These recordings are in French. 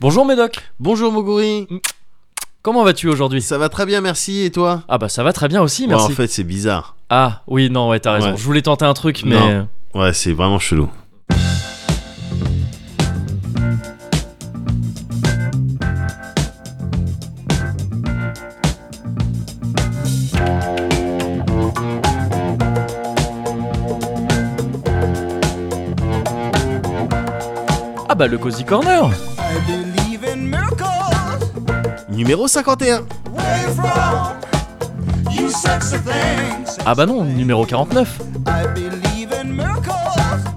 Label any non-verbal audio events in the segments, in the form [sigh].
Bonjour Médoc, Bonjour Moguri, comment vas-tu aujourd'hui ça va très bien, merci, et toi Ah bah ça va très bien aussi, Ouais, merci. En fait, c'est bizarre. Ah oui, non, ouais, t'as raison. Ouais. Je voulais tenter un truc, mais... Non. Ouais, c'est vraiment chelou. Ah bah le Cozy Corner I believe in miracles. Numéro 51 Where you from? You sexy things. Ah bah non, numéro 49 I believe in miracles.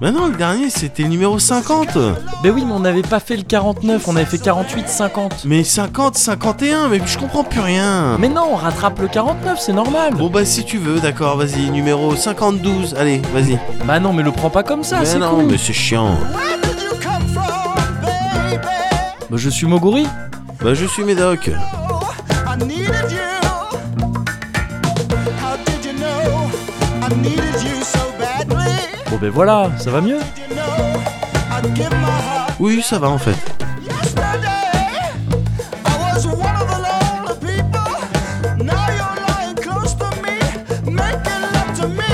Bah non, le dernier, c'était le numéro 50 Bah oui, mais on n'avait pas fait le 49, on avait fait 48, 50. Mais 50, 51, mais je comprends plus rien Mais non, on rattrape le 49, c'est normal Bon bah si tu veux, d'accord, vas-y, numéro 52, allez, vas-y. Bah non, mais le prends pas comme ça, mais c'est non, con mais c'est chiant. Where did you come from, baby? Bah je suis Moguri Bah je suis Médoc. Oh, I needed you. How did you know? I needed you so badly. Bon bah voilà, ça va mieux Did you know? I'd give my heart Oui, ça va en fait. yesterday. I was one of the lonely people. Now you're lying close to me, making love to me.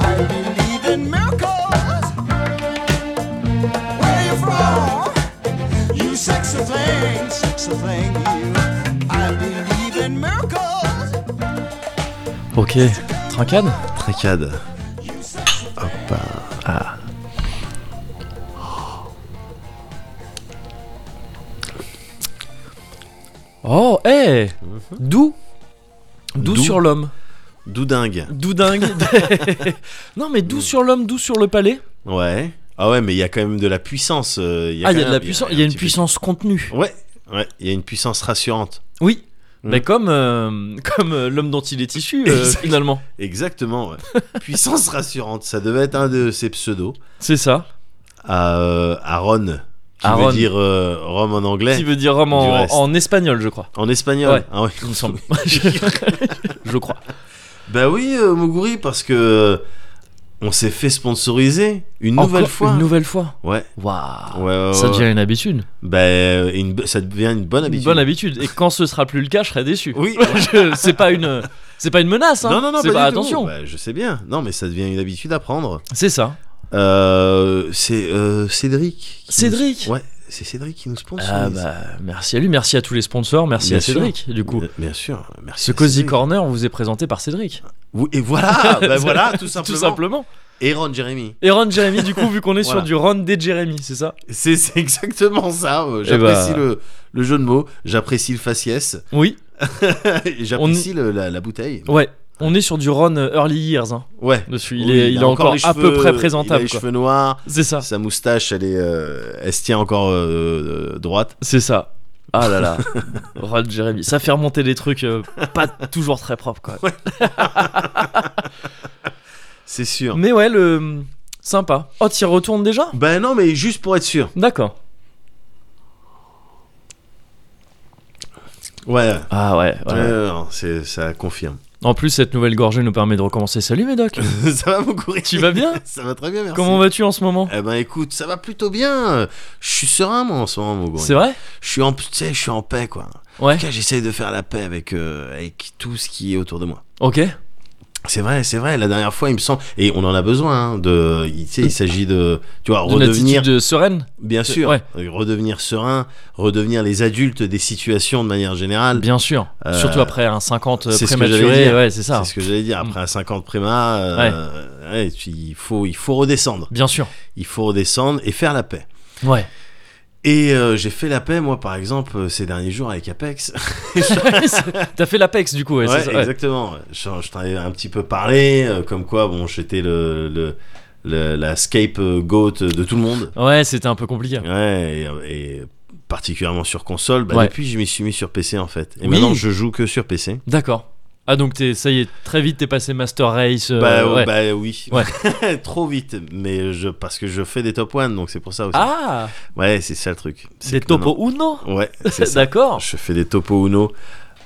I believe in miracles. Where you from? You sexy thing, sexy thing, you. I believe in miracles. Ok, trincade Tracade. You sexy Oh, eh Doux Doux Doux. sur l'homme, Doudingue. doux [laughs] dingue. [laughs] non mais doux sur l'homme, doux sur le palais. Ouais. Ah ouais, mais il y a quand même de la puissance. euh, Ah, il y quand a de la même- puissance, il y a un une petit peu- puissance contenue. Ouais, ouais, il y a une puissance rassurante. Oui. Mm. Mais comme, euh, [laughs] comme euh, l'homme dont il est issu, euh, Exact. finalement. Exactement, ouais. [laughs] puissance rassurante, ça devait être un de ses pseudos. C'est ça. à euh, Aaron, qui Aaron. veut dire euh, Rome en anglais, Qui veut dire Rome en, reste. en espagnol, je crois. en espagnol. Ouais. Ah ouais. Il me semble. [laughs] je crois. [laughs] Bah oui, euh, Moguri, parce que euh, on s'est fait sponsoriser une nouvelle Encore fois. Une nouvelle fois. Ouais. Waouh. Ouais, ouais, Ça ouais. devient une habitude. Bah, euh, une bo- ça devient une bonne habitude. Une bonne habitude. Et quand ce sera plus le cas, je serai déçu. Oui. [laughs] Je- c'est pas une. C'est pas une menace, hein. Non, non, non, c'est pas pas, du tout. attention. Bah, je sais bien. Non, mais ça devient une habitude à prendre. C'est ça. Euh, c'est euh, Cédric. qui Cédric. nous- Ouais, c'est Cédric qui nous sponsorise. Ah bah merci à lui, merci à tous les sponsors, merci Bien à sûr. Cédric. Du coup, Bien- Bien sûr. Merci. ce à cozy Cédric. corner vous est présenté par Cédric. Oui, [laughs] Et voilà, bah voilà, tout simplement. Tout simplement. Et Ron Jeremy. Et Ron Jeremy, du coup, vu qu'on est sur Voilà. du Ron des Jeremy, c'est ça C'est c'est exactement ça. euh, J'apprécie bah- le, le jeu de mots, j'apprécie le faciès, [laughs] Oui. et j'apprécie le- la, la bouteille. Ouais. On est sur du Ron euh, Early Years, hein, Ouais. dessus. Oui, Il est, il est a encore, les à cheveux- peu près Il a présentable, les quoi. cheveux noirs, C'est ça. sa moustache, elle, est, euh, elle se tient encore euh, euh, droite. C'est ça. Ah là là. Ron Jeremy. Ça fait remonter des trucs euh, pas toujours très propres, quoi. [laughs] C'est sûr. Mais ouais, le. hum, Sympa. Oh, t'y retournes déjà Ben non, mais juste pour être sûr. D'accord. Ouais. Ah ouais, ouais. Ouais, ouais, non, c'est- ça confirme. [laughs] En plus, cette nouvelle gorgée nous permet de recommencer. Salut, [laughs] Médoc. ça va, mon courrier tu vas bien Ça va très bien, merci. Comment vas-tu en ce moment eh ben écoute, ça va plutôt bien. Je suis serein moi en ce moment, mon C'est courrier. vrai Je suis en, tu sais, je suis en paix quoi. En Ouais. tout cas, j'essaye de faire la paix avec, euh, avec tout ce qui est autour de moi. Ok. C'est vrai, c'est vrai. La dernière fois, il me semble, et on en a besoin. hein, de, il- tu sais, il s'agit de, tu vois, D'une redevenir, attitude euh, sereine bien sûr, ouais. euh, redevenir serein, redevenir les adultes des situations de manière générale. Bien sûr. Euh, Surtout après un 50 c'est ce que j'allais prématuré. dire. Ouais, c'est ça. C'est ce que j'allais dire. Après un 50 préma, euh, Mm. ouais, tu- il faut, il faut redescendre. Bien sûr. Il faut redescendre et faire la paix. Ouais. Et euh, j'ai fait la paix, moi, par exemple, euh, ces derniers jours avec Apex. [laughs] T'as fait l'Apex du coup, ouais, Ouais, c'est ça, ouais. exactement. Je, je t'en ai un petit peu parlé, euh, comme quoi, bon, j'étais le, le, le- la scape euh, goat de tout le monde. Ouais, c'était un peu compliqué. Ouais, et, et particulièrement sur console. Bah, Ouais. Depuis, je m'y suis mis sur PC en fait. Et Oui. maintenant, je joue que sur PC. D'accord. Ah donc t'es, ça y est, très vite t'es passé Master Race. euh, bah, ouais. bah oui. Ouais. [laughs] Trop vite, mais je parce que je fais des top 1, donc c'est pour ça aussi. ah, ouais, c'est ça le truc. C'est c'est que Topo Uno. [laughs] maintenant- Ouais, c'est ça. D'accord. Je fais des topo Uno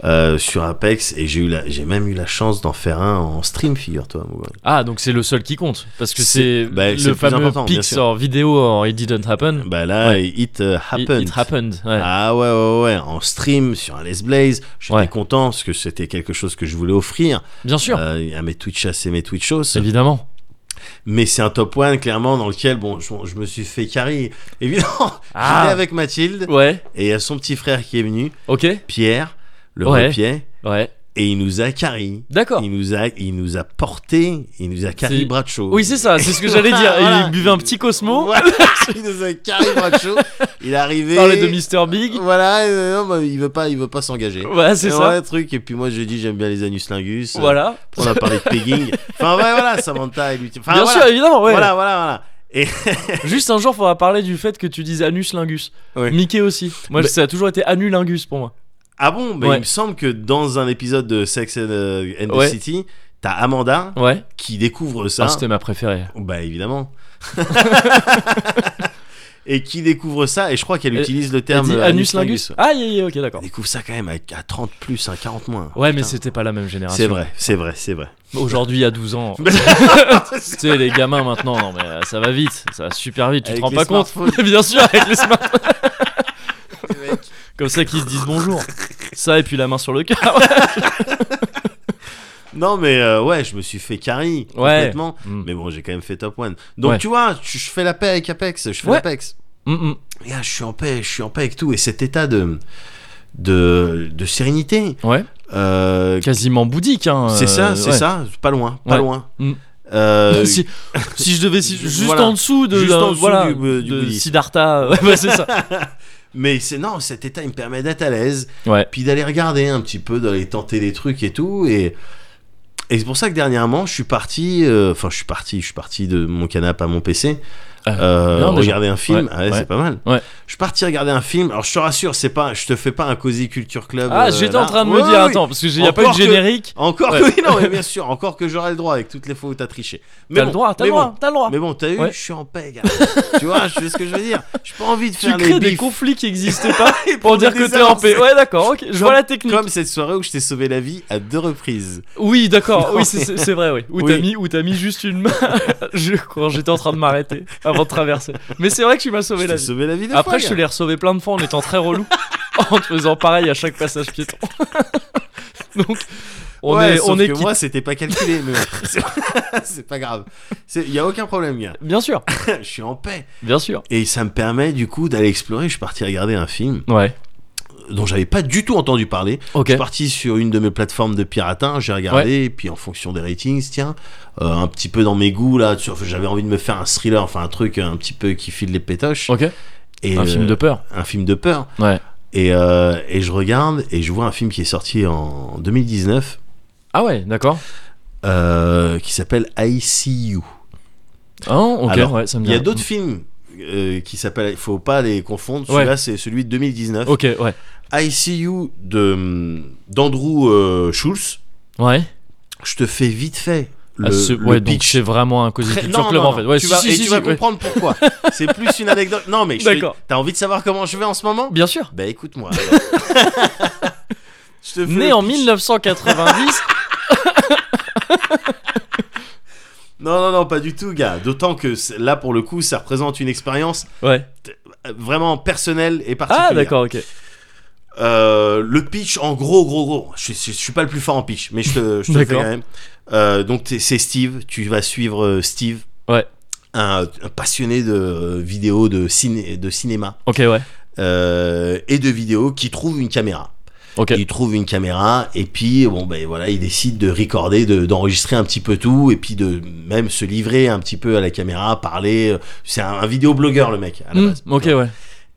euh, sur Apex et j'ai eu la- j'ai même eu la chance d'en faire un en stream, figure-toi. Mouga. Ah, donc c'est le seul qui compte. Parce que C'est- c'est bah, c'est le le plus fameux important, bien pix sûr. en vidéo en It Didn't Happen. Bah là, Ouais. it euh, It- happened. It, happened. ouais. Ah ouais, ouais, ouais, en stream sur Alice Blaze, j'étais Ouais. content parce que c'était quelque chose que je voulais offrir Bien sûr, euh, à mes Twitchas et mes Twitchos. évidemment. Mais c'est un top one clairement dans lequel bon, je, je me suis fait carry. [laughs] Évidemment, Ah. j'étais avec Mathilde Ouais, et il y a son petit frère qui est venu, ok. Pierre, le Ouais. repier, Ouais, et il nous a carry. d'accord. Il nous a, il nous a porté, il nous a carry C'est- Bradshaw. Oui, c'est ça, c'est ce que j'allais dire. [laughs] Voilà. Il buvait un petit Cosmo, Voilà, [laughs] il nous a carry Bradshaw. Il est arrivé. parlait de Mr. Big. [laughs] Voilà, euh, non, bah, il veut pas, il veut pas s'engager. Ouais, c'est Et ça. voilà, le truc. Et puis moi, je dis, j'aime bien les anus lingus. Euh, Voilà. On a parlé de [laughs] pegging. enfin, ouais, voilà, Samantha et lui. Enfin, Bien voilà. sûr, évidemment, ouais. Voilà, voilà, voilà. Et Juste un jour, faudra parler du fait que tu disais anus lingus. Ouais. Mickey aussi. Moi, Mais- ça a toujours été anulingus pour moi. ah bon, bah, Ouais. il me semble que dans un épisode de Sex and, euh, and the Ouais. City, t'as Amanda Ouais. qui découvre ça. Ah, c'était ma préférée. bah [laughs] évidemment. [laughs] et qui découvre ça, et je crois qu'elle Elle- utilise le T'as terme euh, dit anus lingus ouais. Ah, yeah, yeah, ok, d'accord. Elle découvre ça quand même à, à 30 plus, à 40 moins. Ouais, mais Putain. c'était pas la même génération. C'est vrai, c'est vrai, c'est vrai. Aujourd'hui, à 12 [laughs] ans. tu sais, les gamins maintenant, non, mais euh, ça va vite. Ça va super vite. Tu Avec te rends les pas compte [laughs] Bien sûr, avec les [laughs] smartphones. Comme ça qu'ils se disent bonjour. Ça, et puis la main sur le [laughs] cœur. Non mais euh, ouais, je me suis fait carry complètement. Mm. Mais bon, j'ai quand même fait top 1. Donc Ouais. tu vois, je je fais la paix avec Apex, je fais Ouais. Apex. Mm, mm. Et ah, je suis en paix, je suis en paix avec tout. Et cet état de de, de sérénité, Ouais. euh, Quasiment bouddhique, hein. c'est ça, euh, c'est ouais. ça, pas loin, pas Ouais. loin. Mm. [laughs] Euh, si, si je devais si- juste Voilà. en dessous de Juste en d'un- dessous voilà, du- euh, du de bouddhisme. Siddhartha, [laughs] ouais, bah, c'est ça. Mais c'est non, cet état il me permet d'être à l'aise, Ouais. puis d'aller regarder un petit peu, d'aller tenter des trucs et tout. Et, et c'est pour ça que dernièrement, je suis parti, euh, enfin je suis parti, je suis parti de mon canapé à mon PC, Ah, euh, bien, déjà. regarder un Ouais, film. Ah ouais, ouais. c'est pas mal. Ouais. Je suis parti regarder un film. Alors je te rassure, c'est pas, je te fais pas un cozy culture club. Ah, euh, j'étais là. en train de Ouais, me dire, ouais, attends, parce qu'il n'y a pas eu de Encore que- générique. Encore Ouais. que [laughs] oui, non, mais bien sûr, encore que j'aurai le droit avec toutes les fois où t'as triché. Mais T'as bon, le droit, t'as mais le bon, droit, t'as le droit. Mais bon, t'as eu, Ouais. je suis en paix, gars. tu vois, je sais ce que je veux dire. J'ai pas envie [laughs] de Tu faire les crées des bifs. conflits qui n'existaient [laughs] pas pour pour dire des que t'es en paix. avancées. Ouais, d'accord, ok. Je vois la technique. Comme cette soirée où je t'ai sauvé la vie à deux reprises. Oui, d'accord, [laughs] Non, oui, c'est- c'est c'est vrai, oui. Où Oui. t'as mis, où t'as mis juste une main [laughs] je, quand j'étais en train de m'arrêter avant de traverser. Mais c'est vrai que tu m'as Je sauvé la t'ai vie. sauvé la vie deux Après, fois, je te gars. l'ai ressauvé plein de fois en étant très relou, [laughs] en te faisant pareil à chaque passage piéton. [laughs] Donc, on Ouais, est, sauf on est que quitte. moi, c'était pas calculé, mais bon, [laughs] [laughs] c'est- c'est pas grave. C'est- Y a aucun problème, gars. [laughs] Bien sûr, je suis en paix. bien sûr. Et ça me permet du coup d'aller explorer. Je suis parti regarder un film Ouais, dont j'avais pas du tout entendu parler. ok. Je suis parti sur une de mes plateformes de piratin, j'ai regardé, et puis en fonction des ratings, tiens, euh, un petit peu dans mes goûts, là, tu vois, j'avais envie de me faire un thriller, enfin un truc un petit peu qui file les pétoches. Ok, Et, un film de euh, peur. un film de peur. Ouais. Et, euh, et je regarde, et je vois un film qui est sorti en 2019, Ah ouais, d'accord. euh, qui s'appelle I See You. Hein, ok, Alors, ouais, ça me Il y a dit- d'autres films euh, qui s'appellent, il faut pas les confondre, Ouais. celui-là c'est celui de 2019. Ok, ouais. I See You de, d'Andrew euh, Schultz. Ouais, Je te fais vite fait le, Ah, ce- le ouais donc pitch. c'est vraiment un cosy Très- culture non, club non, en fait. non. Ouais, tu si, vas, si, et si, tu si, vas ouais. [laughs] comprendre pourquoi. C'est plus une anecdote. Non, mais je fais- D'accord. t'as envie de savoir comment je vais en ce moment Bien sûr. Bah écoute-moi. [laughs] alors. je te fais Né le en pitch. 1990. [laughs] Non, non, non, pas du tout, gars. D'autant que c'est- là, pour le coup, ça représente une expérience ouais. euh, vraiment personnelle et particulière. Ah d'accord, ok. Euh, le pitch, en gros, gros, gros. Je, je- je suis pas le plus fort en pitch, mais je te, je te le fais D'accord. quand même. Euh, donc, t'es- c'est Steve. Tu vas suivre euh, Steve. Ouais. Un, un passionné de euh, vidéos de, ciné, de cinéma. Ok, ouais. euh, et de vidéos qui trouve une caméra. Ok. Il trouve une caméra et puis bon ben voilà, il décide de recorder, de- d'enregistrer un petit peu tout et puis de même se livrer un petit peu à la caméra, parler. euh, C'est un, un vidéoblogueur le mec à la Hmm, base. ok, ouais.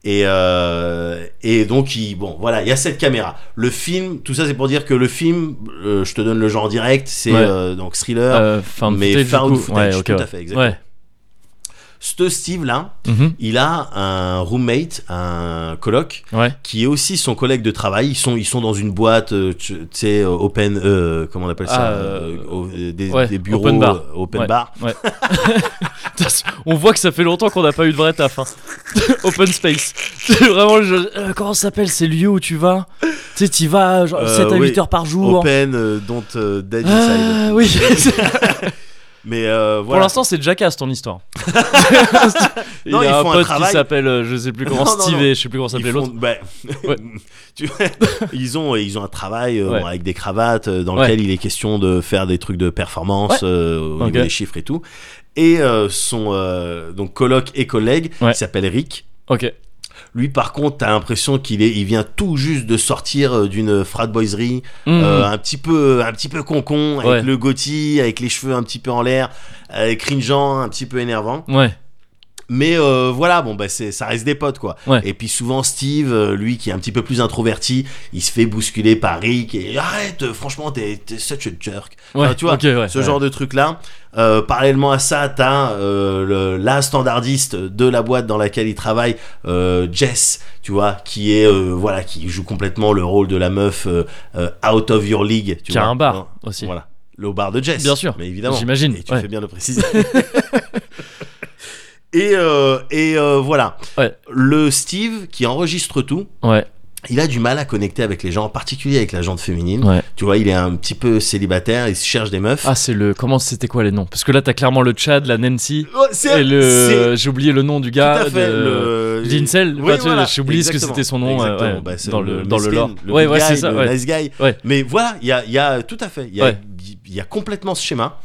Et euh, et donc il bon voilà, il y a cette caméra. Le film, tout ça c'est pour dire que le film, euh, je te donne le genre direct, c'est Ouais. euh, donc thriller. Euh, found mais footage, du found coup. footage, ouais, ok, tout à ouais. fait, exactement. Ouais. Ce Steve là, Mhm. il a un roommate, un coloc [laughs] Ouais. qui est aussi son collègue de travail. Ils sont, ils sont dans une boîte, euh, tu tu sais, euh, open, euh, comment on appelle ça, Ah, euh, euh, au- euh, des, ouais, des bureaux, open bar. euh, open Ouais. bar. On voit que ça fait longtemps qu'on n'a pas eu de vrai [laughs] [laughs] taf. hein. Open space. C'est vraiment le jeu. Euh, comment ça s'appelle ces lieux où tu vas sais, t'y vas genre, Euh, 7 à oui. 8 heures par jour. Open, euh, don't euh, dead Ah, inside. oui. [laughs] C'est- Mais euh, Pour voilà. l'instant, c'est Jackass ton [laughs] histoire. il Non, y ils a un font un pote qui travail. s'appelle, euh, je sais plus comment, [laughs] Non, non, Steve, non. et je sais plus comment ils s'appelait font- l'autre. bah, Ouais. [laughs] tu vois, ils ont ils ont un travail euh, Ouais. bon, avec des cravates euh, dans Ouais. lequel il est question de faire des trucs de performance Ouais. euh, au Ok. niveau des chiffres et tout. Et euh, son euh, donc coloc et collègue Ouais. qui s'appelle Rick. Ok. Lui, par contre, t'as l'impression qu'il est, il vient tout juste de sortir euh, d'une frat boiserie, Mmh. euh, un petit peu, un petit peu concon, avec Ouais. le gothi, avec les cheveux un petit peu en l'air, euh, cringeant, un petit peu énervant. Hmm. Ouais. Mais euh, voilà, bon, bah, c'est, ça reste des potes, quoi. Ouais. Et puis souvent, Steve, euh, lui, qui est un petit peu plus introverti, il se fait bousculer par Rick et arrête, euh, franchement, t'es, t'es such a jerk. Ouais. tu vois, ok, ouais, Ce ouais. genre de truc-là. Euh, parallèlement à ça, t'as euh, le- la standardiste de la boîte dans laquelle il travaille, euh, Jess, tu vois, qui est euh, voilà, qui joue complètement le rôle de la meuf euh, euh, out of your league. Tu Qui a vois. Hein. un bar Non, aussi. Voilà, le bar de Jess. Bien sûr, mais évidemment. j'imagine, Et tu ouais. fais bien de préciser. [laughs] et euh, et euh, voilà. Ouais. Le Steve qui enregistre tout. Ouais. Il a du mal à connecter avec les gens, en particulier avec la gente féminine. Ouais. Tu vois, il est un petit peu célibataire, il se cherche des meufs. Ah, c'est le. Comment c'était quoi les noms Parce que là, t'as clairement le Chad, la Nancy. Oh, c'est Et c'est- le. J'ai oublié le nom du Tout gars. à fait, de- le... Linsel, bah, tu sais, j'ai oublié ce que exactement, c'était son nom, euh, exactement. ouais, Bah, c'est dans le- dans le mesquin, lore. le Ouais, good ouais, c'est guy, ça, le ouais. nice guy. Ouais. Mais voilà, il y a, il y a tout à fait, il y, a- Ouais. il y a complètement ce schéma.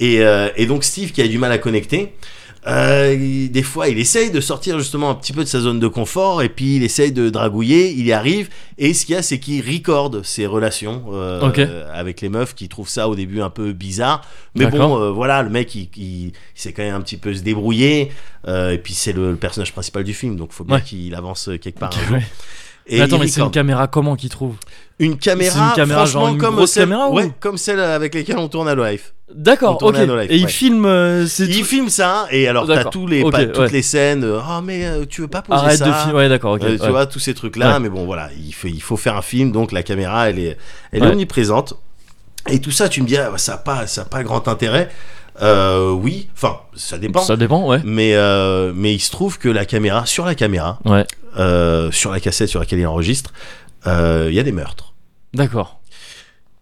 Et, euh, et donc Steve qui a du mal à connecter. euh, il- des fois, il essaye de sortir justement un petit peu de sa zone de confort et puis il essaye de dragouiller. Il y arrive et ce qu'il y a, c'est qu'il recorde ses relations euh, Ok. euh, avec les meufs qui trouvent ça au début un peu bizarre. Mais D'accord. bon, euh, voilà, le mec, il, il- il sait quand même un petit peu se débrouiller. euh, et puis c'est le, le personnage principal du film, donc faut bien Ouais. qu'il avance euh, quelque part. Ok, ouais. Et Mais attends, il mais c'est une recorde. caméra comment qu'il trouve Une caméra, c'est une caméra, franchement, genre une comme grosse celle, caméra ou- ouais, comme celle avec lesquelles on tourne à live. D'accord, On ok. tournait à No Life, et il ouais. filme. euh, ces Il trucs- filme ça et alors t'as D'accord. tous les Ok, pas- toutes ouais. les scènes. euh, Oh mais euh, tu veux pas poser Arrête ça de filmer. Ouais, d'accord, ok. Euh, tu ouais. vois tous ces trucs là Ouais. mais bon voilà il faut, il faut faire un film donc la caméra elle est elle est Ouais. omniprésente et tout ça tu me dis ah, bah, ça a pas ça a pas grand intérêt Euh, oui enfin ça dépend Ça dépend, ouais. mais euh, mais il se trouve que la caméra sur la caméra Ouais, euh, sur la cassette sur laquelle il enregistre euh, il y a des meurtres d'accord.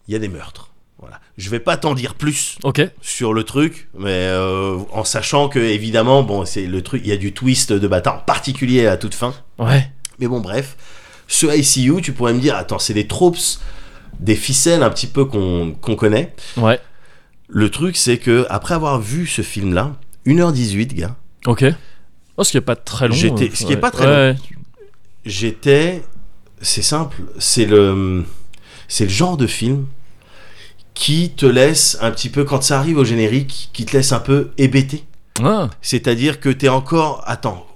il y a des meurtres voilà je vais pas t'en dire plus Ok. sur le truc, mais euh, en sachant que évidemment, bon, c'est le truc, il y a du twist de bâtard, en particulier à toute fin. Ouais. Mais bon, bref. Ce ICU, tu pourrais me dire, attends, c'est des tropes, des ficelles un petit peu qu'on qu'on connaît. Ouais. Le truc, c'est que après avoir vu ce film-là, 1h18, gars, Ok. Oh, ce qui est pas très long. J'étais- euh, ce qui est ouais. pas très Ouais, j'étais. C'est simple, c'est le, c'est le genre de film qui te laisse un petit peu, quand ça arrive au générique, qui te laisse un peu hébété. ouais. Ah, C'est-à-dire que t'es encore, attends,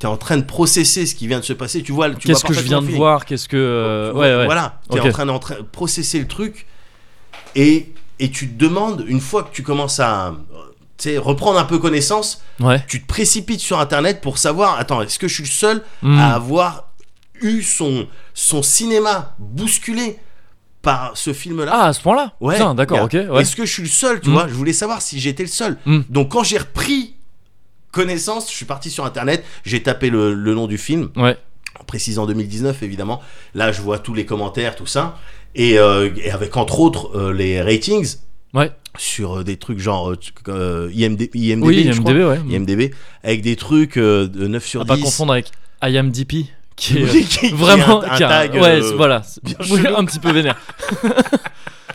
t'es en train de processer ce qui vient de se passer. Tu vois, tu vois Qu'est-ce que je parfaitement viens le de film. voir Qu'est-ce que. euh, Tu vois, Ouais, ouais. Voilà, t'es Ok. en train de processer le truc et, et tu te demandes, une fois que tu commences à euh, tu sais, reprendre un peu connaissance, Ouais. tu te précipites sur internet pour savoir attends, est-ce que je suis le seul Hmm. à avoir eu son, son cinéma bousculé par ce film-là Ah, à ce point-là Ouais, Putain, d'accord, ok. regarde. Ouais. Est-ce que je suis le seul, tu Mm. vois Je voulais savoir si j'étais le seul. Mm. Donc quand j'ai repris connaissance, je suis parti sur internet, j'ai tapé le, le nom du film, Ouais. en précisant 2019 évidemment. Là, je vois tous les commentaires, tout ça, et, euh, et avec entre autres euh, les ratings Ouais. sur euh, des trucs genre euh, euh, IMD, IMDb, Oui, je crois. IMDB, ouais. IMDb, avec des trucs euh, de 9 sur À 10. pas confondre avec IMDP, qui est. Oui, qui- qui euh, Vraiment, est un, un qui a- tag, ouais, euh, c'est- voilà, c'est- bien [laughs] oui, chelou. un petit peu vénère. [laughs]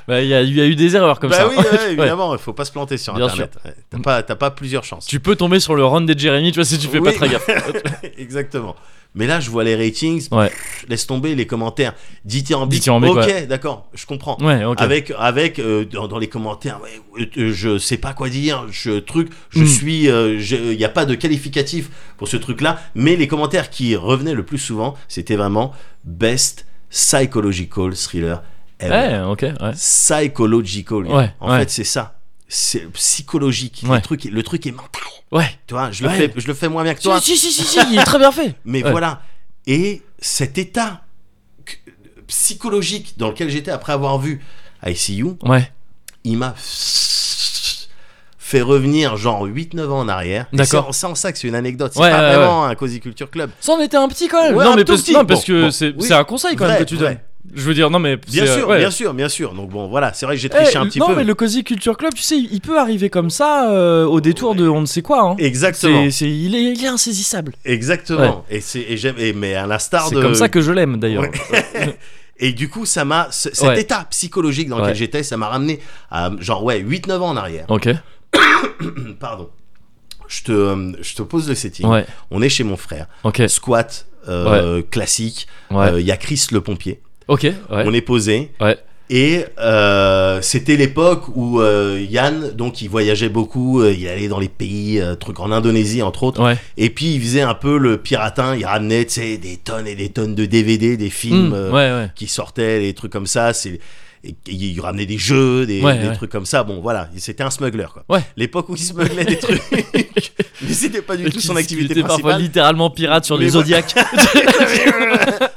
Bah, Il y, a eu- il y a eu des erreurs comme bah ça. oui, [laughs] Ouais. ouais, évidemment, il faut pas se planter sur Bien internet. Ouais, T'as pas, t'as pas plusieurs chances. Tu peux tomber sur le run des Jeremy, tu vois, si tu fais pas Oui. très gaffe. [laughs] Exactement. Mais là, je vois les ratings, Ouais. pff, laisse tomber les commentaires. Dithyrambique. Dithyrambique, ok, ouais. d'accord, je comprends. Ouais, ok. Avec, avec euh, dans, dans les commentaires, ouais, euh, je sais pas quoi dire, je truc, je Mm. suis, euh, il n'y a pas de qualificatif pour ce truc-là. Mais les commentaires qui revenaient le plus souvent, c'était vraiment best psychological thriller ever. Ouais, Eh, ok, ouais. Psychological. gars. Ouais, en ouais. fait, c'est ça. C'est psychologique. Ouais. Le, truc, le truc est mental. Ouais. Tu vois, je le, Ouais. fais, je le fais moins bien que toi. Si, si, si, si, si, il est très bien fait. Mais Ouais. voilà. Et cet état que- psychologique dans lequel j'étais après avoir vu ICU, Ouais, il m'a fait revenir genre 8-9 ans en arrière. Et D'accord. C'est c'est en ça que c'est une anecdote. C'est Ouais, pas ouais, vraiment un Cozy Culture Club. ça en était un petit quand même. Ouais, non, un mais tout parce, petit. non, parce Bon, que bon. c'est Oui. c'est un conseil quand même Vrai, que tu vrai. donnes. Je veux dire, non, mais. Bien c'est, euh, sûr, ouais. bien sûr, bien sûr. Donc bon, voilà, c'est vrai que j'ai Eh, triché un petit non, peu. mais le Cozy Culture Club, tu sais, il il peut arriver comme ça euh, au détour de on ne sait quoi. hein. Exactement, C'est, c'est- il, est, il est insaisissable. exactement. Et c'est et j'aime et- mais à l'instar C'est de comme ça que je l'aime d'ailleurs. et du coup ça m'a ce- cet Ouais. état psychologique dans Ouais. lequel j'étais, ça m'a ramené à genre ouais 8-9 ans en arrière. Ok. Pardon. Je te euh, je te pose le setting. Ouais. On est chez mon frère. Ok. Squat euh, classique. Euh, Il Ouais. y a Chris le pompier. Ok. Ouais. On est posé. Ouais. Et euh, c'était l'époque où euh, Yann, donc il voyageait beaucoup, euh, il allait dans les pays, euh, trucs en Indonésie entre autres, Ouais. Hmm, et puis il faisait un peu le piratin, il ramenait tu sais, des tonnes et des tonnes de DVD, des films Mm, euh, ouais, ouais. qui sortaient, des trucs comme ça, c'est et il ramenait des jeux, des, Ouais, des ouais. trucs comme ça. Bon, voilà, c'était un smuggler quoi. Ouais. L'époque où il smugglait [laughs] des trucs, [laughs] mais c'était pas du tout son Il activité était parfois principale. littéralement pirate sur Mais les voilà. [laughs] Zodiacs.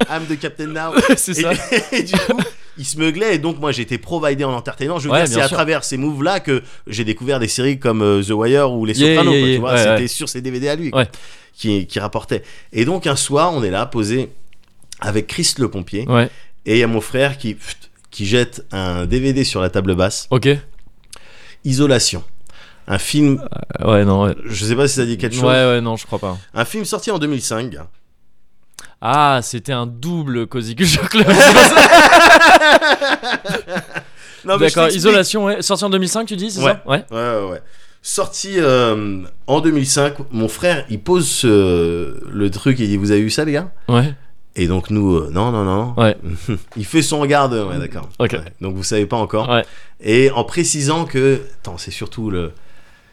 I'm the Captain Now. [laughs] c'est Et- ça. [laughs] Et du coup, il se meuglait et donc moi j'étais providé en entertainment. Je veux Ouais, dire, bien c'est à sûr. travers ces moves là que j'ai découvert des séries comme euh, The Wire ou Les Yeah, Sopranos. yeah, quoi, yeah. tu vois, Ouais, c'était ouais. sur ces DVD à lui quoi, Ouais. qui, qui rapportait. Et donc un soir, on est là posé avec Chris le pompier Ouais. et il y a mon frère qui pfft, qui jette un DVD sur la table basse. Ok. Euh, Isolation. Un film, Ouais, non. Ouais. je sais pas si ça dit quelque ouais, chose. ouais, non, je crois pas. Un film sorti en 2005. gars. Ah, c'était un double Cozy Culture [laughs] Club. Non, mais Ah, bah, je D'accord, t'explique. isolation, ouais. Sorti en 2005, tu dis, c'est Ouais. ça Ouais. Ouais, ouais, ouais. Sorti euh, en 2005, mon frère, il pose ce- le truc, il dit Vous avez vu ça, les gars Ouais. Et donc, nous, euh, non, non, non. Ouais. [laughs] Il fait son regard de, Ouais, d'accord. Ok. Ouais. Donc, vous savez pas encore. Ouais. Et en précisant que. Attends, c'est surtout le.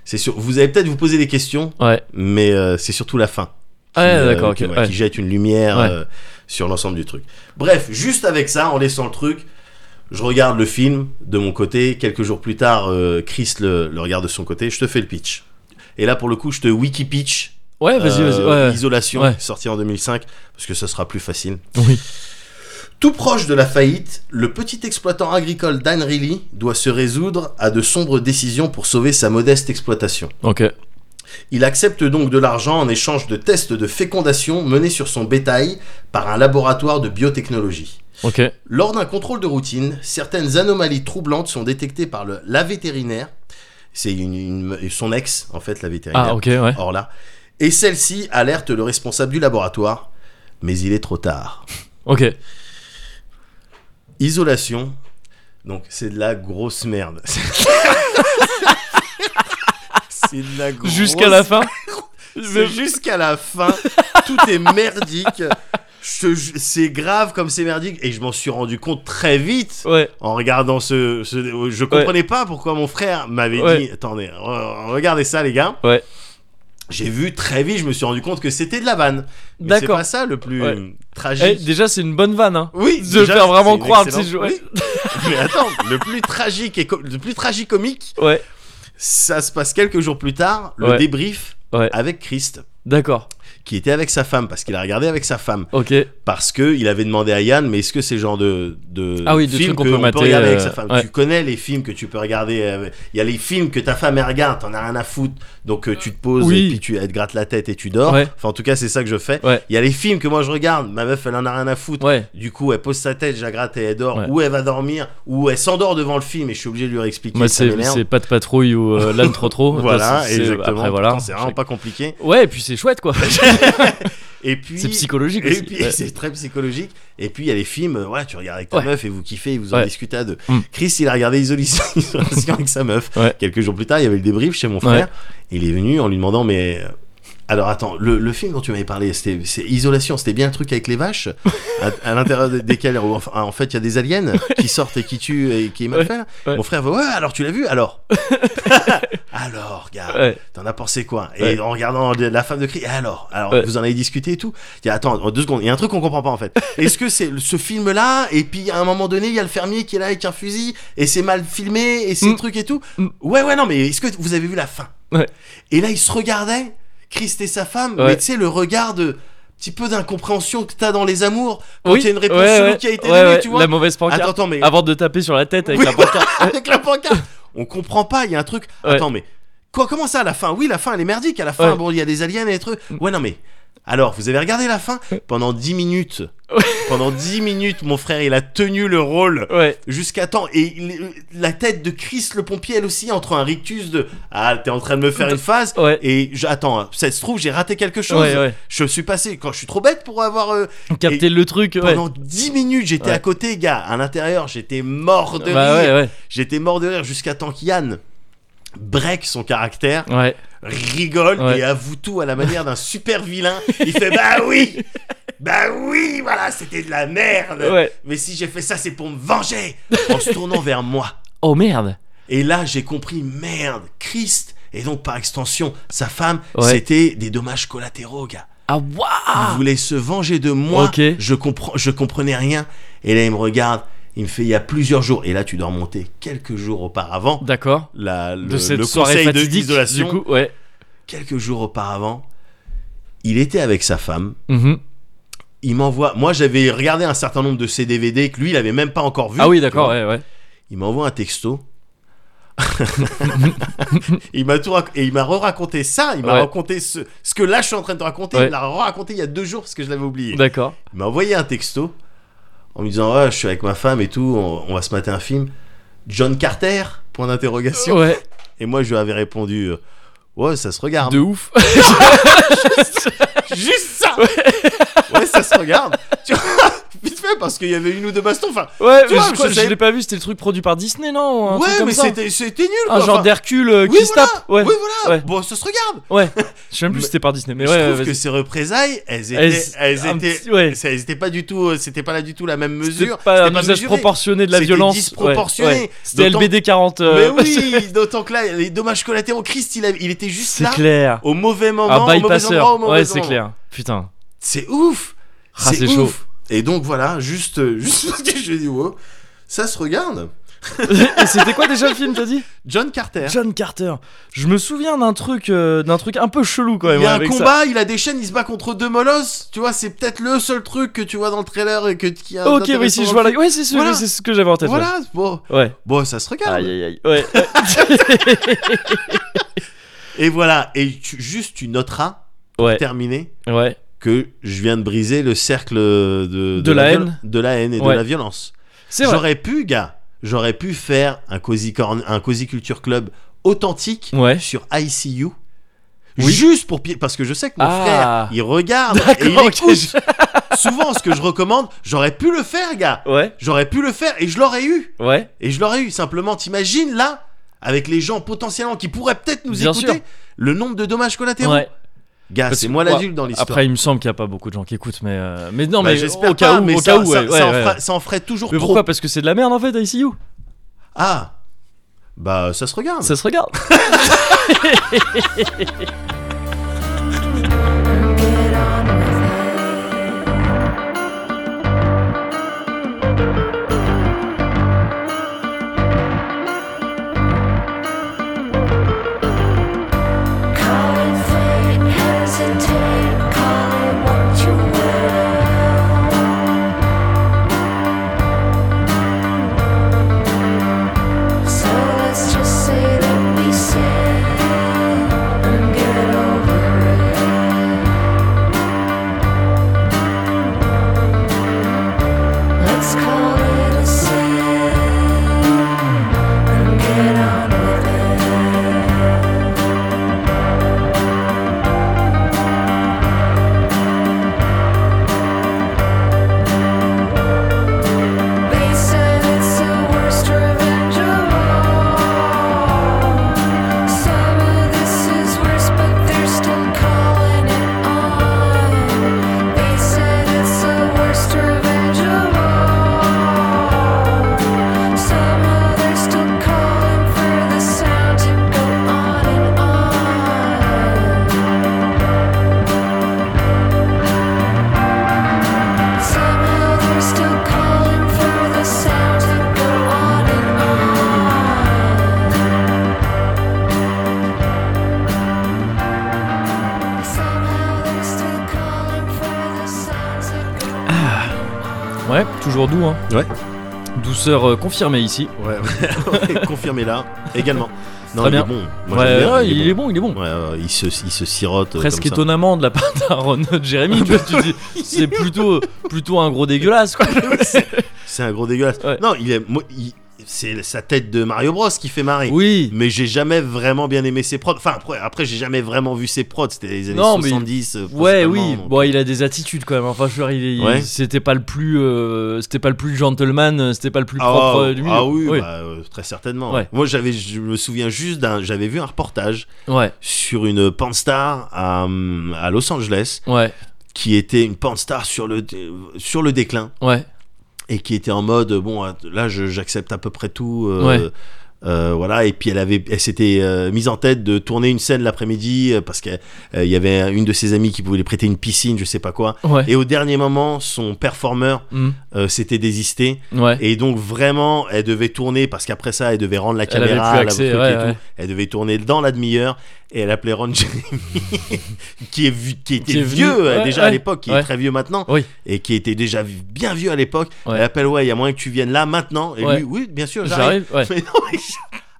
C'est sûr, vous allez peut-être vous poser des questions, Ouais. mais euh, c'est surtout la fin Ouais, qui, euh, d'accord, ok. qui, ouais, ouais. qui jette une lumière Ouais. euh, sur l'ensemble du truc. Bref, juste avec ça, en laissant le truc, je regarde le film de mon côté. Quelques jours plus tard, euh, Chris le, le regarde de son côté. Je te fais le pitch. Et là, pour le coup, je te wiki pitch. euh, Ouais, vas-y, vas-y. Ouais. Isolation, Ouais. sorti en 2005, parce que ça sera plus facile. Oui. Tout proche de la faillite, le petit exploitant agricole Dan Reilly doit se résoudre à de sombres décisions pour sauver sa modeste exploitation. Ok. Il accepte donc de l'argent en échange de tests de fécondation menés sur son bétail par un laboratoire de biotechnologie. Ok. Lors d'un contrôle de routine, certaines anomalies troublantes sont détectées par le, la vétérinaire, c'est une- une- son ex en fait la vétérinaire, Ah, ok, ouais. Orla, et celle-ci alerte le responsable du laboratoire, mais il est trop tard. Ok. Isolation, donc c'est de la grosse merde. [laughs] c'est de la grosse Jusqu'à la fin. [laughs] C'est jusqu'à la fin, tout est merdique. Je te ju- C'est grave comme c'est merdique et je m'en suis rendu compte très vite Ouais. en regardant ce. ce- je comprenais pas pourquoi mon frère m'avait Ouais. dit. Attendez, re- regardez ça les gars. Ouais. J'ai vu très vite, je me suis rendu compte que c'était de la vanne. Mais C'est D'accord. pas ça le plus Ouais. euh, Eh, tragique. déjà, c'est une bonne vanne, hein. Oui, De déjà, faire vraiment c'est une croire, excellente- tu sais, je- ouais. Oui. [laughs] Mais attends, le plus tragique et co- le plus tragicomique, Ouais. ça se passe quelques jours plus tard, le Ouais. débrief Ouais. avec Christ D'accord. qui était avec sa femme parce qu'il a regardé avec sa femme Ok. parce que il avait demandé à Yann mais est-ce que c'est le genre de de Ah oui, de film trucs qu'on peut mater, regarder avec euh, sa femme ouais. tu connais les films que tu peux regarder euh, il y a les films que ta femme elle regarde t'en as rien à foutre donc euh, tu te poses oui. et puis tu elle te grattes la tête et tu dors Ouais. enfin en tout cas c'est ça que je fais Ouais. il y a les films que moi je regarde ma meuf elle en a rien à foutre Ouais. Du coup, elle pose sa tête, je la gratte et elle dort, Ouais. ou elle va dormir, ou elle s'endort devant le film et je suis obligé de lui réexpliquer. Moi, c'est ça m'énerve. c'est pas de patrouille ou euh, l'âne trop [laughs] trop. Voilà, Ça, c'est- c'est- exactement. Après, voilà. Putain, C'est vraiment pas compliqué. Ouais, et puis c'est chouette, [laughs] quoi. Et puis, c'est psychologique Et aussi. puis [laughs] Ouais. c'est très psychologique. Et puis il y a les films, euh, voilà, tu regardes avec ta Ouais. meuf et vous kiffez, et vous en Ouais. discutez à deux. Mm. Chris, il a regardé Isolation, [laughs] Isolation avec sa meuf. Ouais. Quelques jours plus tard, il y avait le débrief chez mon frère. Il est venu en lui demandant, mais euh, alors attends, le, le film dont tu m'avais parlé, c'était c'est Isolation, c'était bien un truc avec les vaches [laughs] à, à l'intérieur des- desquelles, ou enfin, en fait, il y a des aliens qui sortent et qui tuent et qui est mal Ouais. fait. là. Ouais. Mon frère va, ouais, alors tu l'as [laughs] vu, alors, alors, gars. Ouais. T'en as pensé quoi Et Ouais. en regardant de- la femme de cri, eh alors, alors Ouais. vous en avez discuté et tout. Tiens, attends, en deux secondes, il y a un truc qu'on comprend pas [laughs] en fait. Est-ce que c'est le- ce film-là Et puis à un moment donné, il y a le fermier qui est là avec un fusil et c'est mal filmé et c'est Mm. le truc et tout. Mm. Ouais, ouais, non, mais est-ce que vous avez vu la fin Ouais. Et là, ils se regardaient, Christ et sa femme, Ouais. mais tu sais le regard de petit peu d'incompréhension que t'as dans les amours quand il y a une réponse ouais, chelou ouais. qui a été Ouais, donnée, ouais, tu vois La mauvaise pancarte. Attends, attends, mais Avant de taper sur la tête avec Oui, la pancarte. [laughs] avec la pancarte. On comprend pas, il y a un truc. Ouais. Attends, mais quoi, comment ça à la fin Oui, la fin elle est merdique. À la fin, Ouais. bon, il y a des aliens et des trucs. Ouais, non, mais Alors, vous avez regardé la fin Pendant 10 minutes. Ouais. Pendant 10 minutes, mon frère, il a tenu le rôle [laughs] Ouais. jusqu'à temps. Et il- euh, la tête de Chris le pompier, elle aussi, entre un rictus de Ah, t'es en train de me faire une phase. Ouais. Et j- attends, hein, ça se trouve, j'ai raté quelque chose. Ouais, ouais. Je suis passé. Quand je suis trop bête pour avoir. euh, Capter le truc, ouais. Pendant 10 minutes, j'étais Ouais. à côté, gars. À l'intérieur, j'étais mort de Bah rire. ouais, ouais. J'étais mort de rire jusqu'à temps qu'Yann break son caractère, Ouais. rigole Ouais. et avoue tout à la manière d'un super vilain. Il fait Bah oui Bah oui, voilà, c'était de la merde Ouais. Mais si j'ai fait ça, c'est pour me venger En se tournant vers moi. Oh merde. Et là, j'ai compris Merde, Christ Et donc, par extension, sa femme, Ouais. c'était des dommages collatéraux, gars. Ah waouh. Il voulait se venger de moi. Ok. Je, comprends, je comprenais rien. Et là, il me regarde. Il me fait, il y a plusieurs jours. Et là, tu dois remonter quelques jours auparavant. D'accord. La, le, De cette le soirée conseil de fatidique. d'isolation. Du coup, ouais. Quelques jours auparavant, il était avec sa femme. Mhm. Il m'envoie. Moi, j'avais regardé un certain nombre de ses DVD que lui, il avait même pas encore vu. Ah oui, tu d'accord, vois. ouais, ouais. Il m'envoie un texto. [laughs] il m'a tout rac- et il m'a raconté ça. Il m'a Ouais. raconté ce, ce que là je suis en train de te raconter. Ouais. Il m'a raconté il y a deux jours parce que je l'avais oublié. D'accord. Il m'a envoyé un texto en me disant ouais, je suis avec ma femme et tout, on, on va se mater un film. John Carter Point d'interrogation. Ouais. Et moi je lui avais répondu euh, ouais, ça se regarde. De [laughs] ouf. Juste ça. ouais, ça se regarde. [laughs] Tu vois, vite fait parce qu'il y avait une ou deux bastons. Enfin, Ouais, Tu mais vois, je, crois- je je savais- l'ai pas vu, c'était le truc produit par Disney, non ou un truc ouais, comme mais ça. c'était c'était nul. Un quoi. genre Enfin, d'Hercule euh, oui, qui se voilà. tape. Ouais, Oui, voilà. Ouais. Bon, ça se regarde. ouais. [laughs] Je sais même plus Mais- si c'était par Disney, mais je ouais, trouve vas-y. que ces représailles, elles Elles- étaient, elles un étaient, petit- ouais. ça- elles étaient pas du tout, euh, c'était pas là du tout la même C'était mesure. pas c'était un usage mesuré. proportionné de la C'était violence. ouais, disproportionné. ouais. C'était D'autant- LBD 40. Mais euh, oui, d'autant que là, les dommages collatéraux, Christ, il, a- il était [laughs] juste C'est là, clair. au mauvais moment, Un au mauvais endroit, au bypasseur. mauvais Ouais, c'est moment. clair. [laughs] Putain. C'est ouf. Ah, c'est c'est ouf. chaud. Et donc voilà, juste, euh, [laughs] juste ce que je dis, wow, ça se regarde. Et c'était quoi déjà le film, t'as dit John Carter. John Carter. Je me souviens d'un truc, euh, d'un truc un peu chelou quand même. il y a un avec ça. combat, il a des chaînes, il se bat contre deux molosses. Tu vois, c'est peut-être le seul truc que tu vois dans le trailer et que qui a. Ok, oui, d'intéressant si je euh, dans vois le la. Ouais, c'est ce, Voilà. c'est ce que j'avais en tête. film. Voilà, bon, Ouais. ouais. bon, ça se regarde. Aïe, aïe, aïe. Ouais. Et voilà, et tu- juste tu noteras, ouais. terminé, Ouais. que je viens de briser le cercle de, de, la viol- haine. de la haine et Ouais. de la violence. C'est vrai. J'aurais pu, gars, j'aurais pu faire un Cozy, Corn- un Cozy Culture Club authentique Ouais. sur ICU. Oui. Juste pour pi- parce que je sais que mon Ah. frère il regarde et il D'accord, ok, écoute. Souvent ce que je recommande, j'aurais pu le faire gars. Ouais. J'aurais pu le faire et je l'aurais eu. Ouais. Et je l'aurais eu simplement t'imagines là avec les gens potentiellement qui pourraient peut-être nous Bien écouter sûr. le nombre de dommages collatéraux. Ouais. Gars, Parce Ah, c'est que- moi ouais. l'adulte dans l'histoire. Après, il me semble qu'il n'y a pas beaucoup de gens qui écoutent, mais euh, mais non, Bah, mais j'espère au cas pas, où, mais au ça, cas où, ça- ouais, ça en ouais, fera- ouais. ça en ferait toujours Mais trop. pourquoi Parce que c'est de la merde en fait, ICU. Ah Bah, ça se regarde. Ça se regarde. Get on with it. Call it fate, hesitate, call it what you will. So let's just say that we said and get over it. Let's call it a sin and get on with it. They said it's the worst revenge of all. Some of this is worse, but they're still calling it on. They said it's the worst revenge of all. Somehow they're still calling for the sound to go on and on. Somehow they're still calling for the sound to go on and on. Somehow they're still calling for the sound to go on. Ouais, toujours doux, hein. Ouais. Douceur euh, confirmée ici. Ouais, [laughs] ouais. confirmé là également. Non, Très il bien. est bon. Moi, ouais, j'aime bien, ouais, il est bon, il est bon. Ouais, ouais, il se, il se sirote. euh, Presque comme ça. étonnamment de la part d'Aaron Jeremy, tu vois, tu dis, c'est plutôt, plutôt un gros dégueulasse [laughs] quoi. C'est un gros dégueulasse. Ouais. Non, il est, moi, il- c'est sa tête de Mario Bros qui fait marrer. Oui, Mais j'ai jamais vraiment bien aimé ses prods. Enfin, après, après j'ai jamais vraiment vu ses prods. C'était les années Non, mais- 70. euh, ouais, oui. principalement, donc- Bon, il a des attitudes quand même. Enfin, je veux dire, il est- il- Ouais. c'était pas le plus, euh, c'était pas le plus gentleman, euh, c'était pas le plus Ah, propre euh, du milieu. ah oui, oui. bah, euh, très certainement. Ouais. Moi, j'avais, je me souviens juste d'un, j'avais vu un reportage ouais, sur une panstar à, hum, à Los Angeles ouais, qui était une panstar sur le sur le déclin ouais. et qui était en mode bon euh, là je- j'accepte à peu près tout. euh, Ouais. euh, voilà et puis elle avait elle s'était euh, mise en tête de tourner une scène l'après-midi euh, parce qu'il y avait une de ses amies qui voulait prêter une piscine je sais pas quoi Ouais. et au dernier moment son performeur Mm. euh, s'était désisté Ouais. Et donc vraiment, elle devait tourner parce qu'après ça, elle devait rendre la Elle avait caméra, plus la accès, truc ouais, et tout. ouais. Elle devait tourner dans la demi-heure et elle appelait Ron Jeremy, [laughs] qui est vu- qui était Qui est venu, vieux euh, ouais, déjà à ouais, l'époque, qui est ouais. très vieux maintenant, Oui. et qui était déjà vi- bien vieux à l'époque. Ouais. Elle appelle ouais, il y a moyen que tu viennes là maintenant. Et Ouais. lui, oui, bien sûr, j'arrive. J'arrive. Ouais. Mais non, mais-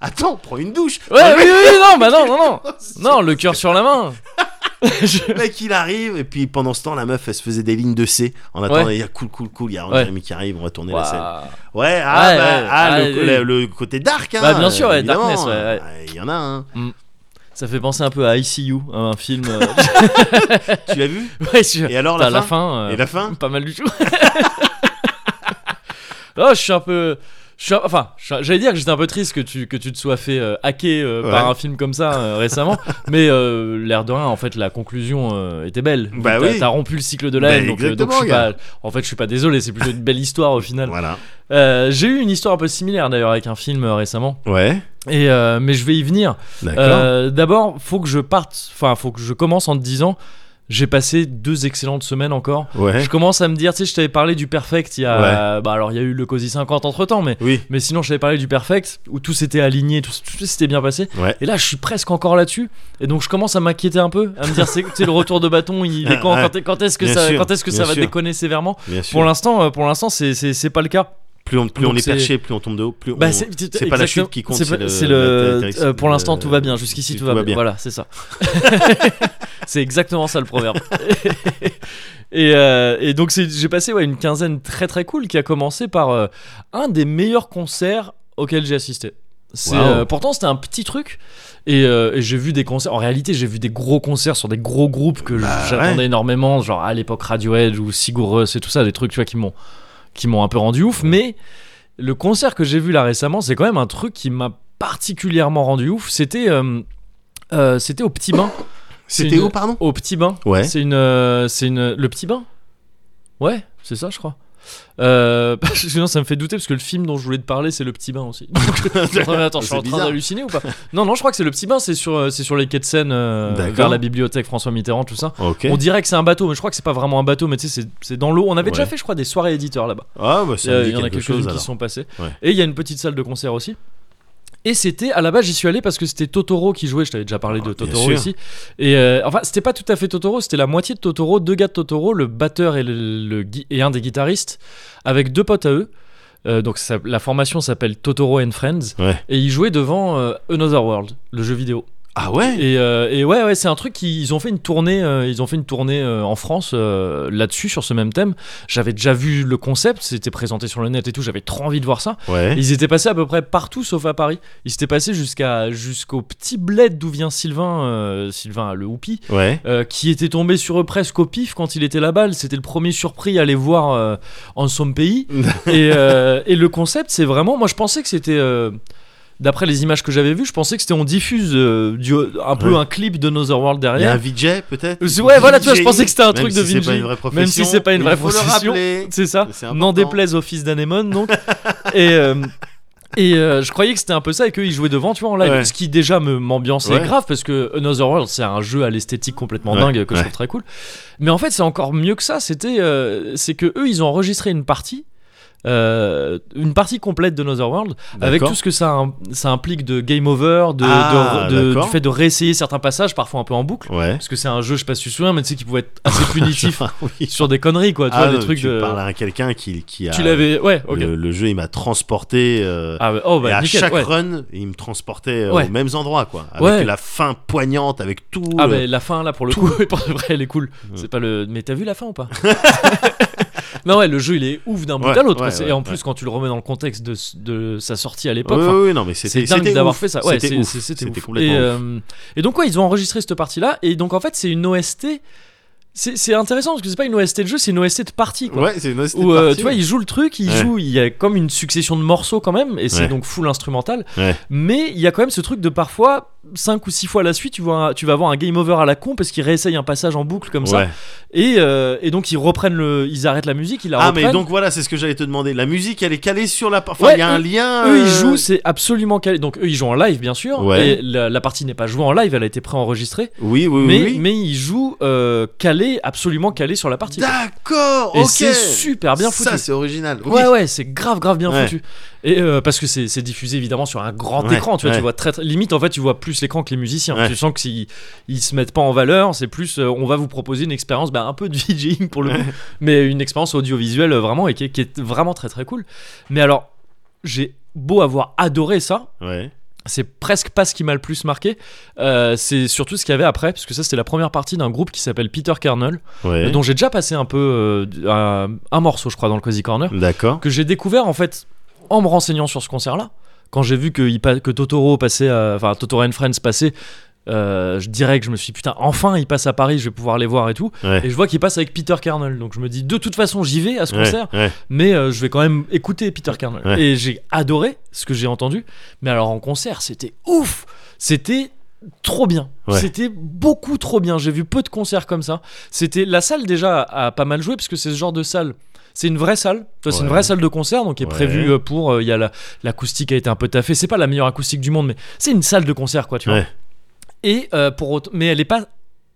attends, prends une douche. Ah, Ouais, oui, oui, non, bah non, non, [laughs] non. Non, le cœur sur la main. Je- Le mec il arrive et puis pendant ce temps la meuf elle se faisait des lignes de C en attendant il y a cool cool cool il y a Ron Ouais. Jeremy qui arrive on va tourner la scène Waouh. Ouais, ah, Ouais, bah, ouais, ah, ouais, le, oui. le- le côté dark, hein. Bah, bien sûr, ouais, évidemment. darkness, ouais, ouais. Ah, Il y en a un. Ça fait penser un peu à ICU, un film. [laughs] euh, Tu [laughs] l'as vu ouais, sûr. Et alors, la T'as fin, la fin. euh, Et la fin Pas mal du tout. [laughs] non, je suis un peu. Je suis un- enfin, je suis- j'allais dire que j'étais un peu triste que tu, que tu te sois fait euh, hacker euh, Ouais. par un film comme ça euh, [laughs] récemment, mais euh, l'air de rien, en fait, la conclusion euh, était belle. T'as- Bah oui. T'as rompu le cycle de Bah la haine, donc, euh, donc exactement, je suis gars. pas, en fait, je suis pas désolé, c'est plutôt une belle histoire au final. Voilà. Euh, J'ai eu une histoire un peu similaire d'ailleurs avec un film euh, récemment, Ouais, et, euh, mais je vais y venir. d'accord. Euh, D'abord, faut que je parte, enfin, faut que je commence en te disant, j'ai passé deux excellentes semaines encore. ouais. Je commence à me dire, tu sais, je t'avais parlé du Perfect il y a. Bah, alors, il y a eu le COSI 50 entre temps, mais. Oui, Mais sinon, je t'avais parlé du Perfect, où tout s'était aligné, tout, tout s'était bien passé. ouais. Et là, je suis presque encore là-dessus. Et donc, je commence à m'inquiéter un peu, à me dire, c'est tu sais, le retour de bâton, il [laughs] est quand Ouais. Quand, est- quand est-ce que Bien ça, sûr, quand est-ce que ça bien va sûr. déconner sévèrement Bien sûr. Pour l'instant, euh, pour l'instant, c'est- c'est c'est pas le cas. plus on, plus donc on est c'est- perché, plus on tombe de haut, plus Bah, on... c'est c'est pas la chute qui compte, c'est c'est pas- le- c'est la- le. la- euh, pour le- l'instant, tout va bien. Jusqu'ici, tout, va bien. Voilà, c'est ça. [laughs] c'est exactement ça le proverbe. [laughs] et, euh, et donc, c'est- j'ai passé ouais, une quinzaine très très cool qui a commencé par euh, un des meilleurs concerts auxquels j'ai assisté. C'est, Wow. euh, pourtant, c'était un petit truc. Et, euh, et j'ai vu des concerts. En réalité, j'ai vu des gros concerts sur des gros groupes que Bah, j'attendais ouais. énormément, genre à l'époque Radiohead ou Sigur Rós et tout ça, des trucs tu vois, qui m'ont qui m'ont un peu rendu ouf. Mais le concert que j'ai vu là récemment, c'est quand même un truc qui m'a particulièrement rendu ouf. C'était euh, euh, c'était au Petit Bain. C'était une- où, pardon Au Petit Bain. Ouais. C'est une euh, c'est une le Petit Bain. Ouais, c'est ça, je crois. Euh, [laughs] parce que sinon, ça me fait douter parce que le film dont je voulais te parler, c'est le Petit Bain [laughs] aussi. Attends, mais attends, je suis C'est en train bizarre. d'halluciner ou pas Non, non, je crois que c'est le petit bain, c'est sur, euh, c'est sur les quais de Seine, euh, D'accord. vers la bibliothèque François Mitterrand, tout ça. Ok. On dirait que c'est un bateau, mais je crois que c'est pas vraiment un bateau, mais tu sais, c'est- c'est dans l'eau. On avait déjà Ouais. fait, je crois, des soirées éditeurs là-bas. Ah, bah, Euh, Il ça me dit y en a quelque quelques-unes chose, qui alors. sont passées. Ouais. Et il y a une petite salle de concert aussi. Et c'était, à la base, j'y suis allé parce que c'était Totoro qui jouait. Je t'avais déjà parlé de Ah, bien Totoro sûr. ici. Et euh, enfin, c'était pas tout à fait Totoro, c'était la moitié de Totoro, deux gars de Totoro, le batteur et, le, le gui- et un des guitaristes, avec deux potes à eux. Euh, donc ça- la formation s'appelle Totoro and Friends. Ouais. Et ils jouaient devant euh, Another World, le jeu vidéo. Ah ouais Et, euh, et ouais, ouais, c'est un truc qu'ils ont fait une tournée, euh, ils ont fait une tournée euh, en France euh, là-dessus sur ce même thème. J'avais déjà vu le concept, c'était présenté sur le net et tout, j'avais trop envie de voir ça. Ouais. Ils étaient passés à peu près partout sauf à Paris. Ils s'étaient passés jusqu'à jusqu'au petit bled d'où vient Sylvain, euh, Sylvain le Houpi, Ouais. euh, qui était tombé sur eux presque au pif quand il était là-bas. C'était le premier surpris à les voir euh, en son pays. [laughs] et, euh, et le concept, c'est vraiment. Moi, je pensais que c'était. euh, D'après les images que j'avais vues, je pensais que c'était on diffuse euh, du- un peu Ouais. un clip de Another World Il y a un derrière. VJ, peut-être Euh, Ah, Ouais, voilà, tu vois, je VJ, pensais que c'était un même truc si de c'est pas VJ. une vraie Même si c'est pas une vraie profession. profession. C'est ça. C'est N'en important. déplaise au fils d'Anemone, [laughs] donc. et euh, et euh, je croyais que c'était un peu ça et qu'ils jouaient devant, tu vois, en live. Ouais. Ce qui déjà me m'ambiançait Ouais. grave parce que Another World, c'est un jeu à l'esthétique complètement Ouais, dingue que je ouais. trouve très cool. Mais en fait, c'est encore mieux que ça. C'était, euh, c'est que eux, ils ont enregistré une partie. euh, une partie complète de Another World avec D'accord. tout ce que ça, im- ça implique de game over, de, Ah, de- de- d'accord. du fait de réessayer certains passages, parfois un peu en boucle. Ouais. Ah Parce que c'est un jeu, je sais pas si tu te souviens, mais tu sais qui pouvait être assez [laughs] punitif oui. sur des conneries, quoi. Tu Ah, vois, non, des trucs tu de. parles à quelqu'un qui, qui a. Tu l'avais. Ouais, ok. le, le jeu, il m'a transporté. euh, Ah, ouais, oh, et bah, à nickel. chaque ouais. run, il me transportait euh, Ouais. aux mêmes endroits, quoi. Avec Ouais. la fin poignante, avec tout. euh, Ah, le- mais la fin, là, pour le coup, [laughs] oui, pour de vrai, elle est cool. Mm. C'est pas le. Mais t'as vu la fin ou pas [laughs] Non, ouais, le jeu, il est ouf d'un bout Ouais, à l'autre. quoi. ouais, C'est- ouais, et en ouais. plus, quand tu le remets dans le contexte de, de sa sortie à Oui, l'époque, oui, enfin, oui, non, mais c'est c'était dingue c'était d'avoir ouf. fait ça. Ouais, c'était c'est- ouf. c'est- c'était ouf. complètement et, ouf. euh, et donc, ouais, ils ont enregistré cette partie-là. Et donc, en fait, c'est une OST. C'est c'est intéressant parce que c'est pas une OST de jeu, c'est une OST de partie, quoi. Ouais, c'est une Où, euh, tu vois, il joue le truc, il Ouais. joue, il y a comme une succession de morceaux quand même, et c'est Ouais. donc full instrumental. Ouais. Mais il y a quand même ce truc de parfois, 5 ou 6 fois à la suite, tu, vois, un- tu vas avoir un game over à la con parce qu'il réessaye un passage en boucle comme ça. Ouais. Et, euh, et donc ils reprennent le. Ils arrêtent la musique, ils la Ah, reprennent. mais donc voilà, c'est ce que j'allais te demander. La musique, elle est calée sur la. Enfin, il Ouais, y a un eux- lien. Eux, ils euh, jouent, c'est absolument calé. Donc, eux, ils jouent en live, bien sûr. Ouais. Et la, la partie n'est pas jouée en live, elle a été préenregistrée. Oui, oui, mais, oui. mais ils jouent euh, calé, absolument calé sur la partie. D'accord, Et ok. c'est super bien foutu. Ça, c'est original. Oui. Ouais, ouais, c'est grave, grave bien Ouais. foutu. Et euh, parce que c'est c'est diffusé évidemment sur un grand Ouais, écran, tu vois, ouais. tu vois très, très- limite en fait, tu vois plus l'écran que les musiciens. Ouais. Tu sens que s'ils ils se mettent pas en valeur, c'est plus euh, on va vous proposer une expérience bah, un peu de [laughs] VJing pour le coup, mais une expérience audiovisuelle euh, vraiment et qui est, qui est vraiment très très cool. Mais alors, j'ai beau avoir adoré ça, Ouais. c'est presque pas ce qui m'a le plus marqué. Euh, c'est surtout ce qu'il y avait après, parce que ça c'était la première partie d'un groupe qui s'appelle Peter Kernel, Ouais. dont j'ai déjà passé un peu euh, un, un morceau, je crois, dans le Cozy Corner D'accord. que j'ai découvert en fait en me renseignant sur ce concert-là. Quand j'ai vu que, il pa- que Totoro passait, à- enfin Totoro and Friends passait, euh, je dirais que je me suis dit, putain, enfin ils passent à Paris, je vais pouvoir les voir et tout. Ouais. Et je vois qu'ils passent avec Peter Kernel, donc je me dis de toute façon j'y vais à ce concert, Ouais, ouais. mais euh, je vais quand même écouter Peter Kernel. Ouais. Et j'ai adoré ce que j'ai entendu, mais alors en concert c'était ouf, c'était trop bien, Ouais. c'était beaucoup trop bien. J'ai vu peu de concerts comme ça. C'était la salle déjà a pas mal joué parce que c'est ce genre de salle. C'est une vraie salle, Tu vois, c'est une Ouais. vraie salle de concert donc qui est Ouais. prévue euh, pour. euh, Il y a la- l'acoustique a été un peu taffée. C'est pas la meilleure acoustique du monde, mais c'est une salle de concert quoi, tu vois. Ouais. Et euh, pour autant- mais elle est pas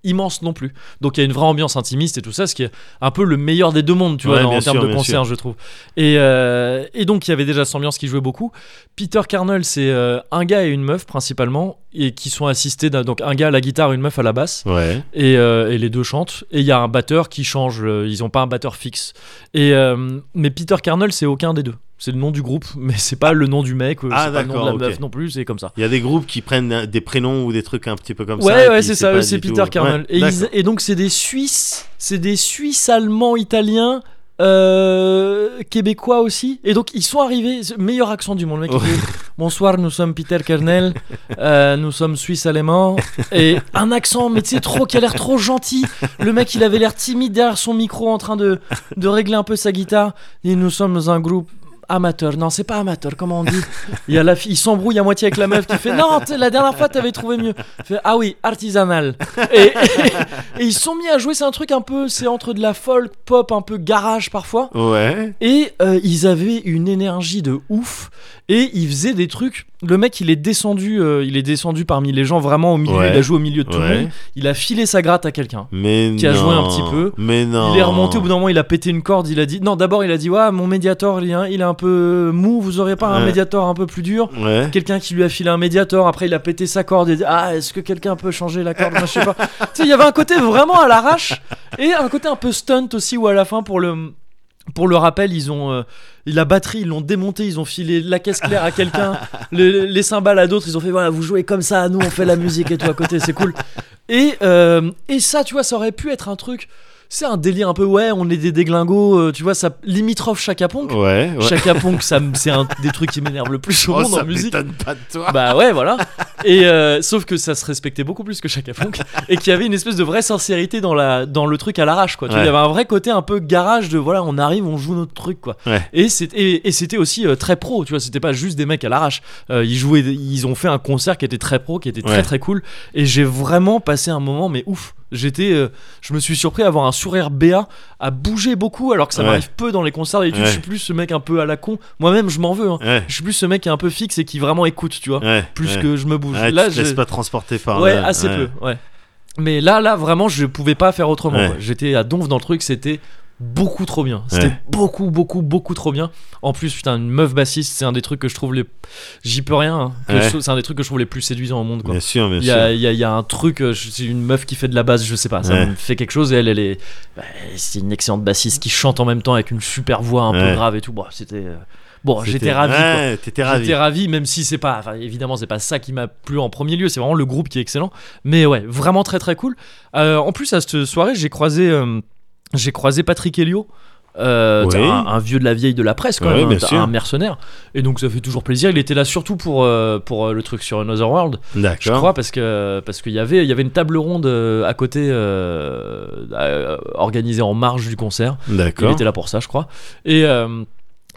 immense non plus. Donc il y a une vraie ambiance intimiste et tout ça, ce qui est un peu le meilleur des deux mondes, tu vois, Ouais, dans- en bien termes sûr, de bien concert, je trouve. Et, euh, et donc il y avait déjà cette ambiance qui jouait beaucoup. Peter Carnell, c'est euh, un gars et une meuf principalement, et qui sont assistés d'un donc un gars à la guitare, une meuf à la basse, Ouais. et, euh, et les deux chantent. Et il y a un batteur qui change, euh, ils ont pas un batteur fixe. Et euh, mais Peter Carnell, c'est aucun des deux. C'est le nom du groupe, [laughs] mais c'est pas le nom du mec, euh, Ah, c'est pas le nom de d'accord, la ok. meuf non plus, c'est comme ça. Il y a des groupes qui prennent des prénoms ou des trucs un petit peu comme ça. ouais, et ouais, puis c'est ça, pas eux, c'est du Peter tout- Carmel. Ouais, et, ils- d'accord. et donc, c'est des Suisses, c'est des Suisses, Allemands, Italiens, euh, Québécois aussi. Et donc, ils sont arrivés, c'est- meilleur accent du monde, le mec. il Ouais. fait, Bonsoir, nous sommes Peter Kernel, euh, nous sommes Suisses allemands. Et un accent, mais tu sais, trop, qui a l'air trop gentil. Le mec, il avait l'air timide derrière son micro en train de, de régler un peu sa guitare. Et nous sommes un groupe amateur. Non, c'est pas amateur, comment on dit Il y a la fille, il s'embrouille à moitié avec la meuf qui fait Non, t'sais, la dernière fois, t'avais trouvé mieux. Il fait, ah oui, [laughs] artisanal. Et, et- et ils se sont mis à jouer, c'est un truc un peu, c'est entre de la folk, pop, un peu garage parfois. Ouais. Et euh, ils avaient une énergie de ouf. Et ils faisaient des trucs. Le mec, il est descendu, euh, il est descendu parmi les gens vraiment au milieu. Ouais. Il a joué au milieu de tout le Ouais. monde. Il a filé sa gratte à quelqu'un. Mais Qui a joué un non. petit peu. Mais non. Il est remonté au bout d'un moment, il a pété une corde. Il a dit non. D'abord, il a dit ouais, mon médiator, il est un, il est un peu mou. Vous auriez pas un Ouais. médiator un peu plus dur Ouais. quelqu'un qui lui a filé un médiator après il a pété sa corde et dit ah est-ce que quelqu'un peut changer la corde Moi, je sais [laughs] pas tu sais il y avait un côté vraiment à l'arrache et un côté un peu stunt aussi où à la fin pour le pour le rappel ils ont euh, la batterie ils l'ont démontée ils ont filé la caisse claire à [laughs] quelqu'un le- les cymbales à d'autres ils ont fait voilà vous jouez comme ça nous on fait la musique et tout à côté c'est cool et euh, et ça tu vois ça aurait pu être un truc c'est un délire un peu ouais on est des déglingos euh, tu vois ça limitrophe Chaka Ponk Ouais. ouais. Chaka Ponk ça me- c'est un des trucs qui m'énerve le plus au Oh, monde ça en musique m'étonne pas de toi. bah ouais, voilà. Et euh, sauf que ça se respectait beaucoup plus que Chaka Ponk et qu'il y avait une espèce de vraie sincérité dans la dans le truc à l'arrache quoi. Tu vois, Ouais. Il y avait un vrai côté un peu garage de voilà, on arrive, on joue notre truc quoi. Ouais. Et c'était et, et c'était aussi euh, très pro, tu vois, c'était pas juste des mecs à l'arrache. Euh, ils jouaient ils ont fait un concert qui était très pro, qui était très Ouais. très cool et j'ai vraiment passé un moment mais ouf. J'étais euh, je me suis surpris à avoir un sourire béat, à bouger beaucoup alors que ça Ouais. m'arrive peu dans les concerts d'habitude, Ouais. je suis plus ce mec un peu à la con. Moi-même, je m'en veux hein. Ouais. Je suis plus ce mec qui est un peu fixe et qui vraiment écoute, tu vois Ouais. plus ouais. que je me bouge. Ouais, là, tu te je... laisses pas transporter par ouais, là. assez Ouais. peu, ouais. Mais là, là, vraiment, je pouvais pas faire autrement. Ouais. quoi. J'étais à donf dans le truc, c'était beaucoup trop bien. C'était Ouais. beaucoup, beaucoup, beaucoup trop bien. En plus, putain, une meuf bassiste, c'est un des trucs que je trouve les. J'y peux rien. hein, que je Ouais. trouve- C'est un des trucs que je trouve les plus séduisants au monde, quoi. Bien sûr, bien Il y a, sûr. il y a- il y a un truc, euh, je- c'est une meuf qui fait de la basse, je sais pas, ça Ouais. me fait quelque chose et elle, elle est. bah, c'est une excellente bassiste qui chante en même temps avec une super voix un Ouais. peu grave et tout. Bon, c'était. euh, Bon, j'étais C'était- ravi. quoi. Ouais, t'étais ravi. J'étais ravi, même si c'est pas, enfin, évidemment, c'est pas ça qui m'a plu en premier lieu. C'est vraiment le groupe qui est excellent. Mais ouais, vraiment très très cool. Euh, en plus, à cette soirée, j'ai croisé, euh, j'ai croisé Patrick Helio. euh, Oui. un, un vieux de la vieille de la presse quand Ouais, même, bien un- sûr. un mercenaire et donc ça fait toujours plaisir il était là surtout pour, euh, pour euh, le truc sur Another World je D'accord. crois parce que parce qu'il y avait il y avait une table ronde euh, à côté euh, euh, organisée en marge du concert. Il D'accord. était là pour ça, je crois. Et euh,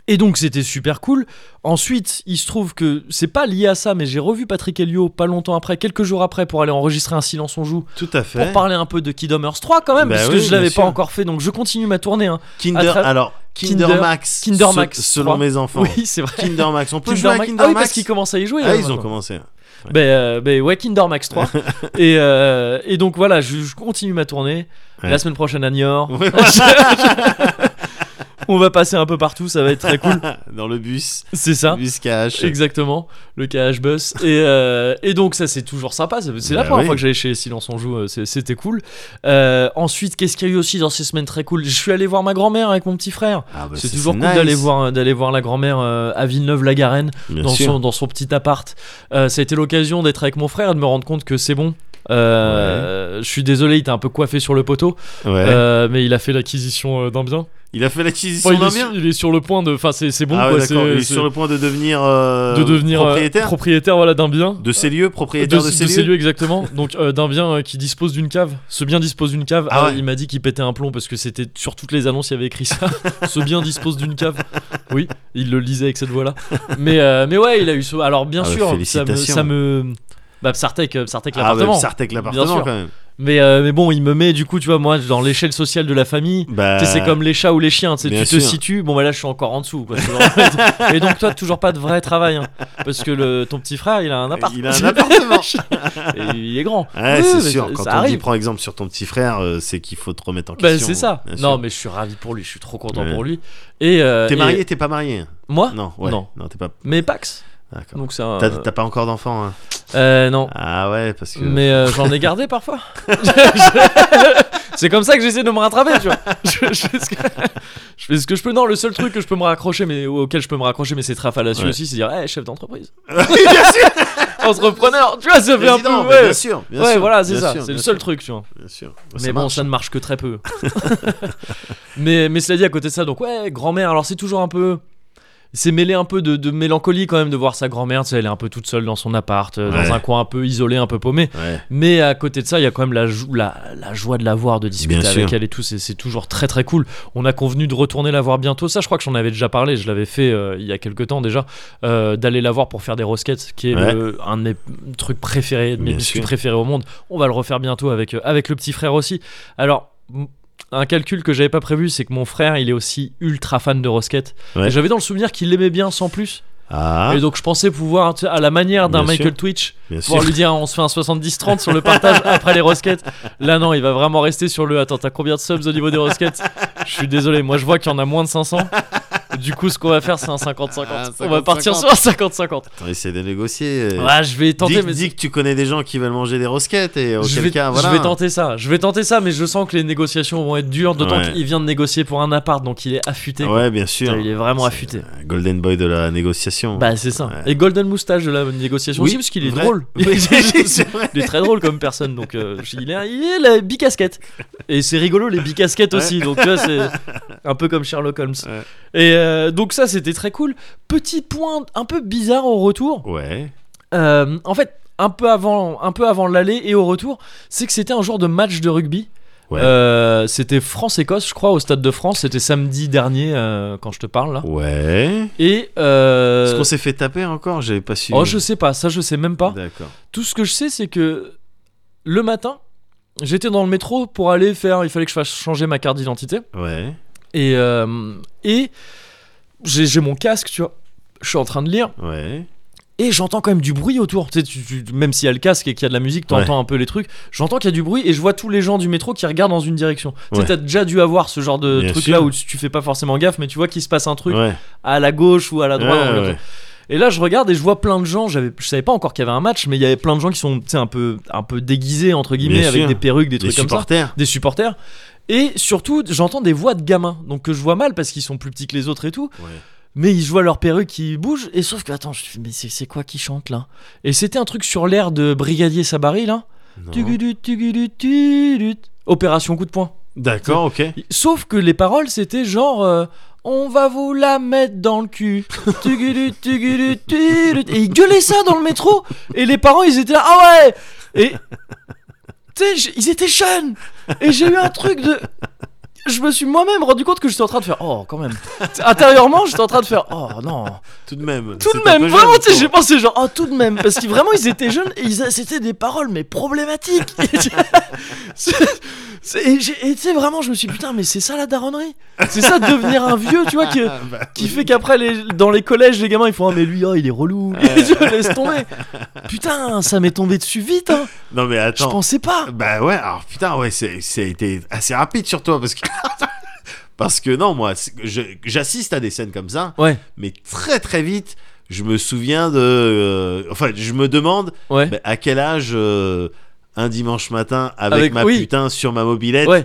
et donc c'était super cool. Ensuite, il se trouve que c'est pas lié à ça, mais j'ai revu Patrick Helio pas longtemps après, quelques jours après, pour aller enregistrer un silence on joue, Tout à pour fait. parler un peu de Kid Homers 3 quand même, Bah parce oui, que je bien l'avais sûr. pas encore fait, donc je continue ma tournée. hein. Kinder, à tra- alors Kinder, Kinder- Max, Kinder se- Max, selon je crois. mes enfants. Oui, c'est vrai. Kinder Max, on peut Kinder jouer à Max- Kinder ah oui, Max parce qu'ils commencent à y jouer. Ah, là, ils ont maintenant. commencé. Ben, euh, ben ouais, Kinder Max [laughs] 3. et, euh, et donc voilà, je, je continue ma tournée. Ouais. La semaine prochaine à Niort. Ouais. On va passer un peu partout, ça va être très [laughs] cool. [laughs] Dans le bus, C'est ça. le bus cash. Exactement, le KH Bus. Et, euh, et donc, ça, c'est toujours sympa. C'est c'est la Bah première oui. fois que j'allais chez Silence on Joue, euh, c'est- c'était cool. Euh, ensuite, qu'est-ce qu'il y a eu aussi dans ces semaines très cool Je suis allé voir ma grand-mère avec mon petit frère. Ah, bah, c'est ça, toujours cool nice. d'aller voir, d'aller voir la grand-mère euh, à Villeneuve-la-Garenne Bien dans sûr. son, dans son petit appart. Euh, ça a été l'occasion d'être avec mon frère et de me rendre compte que c'est bon. Euh, Je suis désolé, il était un peu coiffé sur le poteau, Ouais. euh, mais il a fait l'acquisition euh, d'un bien. il a fait l'acquisition Enfin, d'un il, est, bien. sur- il est sur le point de. Enfin, c'est c'est bon ah, quoi. ouais, d'accord. c'est- Il est c'est- sur le point de devenir, euh, de devenir euh, propriétaire voilà, d'un bien. de ces lieux, propriétaire de, ces lieux. exactement. Donc euh, d'un bien euh, qui dispose d'une cave. Ce bien dispose d'une cave. Ah Ah, ouais. Il m'a dit qu'il pétait un plomb parce que c'était sur toutes les annonces il y avait écrit ça. [laughs] Ce bien dispose d'une cave. Oui, il le lisait avec cette voix-là. Mais euh, mais ouais, il a eu ce. Alors bien Ah bah, sûr, ça me, félicitations. ça me. Bah Psartek, Psartek Ah, bah, l'appartement. Sartec Bien l'appartement sûr. quand même. mais euh, mais bon, il me met du coup, tu vois, moi dans l'échelle sociale de la famille. Bah, Tu sais, c'est comme les chats ou les chiens, tu sais, Bien tu te sûr. situes, bon bah là je suis encore en dessous. quoi, tu vois. [laughs] et donc toi toujours pas de vrai travail, hein, parce que le, ton petit frère il a un appart. Il a un appartement. [laughs] Et il est grand. Ouais, Oui, c'est mais sûr. ça- Quand ça on dit arrive. prends exemple sur ton petit frère, euh, c'est qu'il faut te remettre en Bah, question. c'est ça. bien Non, sûr. mais je suis ravi pour lui, je suis trop content Ouais. pour lui. Et euh, T'es et- marié, t'es pas marié hein Moi Non, ouais. Non. euh, t'es pas. Mais Pax. D'accord. Donc c'est un. T'as t'as pas encore d'enfant, hein Euh, non. Ah ouais, parce que. Mais euh, j'en ai gardé [laughs] parfois. [laughs] c'est comme ça que j'essaie de me rattraper, tu vois. [laughs] Je, je fais ce que, je fais ce que je peux. Non, le seul truc que je peux me raccrocher, mais auquel je peux me raccrocher, mais c'est très fallacieux Ouais. aussi, c'est dire, Eh, chef [laughs] d'entreprise, bien sûr, entrepreneur, tu vois, ça fait un Président, peu. bah, Ouais, bien sûr. bien ouais sûr, voilà, c'est bien ça. sûr, C'est le bien seul sûr, truc, tu vois. Bien sûr. Bah, Mais ça bon, marche. ça ne marche que très [laughs] peu. [laughs] mais, mais cela dit, à côté de ça, donc ouais, grand-mère, alors c'est toujours un peu. C'est mêlé un peu de, de mélancolie quand même de voir sa grand-mère, tu sais, elle est un peu toute seule dans son appart, euh, Ouais. dans un coin un peu isolé, un peu paumé. Ouais. Mais à côté de ça, il y a quand même la, jo- la, la joie de la voir, de discuter Bien avec sûr. elle et tout, c'est c'est toujours très très cool. On a convenu de retourner la voir bientôt, ça je crois que j'en avais déjà parlé, je l'avais fait euh, il y a quelques temps déjà, euh, d'aller la voir pour faire des rosquettes, qui est Ouais. le- un de mes trucs préférés, de mes Bien biscuits sûr. préférés au monde. On va le refaire bientôt avec, euh, avec le petit frère aussi. Alors, m- un calcul que j'avais pas prévu, c'est que mon frère, il est aussi ultra fan de rosquettes. Ouais. Et J'avais dans le souvenir qu'il l'aimait bien sans plus. Ah, Et donc je pensais pouvoir, tu sais, à la manière d'un Bien Michael sûr. Twitch, bien sûr. pouvoir lui dire on se fait un 70-30 sur le [laughs] partage après les rosquettes. Là non, il va vraiment rester sur le attends, t'as combien de subs au niveau des rosquettes Je suis désolé, moi je vois qu'il y en a moins de 500. Du coup, ce qu'on va faire, c'est un 50-50. Ah, on va partir sur un 50-50. Attends, essaie de négocier. euh, Ouais, je vais tenter, dis, mais dis que tu connais des gens qui veulent manger des rosquettes et je auquel vais, cas, je voilà. vais tenter ça. Je vais tenter ça, mais je sens que les négociations vont être dures, d'autant Ouais. qu'il vient de négocier pour un appart, donc il est affûté. quoi. Ouais, bien sûr. Putain, il est vraiment C'est affûté. un Golden boy de la négociation. Bah c'est ça. Ouais. Et Golden Moustache de la négociation Oui, aussi parce qu'il est vrai. drôle. [laughs] Oui, [laughs] c'est vrai. il est très drôle comme personne donc euh, il est il est la bicasquette. Et c'est rigolo les bicasquettes aussi donc tu vois c'est un peu comme Sherlock Holmes. Ouais. Et euh, donc ça c'était très cool. Petit point un peu bizarre au retour. Ouais. Euh, en fait un peu avant un peu avant l'aller et au retour, c'est que c'était un jour de match de rugby. Ouais. Euh, c'était France-Écosse, je crois, au Stade de France. C'était samedi dernier, euh, quand je te parle là. Ouais. Et. euh, Est-ce qu'on s'est fait taper encore J'avais pas su. oh, je sais pas, ça je sais même pas. D'accord. Tout ce que je sais, c'est que le matin, j'étais dans le métro pour aller faire. Il fallait que je fasse changer ma carte d'identité. Ouais. Et, euh, et j'ai j'ai mon casque, tu vois. Je suis en train de lire. Ouais. et j'entends quand même du bruit autour. Tu sais, tu- tu- même s'il y a le casque et qu'il y a de la musique, t'entends un peu les trucs. J'entends qu'il y a du bruit et je vois tous les gens du métro qui regardent dans une direction. Tu Ouais. sais, t'as déjà dû avoir ce genre de Bien truc là sûr. où tu tu fais pas forcément gaffe, mais tu vois qu'il se passe un truc Ouais. à la gauche ou à la droite. Ouais, dans le- ouais. Et là, je regarde et je vois plein de gens. J'avais, je savais pas encore qu'il y avait un match, mais il y avait plein de gens qui sont, tu sais, un peu, un peu déguisés entre guillemets, Bien avec sûr. des perruques, des Des trucs comme ça supporters. des supporters. Et surtout, j'entends des voix de gamins, donc que je vois mal parce qu'ils sont plus petits que les autres et tout. Ouais. Mais ils jouent à leur perruque qui bouge. Et sauf que, attends, je fais, mais c'est c'est quoi qui chante là Et c'était un truc sur l'air de Brigadier Sabari là. Non. Tugudut, tugudut, tugudut. Opération coup de poing. [laughs] D'accord, ok. Sauf que les paroles c'était genre. euh, on va vous la mettre dans le cul. Tugudut, tugudut, tugudut. Et ils gueulaient ça dans le métro. Et les parents, ils étaient là. Ah ouais Et. Tu sais, j- ils étaient jeunes. Et j'ai eu un truc de. Je me suis moi-même rendu compte que j'étais en train de faire. Oh, quand même. Intérieurement, j'étais en train de faire. Oh, non. Tout de même. Tout c'est de un même, peu vraiment, jeune, tu sais, j'ai quoi. pensé genre, oh, tout de même, parce que vraiment, ils étaient jeunes et ils a- c'était des paroles, mais problématiques. [laughs] C'est- c'est- et j'ai- et tu sais, vraiment, je me suis dit, putain, mais c'est ça la daronnerie C'est ça de devenir un vieux, tu vois, que, Ah, [laughs] bah, qui fait qu'après, les, dans les collèges, les gamins, ils font, ah, mais lui, oh, il est relou, [laughs] tu vois, laisse tomber. Putain, ça m'est tombé dessus vite, hein. Non, mais je attends. pensais pas. Bah ouais, alors putain, ouais, c'est- ça a été assez rapide sur toi parce que. [laughs] parce que non, moi, c'est- je- j'assiste à des scènes comme ça, Ouais, mais très très vite, je me souviens de. euh, enfin, je me demande ouais, bah, à quel âge. euh, un dimanche matin avec, Avec- ma oui. putain sur ma mobilette ouais.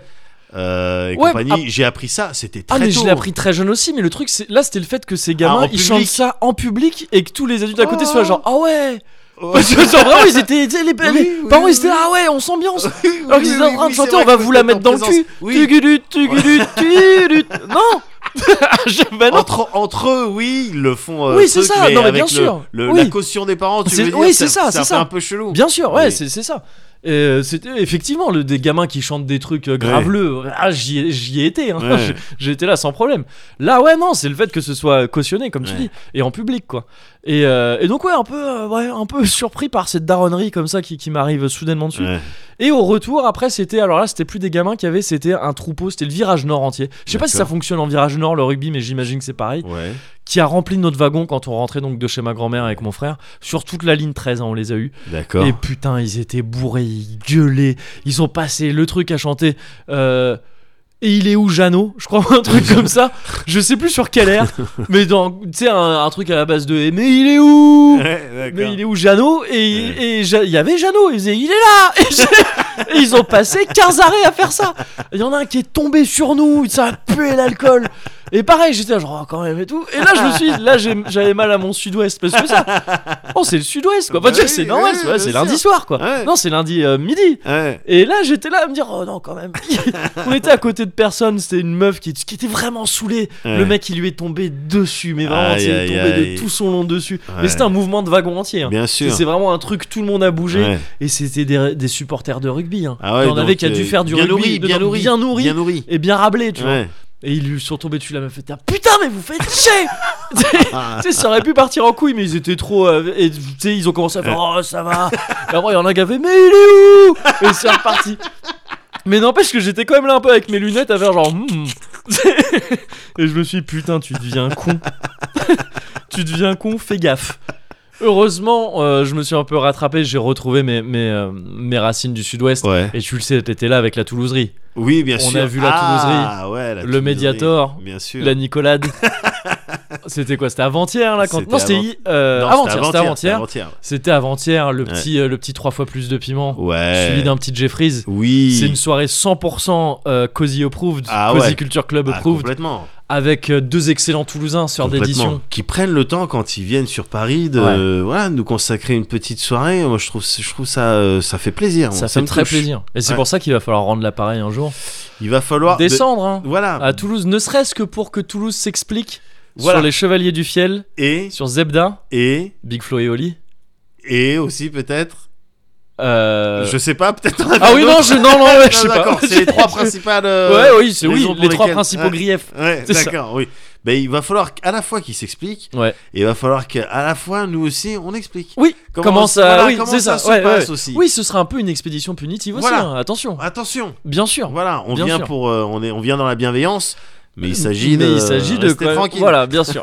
euh, et Ouais, compagnie, ah- j'ai appris ça, c'était très Ah mais tôt. Ah, je l'ai [laughs] appris très jeune aussi mais le truc c'est là c'était le fait que ces en gamins ils public. chantent ça en public et que tous les adultes à côté Oh. soient genre ah ouais Ouais. Parce que [laughs] genre vraiment ils étaient tu sais, les, Oui, les oui, parents oui, ils étaient là, ah ouais on s'ambiance alors Oui, qu'ils étaient oui, en train oui, de c'est chanter vrai on va que vous la c'était en mettre dans le cul présence. Oui. Tugudut, [laughs] tugudut, tugudut. non Je- [laughs] bah non. Entre, entre eux, oui, ils le font. euh, Oui, c'est truc, ça. mais Non, mais avec bien le- sûr. le- Oui. La caution des parents, tu C'est- veux dire oui, c'est ça, c'est fait ça. un peu chelou. bien sûr ouais Oui. c'est c'est ça Et, euh, c'était effectivement le, des gamins qui chantent des trucs euh, graveleux ah j'y ai- j'y ai été hein. [laughs] Ouais. Je- j'étais là sans problème là ouais non c'est le fait que ce soit cautionné comme tu Ouais. dis et en public quoi et, euh, et donc ouais un peu euh, ouais, un peu surpris par cette daronnerie comme ça qui, qui m'arrive soudainement dessus Ouais. Et au retour, après, c'était. Alors là, c'était plus des gamins qui avaient, c'était un troupeau, c'était le virage nord entier. Je sais pas si ça D'accord. fonctionne en virage nord, le rugby, mais j'imagine que c'est pareil. Ouais. Qui a rempli notre wagon quand on rentrait donc de chez ma grand-mère avec mon frère. Sur toute la ligne 13, hein, on les a eus. D'accord. Et putain, ils étaient bourrés, ils gueulaient. Ils ont passé le truc à chanter. euh, et il est où Jeannot Je crois [laughs] un truc comme ça. Je sais plus sur quel [laughs] air, mais dans tu sais un, un truc à la base de eh, mais il est où mais il est où Jeannot Et et Ouais. Ja- il y avait Jeannot, il faisait il est là et, j'ai- et ils ont passé 15 arrêts à faire ça. Il y en a un qui est tombé sur nous, ça a pué l'alcool. Et pareil, j'étais là, genre oh, quand même et tout. Et là je me suis dit, là j'ai- j'avais mal à mon sud-ouest parce que ça Oh, c'est le sud-ouest quoi. Enfin, Bah tu sais, oui, c'est normal, oui, c'est- ouais, bien c'est sûr. lundi soir quoi. Ouais. Non, c'est lundi euh, midi. Ouais. Et là, j'étais là à me dire, oh non, quand même. [laughs] on était à côté de personne, c'était une meuf qui, qui était vraiment saoulée. Ouais. Le mec, il lui est tombé dessus, mais vraiment, tu Aïe, sais, il est aïe, tombé aïe. de tout son long dessus. Ouais. Mais c'était un mouvement de wagon entier. hein. Bien sûr. C'est vraiment un truc, tout le monde a bougé. Ouais. Et c'était des, des supporters de rugby. Hein. Ah ouais, Il y en avait donc, qui a dû euh, faire du bien rugby nourri, bien dedans, nourri, bien nourri. Bien nourri. Et bien rablé, tu vois. Ouais. Et ils lui sont tombés dessus, la meuf était ah, putain, mais vous faites chier Tu sais, ça aurait pu partir en couille, mais ils étaient trop. euh, et tu sais, ils ont commencé à faire Oh, ça va Et après, il y en a un qui a fait Mais il est où Et c'est reparti. Mais n'empêche que j'étais quand même là un peu avec mes lunettes à faire genre. Hmm. et je me suis dit, Putain, tu deviens con. [laughs] tu deviens con, fais gaffe. Heureusement, euh, je me suis un peu rattrapé, j'ai retrouvé mes, mes, euh, mes racines du sud-ouest. Ouais. Et tu le sais, t'étais là avec la Toulouserie, Oui, bien On sûr. a vu la ah, ouais, la le Toulouserie. Mediator, Bien sûr. la [laughs] Nicolade. c'était quoi C'était avant-hier là quand... C'était Non, c'était avant- hi- euh, Non, avant-hier. C'était c'était avant-hier. Ah, avant-hier. C'était avant-hier, le Ouais. petit, euh, le petit 3 fois plus de piment, Ouais. suivi d'un petit Jeffries. Oui. C'est une soirée 100% euh, Cozy Approved, Ah Cozy ouais. Culture Club Ah, Approved, complètement. avec euh, deux excellents Toulousains sur d'édition. Complètement. Qui prennent le temps quand ils viennent sur Paris de euh, voilà, nous consacrer une petite soirée. Moi, je trouve, je trouve ça, euh, ça fait plaisir. Ça, Moi, fait me très touche. plaisir. Et c'est Ouais. pour ça qu'il va falloir rendre l'appareil un jour. Il va falloir de- Descendre hein, Voilà. à Toulouse, ne serait-ce que pour que Toulouse s'explique Voilà. sur les Chevaliers du Fiel, Et sur Zebda, et Big Flo et Oli. et aussi peut-être. Euh, Je sais pas. Peut-être. Ah oui, non, je, non, non, ouais, [laughs] je sais pas. D'accord. C'est les trois principales. euh, Ouais, oui, c'est oui, raisons pour les trois lesquelles- principaux Ouais. griefs. Ouais, C'est ça. d'accord, oui. Ben, il va falloir à la fois qu'il s'explique, Ouais. et il va falloir qu'à la fois, nous aussi, on explique. Oui, Comment- comment, ça, voilà, oui, comment c'est ça ça, se ouais, ouais, passe ouais. aussi. Oui, ce sera un peu une expédition punitive aussi, Voilà. hein, attention, Attention, bien sûr. voilà, on Bien vient sûr. pour, euh, on est, on vient dans la bienveillance, Mais il s'agit de. Mais il s'agit de rester quoi- tranquille. Voilà, bien [laughs] sûr.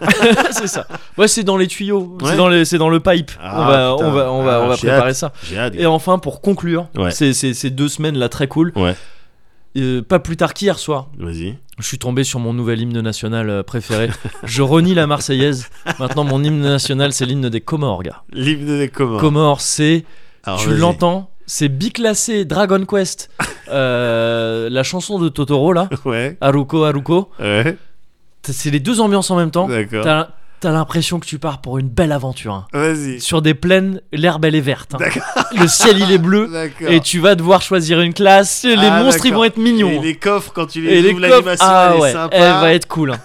c'est ça. Ouais, c'est dans les tuyaux. Ouais. C'est dans les- c'est dans le pipe. Ah, on va, putain. on va, on va, Ah, on va j'ai préparer ça. J'ai hâte. Et enfin, pour conclure, Ouais. ces, ces- ces deux semaines là très cool. Ouais. euh, pas plus tard qu'hier soir, Vas-y. je suis tombé sur mon nouvel hymne national euh, préféré. je renie la Marseillaise. Maintenant, mon hymne national, c'est l'hymne des Comores, gars. Livre des commandes. Comores, c'est Alors, tu vas-y. l'entends, c'est biclassé Dragon Quest, Euh, la chanson de Totoro là, [laughs] Ouais. Haruko Haruko. Ouais. T'as- C'est les deux ambiances en même temps. D'accord. T'as t'as l'impression que tu pars pour une belle aventure. hein. Vas-y. Sur des plaines, l'herbe elle est verte. hein. D'accord. [laughs] Le ciel il est bleu. D'accord. Et tu vas devoir choisir une classe. Les Ah, monstres ils d'accord. vont être mignons. Et hein. les coffres, quand tu les Et les ouvres, coffres, l'animation, ah elle est ouais, sympa. elle va être cool. [laughs] hein.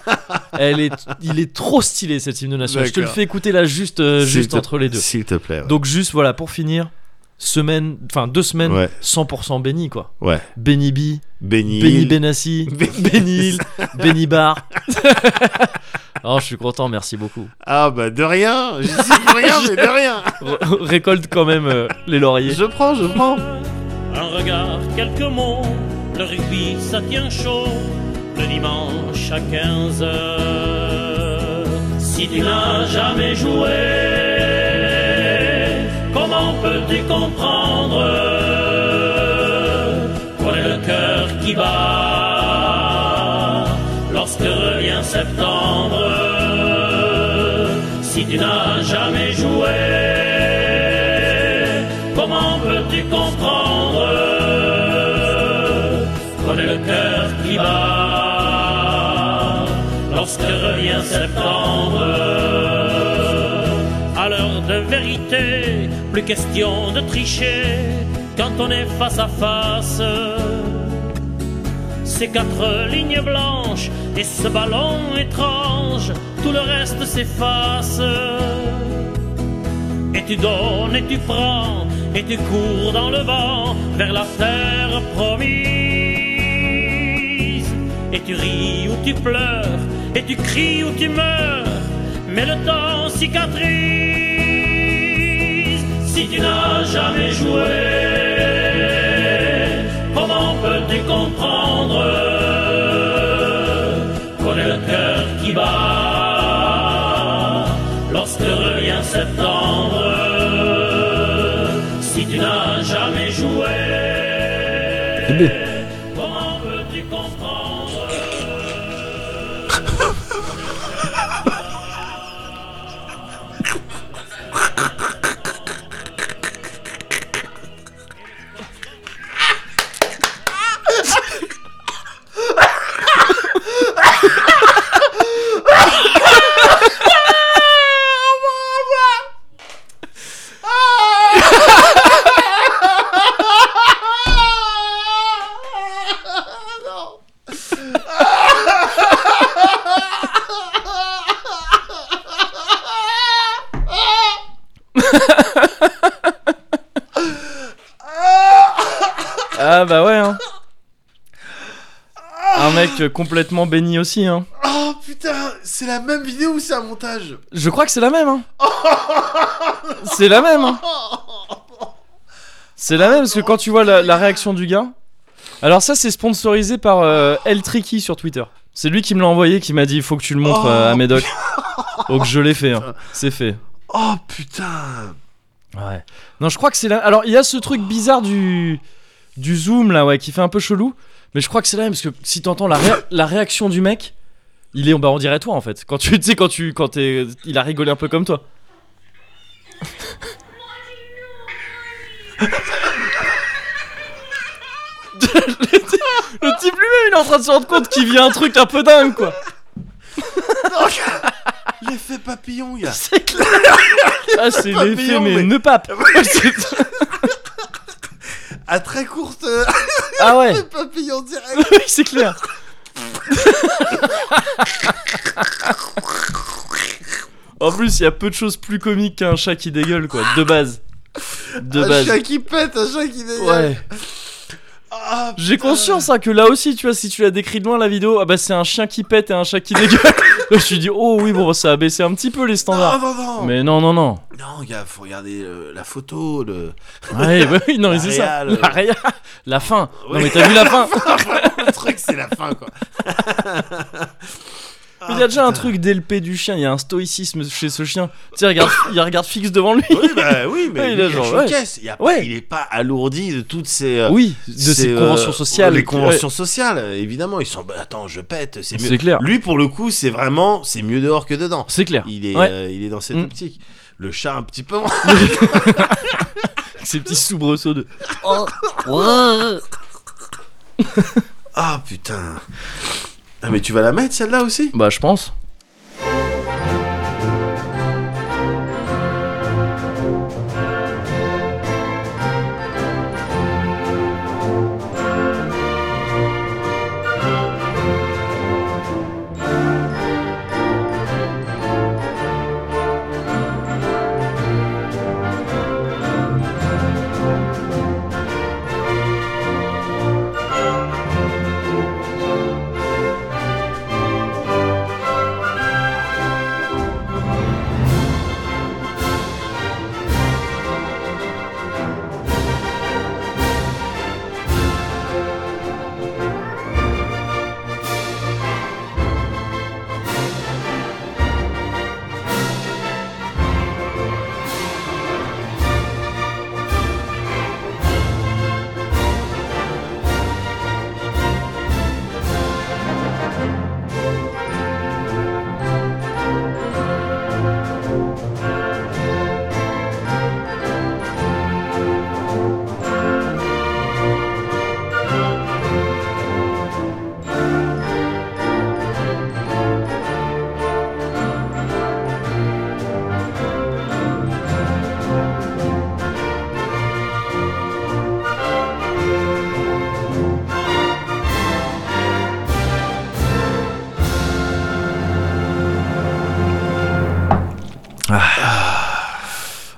elle est, il est trop stylé cet hymne national. Je te le D'accord. fais écouter là juste, euh, S'il juste te- entre les deux. S'il te plaît. ouais. Donc juste voilà pour finir, semaine, enfin deux semaines, Ouais. 100% béni quoi. Ouais. Benny B, Benny. Benny Benassi, [laughs] Benny- Benny Hill, Benny [laughs] Bar. oh, je suis content, merci beaucoup. Ah bah de rien. J'y suis pour rien, mais de rien. [laughs] R- récolte quand même euh, les lauriers. Je prends, je prends. Un regard, quelques mots, le rugby ça tient chaud, le dimanche à 15 heures. Si tu n'as jamais joué, comment peux-tu comprendre Quel est le cœur qui bat lorsque revient septembre Si tu n'as jamais joué, comment peux-tu comprendre Quel est le cœur qui bat lorsque revient septembre à l'heure de vérité, plus question de tricher quand on est face à face. Ces quatre lignes blanches et ce ballon étrange, tout le reste s'efface. Et tu donnes et tu prends et tu cours dans le vent vers la terre promise. Et tu ris ou tu pleures et tu cries ou tu meurs, mais le temps cicatrise. Si tu n'as jamais joué, comment peux-tu comprendre qu'on est le cœur qui bat lorsque revient septembre. Si tu n'as jamais joué, comment peux-tu comprendre Ah bah ouais. hein. Un mec euh, complètement béni aussi. Hein. Oh putain, c'est la même vidéo ou c'est un montage Je crois que c'est la même. hein. C'est la même. hein. C'est la même parce que quand tu vois la, la réaction du gars. Alors ça c'est sponsorisé par euh, El Tricky sur Twitter. C'est lui qui me l'a envoyé qui m'a dit il faut que tu le montres euh, à Médoc. Donc je l'ai fait. hein. C'est fait. Oh putain. Ouais. Non, je crois que c'est là. Alors, il y a ce truc bizarre du du zoom là, ouais, qui fait un peu chelou. Mais je crois que c'est là parce que si t'entends la, réa- la réaction du mec, il est, bah, on dirait toi en fait. Quand tu, tu sais, quand tu, quand t'es, il a rigolé un peu comme toi. Le type lui-même, il est en train de se rendre compte qu'il vit un truc un peu dingue, quoi. L'effet papillon, gars. C'est clair. Ah, c'est l'effet, Papillon, mais, mais- Ah ne pape. À très [laughs] courte euh, ah ouais. papillon direct. Oui, c'est clair. en plus, il y a peu de choses plus comiques qu'un chat qui dégueule, quoi, de base. De un base. chat qui pète, un chat qui dégage. Ouais. ah J'ai conscience hein, que là aussi, tu vois, si tu la décris de loin la vidéo, ah bah c'est un chien qui pète et un chat qui dégueule. [laughs] je me suis dit, oh oui, bon, ça a baissé un petit peu les standards. Non, non, non. Mais non, non, non. Non, gars, faut regarder euh, la photo, le. [laughs] Ouais, [laughs] ouais, oui, non, mais La c'est ça. [laughs] réal, La euh. réal. La fin. Non, Oui. mais t'as vu la [laughs] fin le truc, c'est la fin, [laughs] quoi. Mais Il y a déjà un truc dès le pé du chien, il y a un stoïcisme chez ce chien. Tu sais, regarde, il regarde fixe devant lui. Oui, bah oui, mais Ouais, il, il a est genre, cache une ouais. caisse. Il, y a pas- Ouais. il est pas alourdi de toutes ces. euh, Oui, de ces euh, conventions sociales. Les qui- conventions sociales, évidemment. Ils sont, bah, attends, je pète, c'est mieux. C'est clair. Lui, pour le coup, c'est vraiment, c'est mieux dehors que dedans. ouais. C'est clair. Il est, Ouais. euh, il est dans cette Mm. optique. Le chat, un petit peu moins. [laughs] Ces petits soubresauts de. Ah, putain. Ah, mais tu vas la mettre, celle-là aussi Bah, je pense.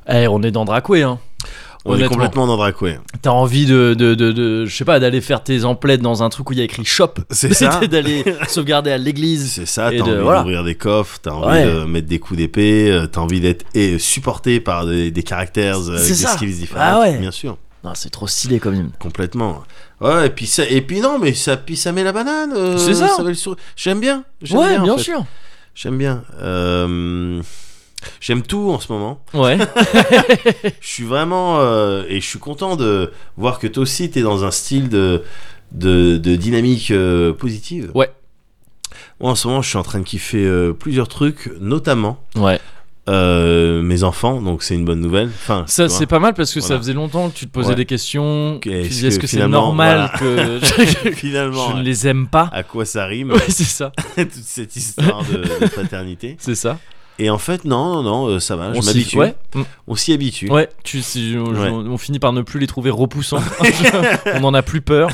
Eh, on est dans Dracoué, hein. On est Honnêtement. complètement dans Dracoué. T'as envie de, de, de, de- je sais pas, d'aller faire tes emplettes dans un truc où il y a écrit shop. C'est ça. [laughs] d'aller sauvegarder à l'église. C'est ça, Et t'as de- envie voilà. d'ouvrir des coffres, t'as envie Ouais. de mettre des coups d'épée, euh, t'as envie d'être et supporté par des, des caractères euh, avec C'est des ça. skills différents. Ah ouais. Bien sûr, Non, c'est trop stylé quand même. complètement. Ouais, et puis ça, et puis non, mais ça, puis ça met la banane. euh, C'est ça. met le sourire. J'aime bien. J'aime Ouais, bien, bien, en fait. sûr. J'aime bien. Euh, J'aime tout en [laughs] ce moment. Ouais. Je suis vraiment euh, et je suis content de voir que toi aussi t'es dans un style de de, de dynamique euh, positive. Ouais. Moi en ce moment je suis en train de kiffer euh, plusieurs trucs, notamment ouais. euh, mes enfants, donc c'est une bonne nouvelle. Enfin, Ça, tu vois. [laughs] c'est pas mal parce que ça Voilà. faisait longtemps que tu te posais Ouais. des questions. Tu Qu'est-ce disais, est-ce que que, c'est finalement, normal [laughs] que finalement je ne ouais. les aime pas à quoi ça rime Ouais, c'est ça. [laughs] toute cette histoire de, [laughs] de paternité. C'est ça. Et en fait non non non euh, ça va, je s'y- m'habitue. Ouais. Mm. On s'y habitue. Ouais, tu, si- on, Ouais. on finit par ne plus les trouver [laughs] repoussants. on en a plus peur.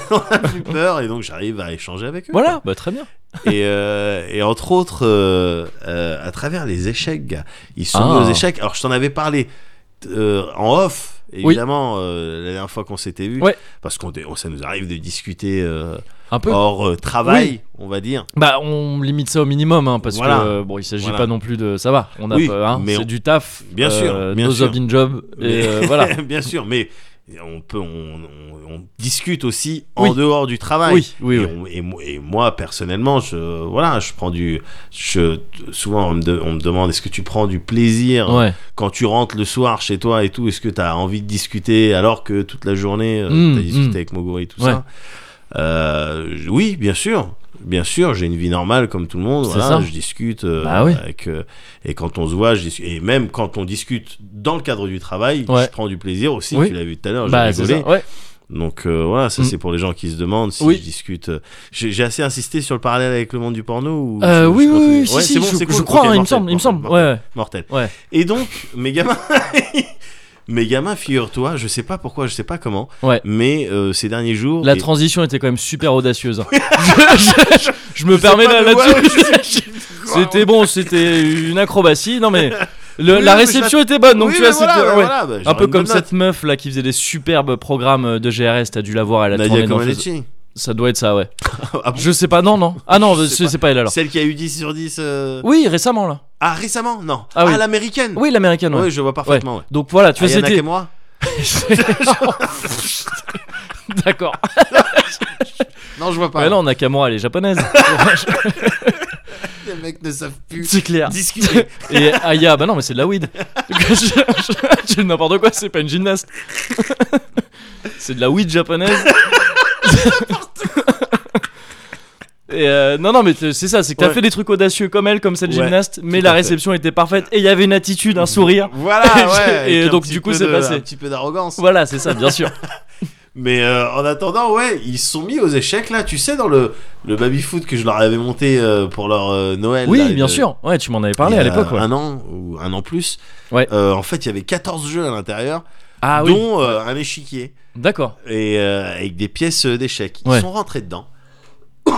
Plus peur et donc j'arrive à échanger avec eux. Voilà, bah très bien. et, euh, et entre autres, euh, euh, à travers les échecs, gars. Ils sont Ah. mis aux échecs. Alors, je t'en avais parlé euh, en off, évidemment, euh, la dernière fois qu'on s'était vu. Ouais. Parce qu'on dé- on- ça nous arrive de discuter euh, Un peu. hors euh, travail, on va dire. Bah, on limite ça au minimum, hein, parce Voilà. que euh, bon, il s'agit Voilà. pas non plus de. Ça va, on a Oui, pas- hein, mais c'est on- du taf. Bien sûr, bien no sûr. job in job. Et Mais- euh, [laughs] voilà. [laughs] bien sûr, mais on peut, on, on- on discute aussi en Oui. dehors du travail. oui, oui, Et, oui. on- et mo- et moi personnellement, je voilà, je prends du, je souvent on me, de- on me demande est-ce que tu prends du plaisir Ouais. quand tu rentres le soir chez toi et tout, est-ce que tu as envie de discuter alors que toute la journée euh, Mm, t'as discuté mm. avec Moguri tout Ouais. ça Euh, j- Oui, bien sûr. Bien sûr, j'ai une vie normale comme tout le monde. C'est ça. voilà, Je discute euh, Bah oui. avec euh, et quand on se voit, je discute, et même quand on discute dans le cadre du travail, Ouais. je prends du plaisir aussi. Oui. Tu l'as vu tout à l'heure, j'ai Bah, c'est rigolé. ça. Ouais. Donc euh, voilà, ça Mm. c'est pour les gens qui se demandent si Oui. je discute. euh, J'ai j'ai assez insisté sur le parallèle avec le monde du porno. Ou Euh, je- oui, je oui, continue oui, si, Ouais, si, c'est bon, je, c'est cool. je Ok, crois, hein, il me mortel, semble, il me mortel, semble. mortel, Ouais, ouais. mortel. Ouais. Et donc, mes gamins, [laughs] mes gamins, figure-toi, je sais pas pourquoi, je sais pas comment, Ouais. mais euh, ces derniers jours, La et- transition était quand même super audacieuse. hein. je, je- je me je sais permets pas là- de- ouais, là-dessus. ouais, je sais- c'était bon, c'était une acrobatie. Non mais le- Oui, la mais réception était bonne, donc Oui, tu mais vois, voilà, c'était- ouais, ouais. voilà, bah, Un j'aurais peu une comme bonne note. cette meuf là qui faisait des superbes programmes de GRS, t'as dû la voir, elle a Nadia tourné dans le- Comaneci. Ça doit être ça, ouais. [laughs] Ah bon Je sais pas, non, non. Ah non, Je sais c'est pas. c'est pas elle alors. Celle qui a eu 10 sur 10. euh, Oui, récemment là. Ah, récemment Non. Ah oui. l'américaine Oui, l'américaine, ouais. Oui, je vois parfaitement. Ouais. Donc voilà, tu vois, Ayana c'était. Kamoura [laughs] D'accord. Non, je vois pas. Ouais, non, Nakamura, elle est japonaise. Les mecs ne savent plus c'est clair. discuter. Et Aya, bah non, mais c'est de la weed. [laughs] Je- je- je dis n'importe quoi, c'est pas une gymnaste. [laughs] C'est de la weed japonaise. [laughs] Et euh, non, non, mais t- c'est ça, c'est que t'as Ouais. fait des trucs audacieux comme elle, comme cette Ouais, gymnaste, mais tout la à fait. réception était parfaite et il y avait une attitude, un [laughs] sourire. [laughs] Voilà, ouais. Et avec un donc, petit du coup, peu c'est de- passé. Un petit peu d'arrogance. Voilà, c'est ça, bien sûr. Mais euh, en attendant, ouais, ils se sont mis aux échecs là. Tu sais, dans le, le baby foot que je leur avais monté euh, pour leur euh, Noël. là, Oui, il y bien a- sûr. Ouais, tu m'en avais parlé il y à a l'époque. ouais. Un an ou un an plus. Ouais. Euh, en fait, il y avait 14 jeux à l'intérieur, Ah oui, dont euh, un échiquier d'accord. et euh, avec des pièces euh, d'échecs. Ils Ouais. sont rentrés dedans [coughs]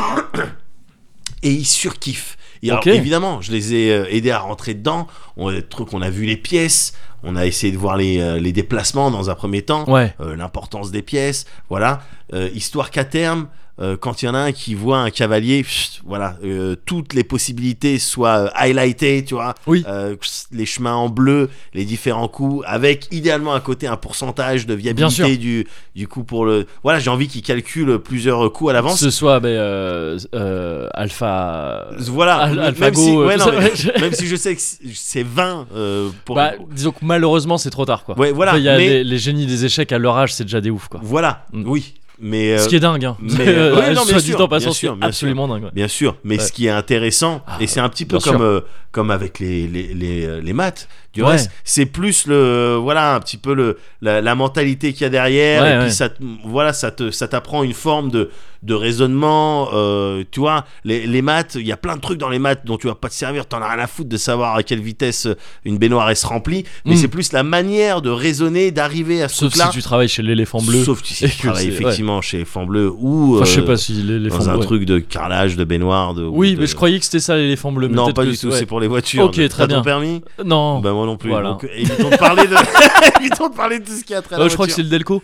et ils surkiffent. Et alors, Ok. évidemment, je les ai euh, aidés à rentrer dedans. On a, truc, on a vu les pièces, on a essayé de voir les, euh, les déplacements dans un premier temps. Ouais. euh, l'importance des pièces, voilà, Euh, histoire qu'à terme, euh, quand il y en a un qui voit un cavalier, pfft, voilà, euh, toutes les possibilités soient euh, highlightées, tu vois, Oui. Euh, pss, les chemins en bleu, les différents coups, avec idéalement à côté un pourcentage de Bien sûr. viabilité du, du coup pour le... Voilà, j'ai envie qu'il calcule plusieurs coups à l'avance. Ce soit ben, euh, euh, Alpha. Voilà, Al- Ah, même, AlphaGo, si, euh, ouais, tout non, ça, mais- [laughs] [laughs] ouais. même si je sais que c'est 20 euh, pour... Bah, disons que malheureusement, c'est trop tard quoi. ouais, voilà, Enfin, il y a mais- les, les génies des échecs à leur âge, c'est déjà des ouf quoi. voilà, Mm. oui, mais... euh, Ce qui est dingue. Hein. [laughs] mais- Euh, Ouais, non, soit bien dit sûr, en passant, bien c'est sûr, bien sûr. absolument dingue. ouais. Bien sûr, mais Ouais. ce qui est intéressant, Ah, et c'est un petit peu bien comme, sûr. euh, comme avec les, les, les, euh, les maths, du Ouais. reste, c'est plus le, voilà, un petit peu le, la, la mentalité qu'il y a derrière, Ouais, et ouais. puis ça, te- voilà, ça te- ça t'apprend une forme de, de raisonnement, euh, tu vois, les, les maths, il y a plein de trucs dans les maths dont tu vas pas te servir, t'en as rien à foutre de savoir à quelle vitesse euh, une baignoire elle se remplit, mais Mm. c'est plus la manière de raisonner, d'arriver à ce Sauf truc-là. si tu travailles chez l'éléphant bleu. Sauf [laughs] si et tu que travailles c'est- ouais. effectivement chez Fan Bleu ou Enfin, je sais euh, pas si l'éléphant dans bleu. un truc de carrelage, de baignoire. De, Oui, de- mais je croyais que c'était ça l'éléphant bleu. mais Non, peut-être pas que du tout, ouais. c'est pour les voitures. Ok, T'as très bien. ton permis Non. Bah, moi non plus. Voilà. Donc, évitons de parler de. [laughs] évitons de parler de tout ce qui a trait à la Euh, je crois que voiture. c'est le Delco.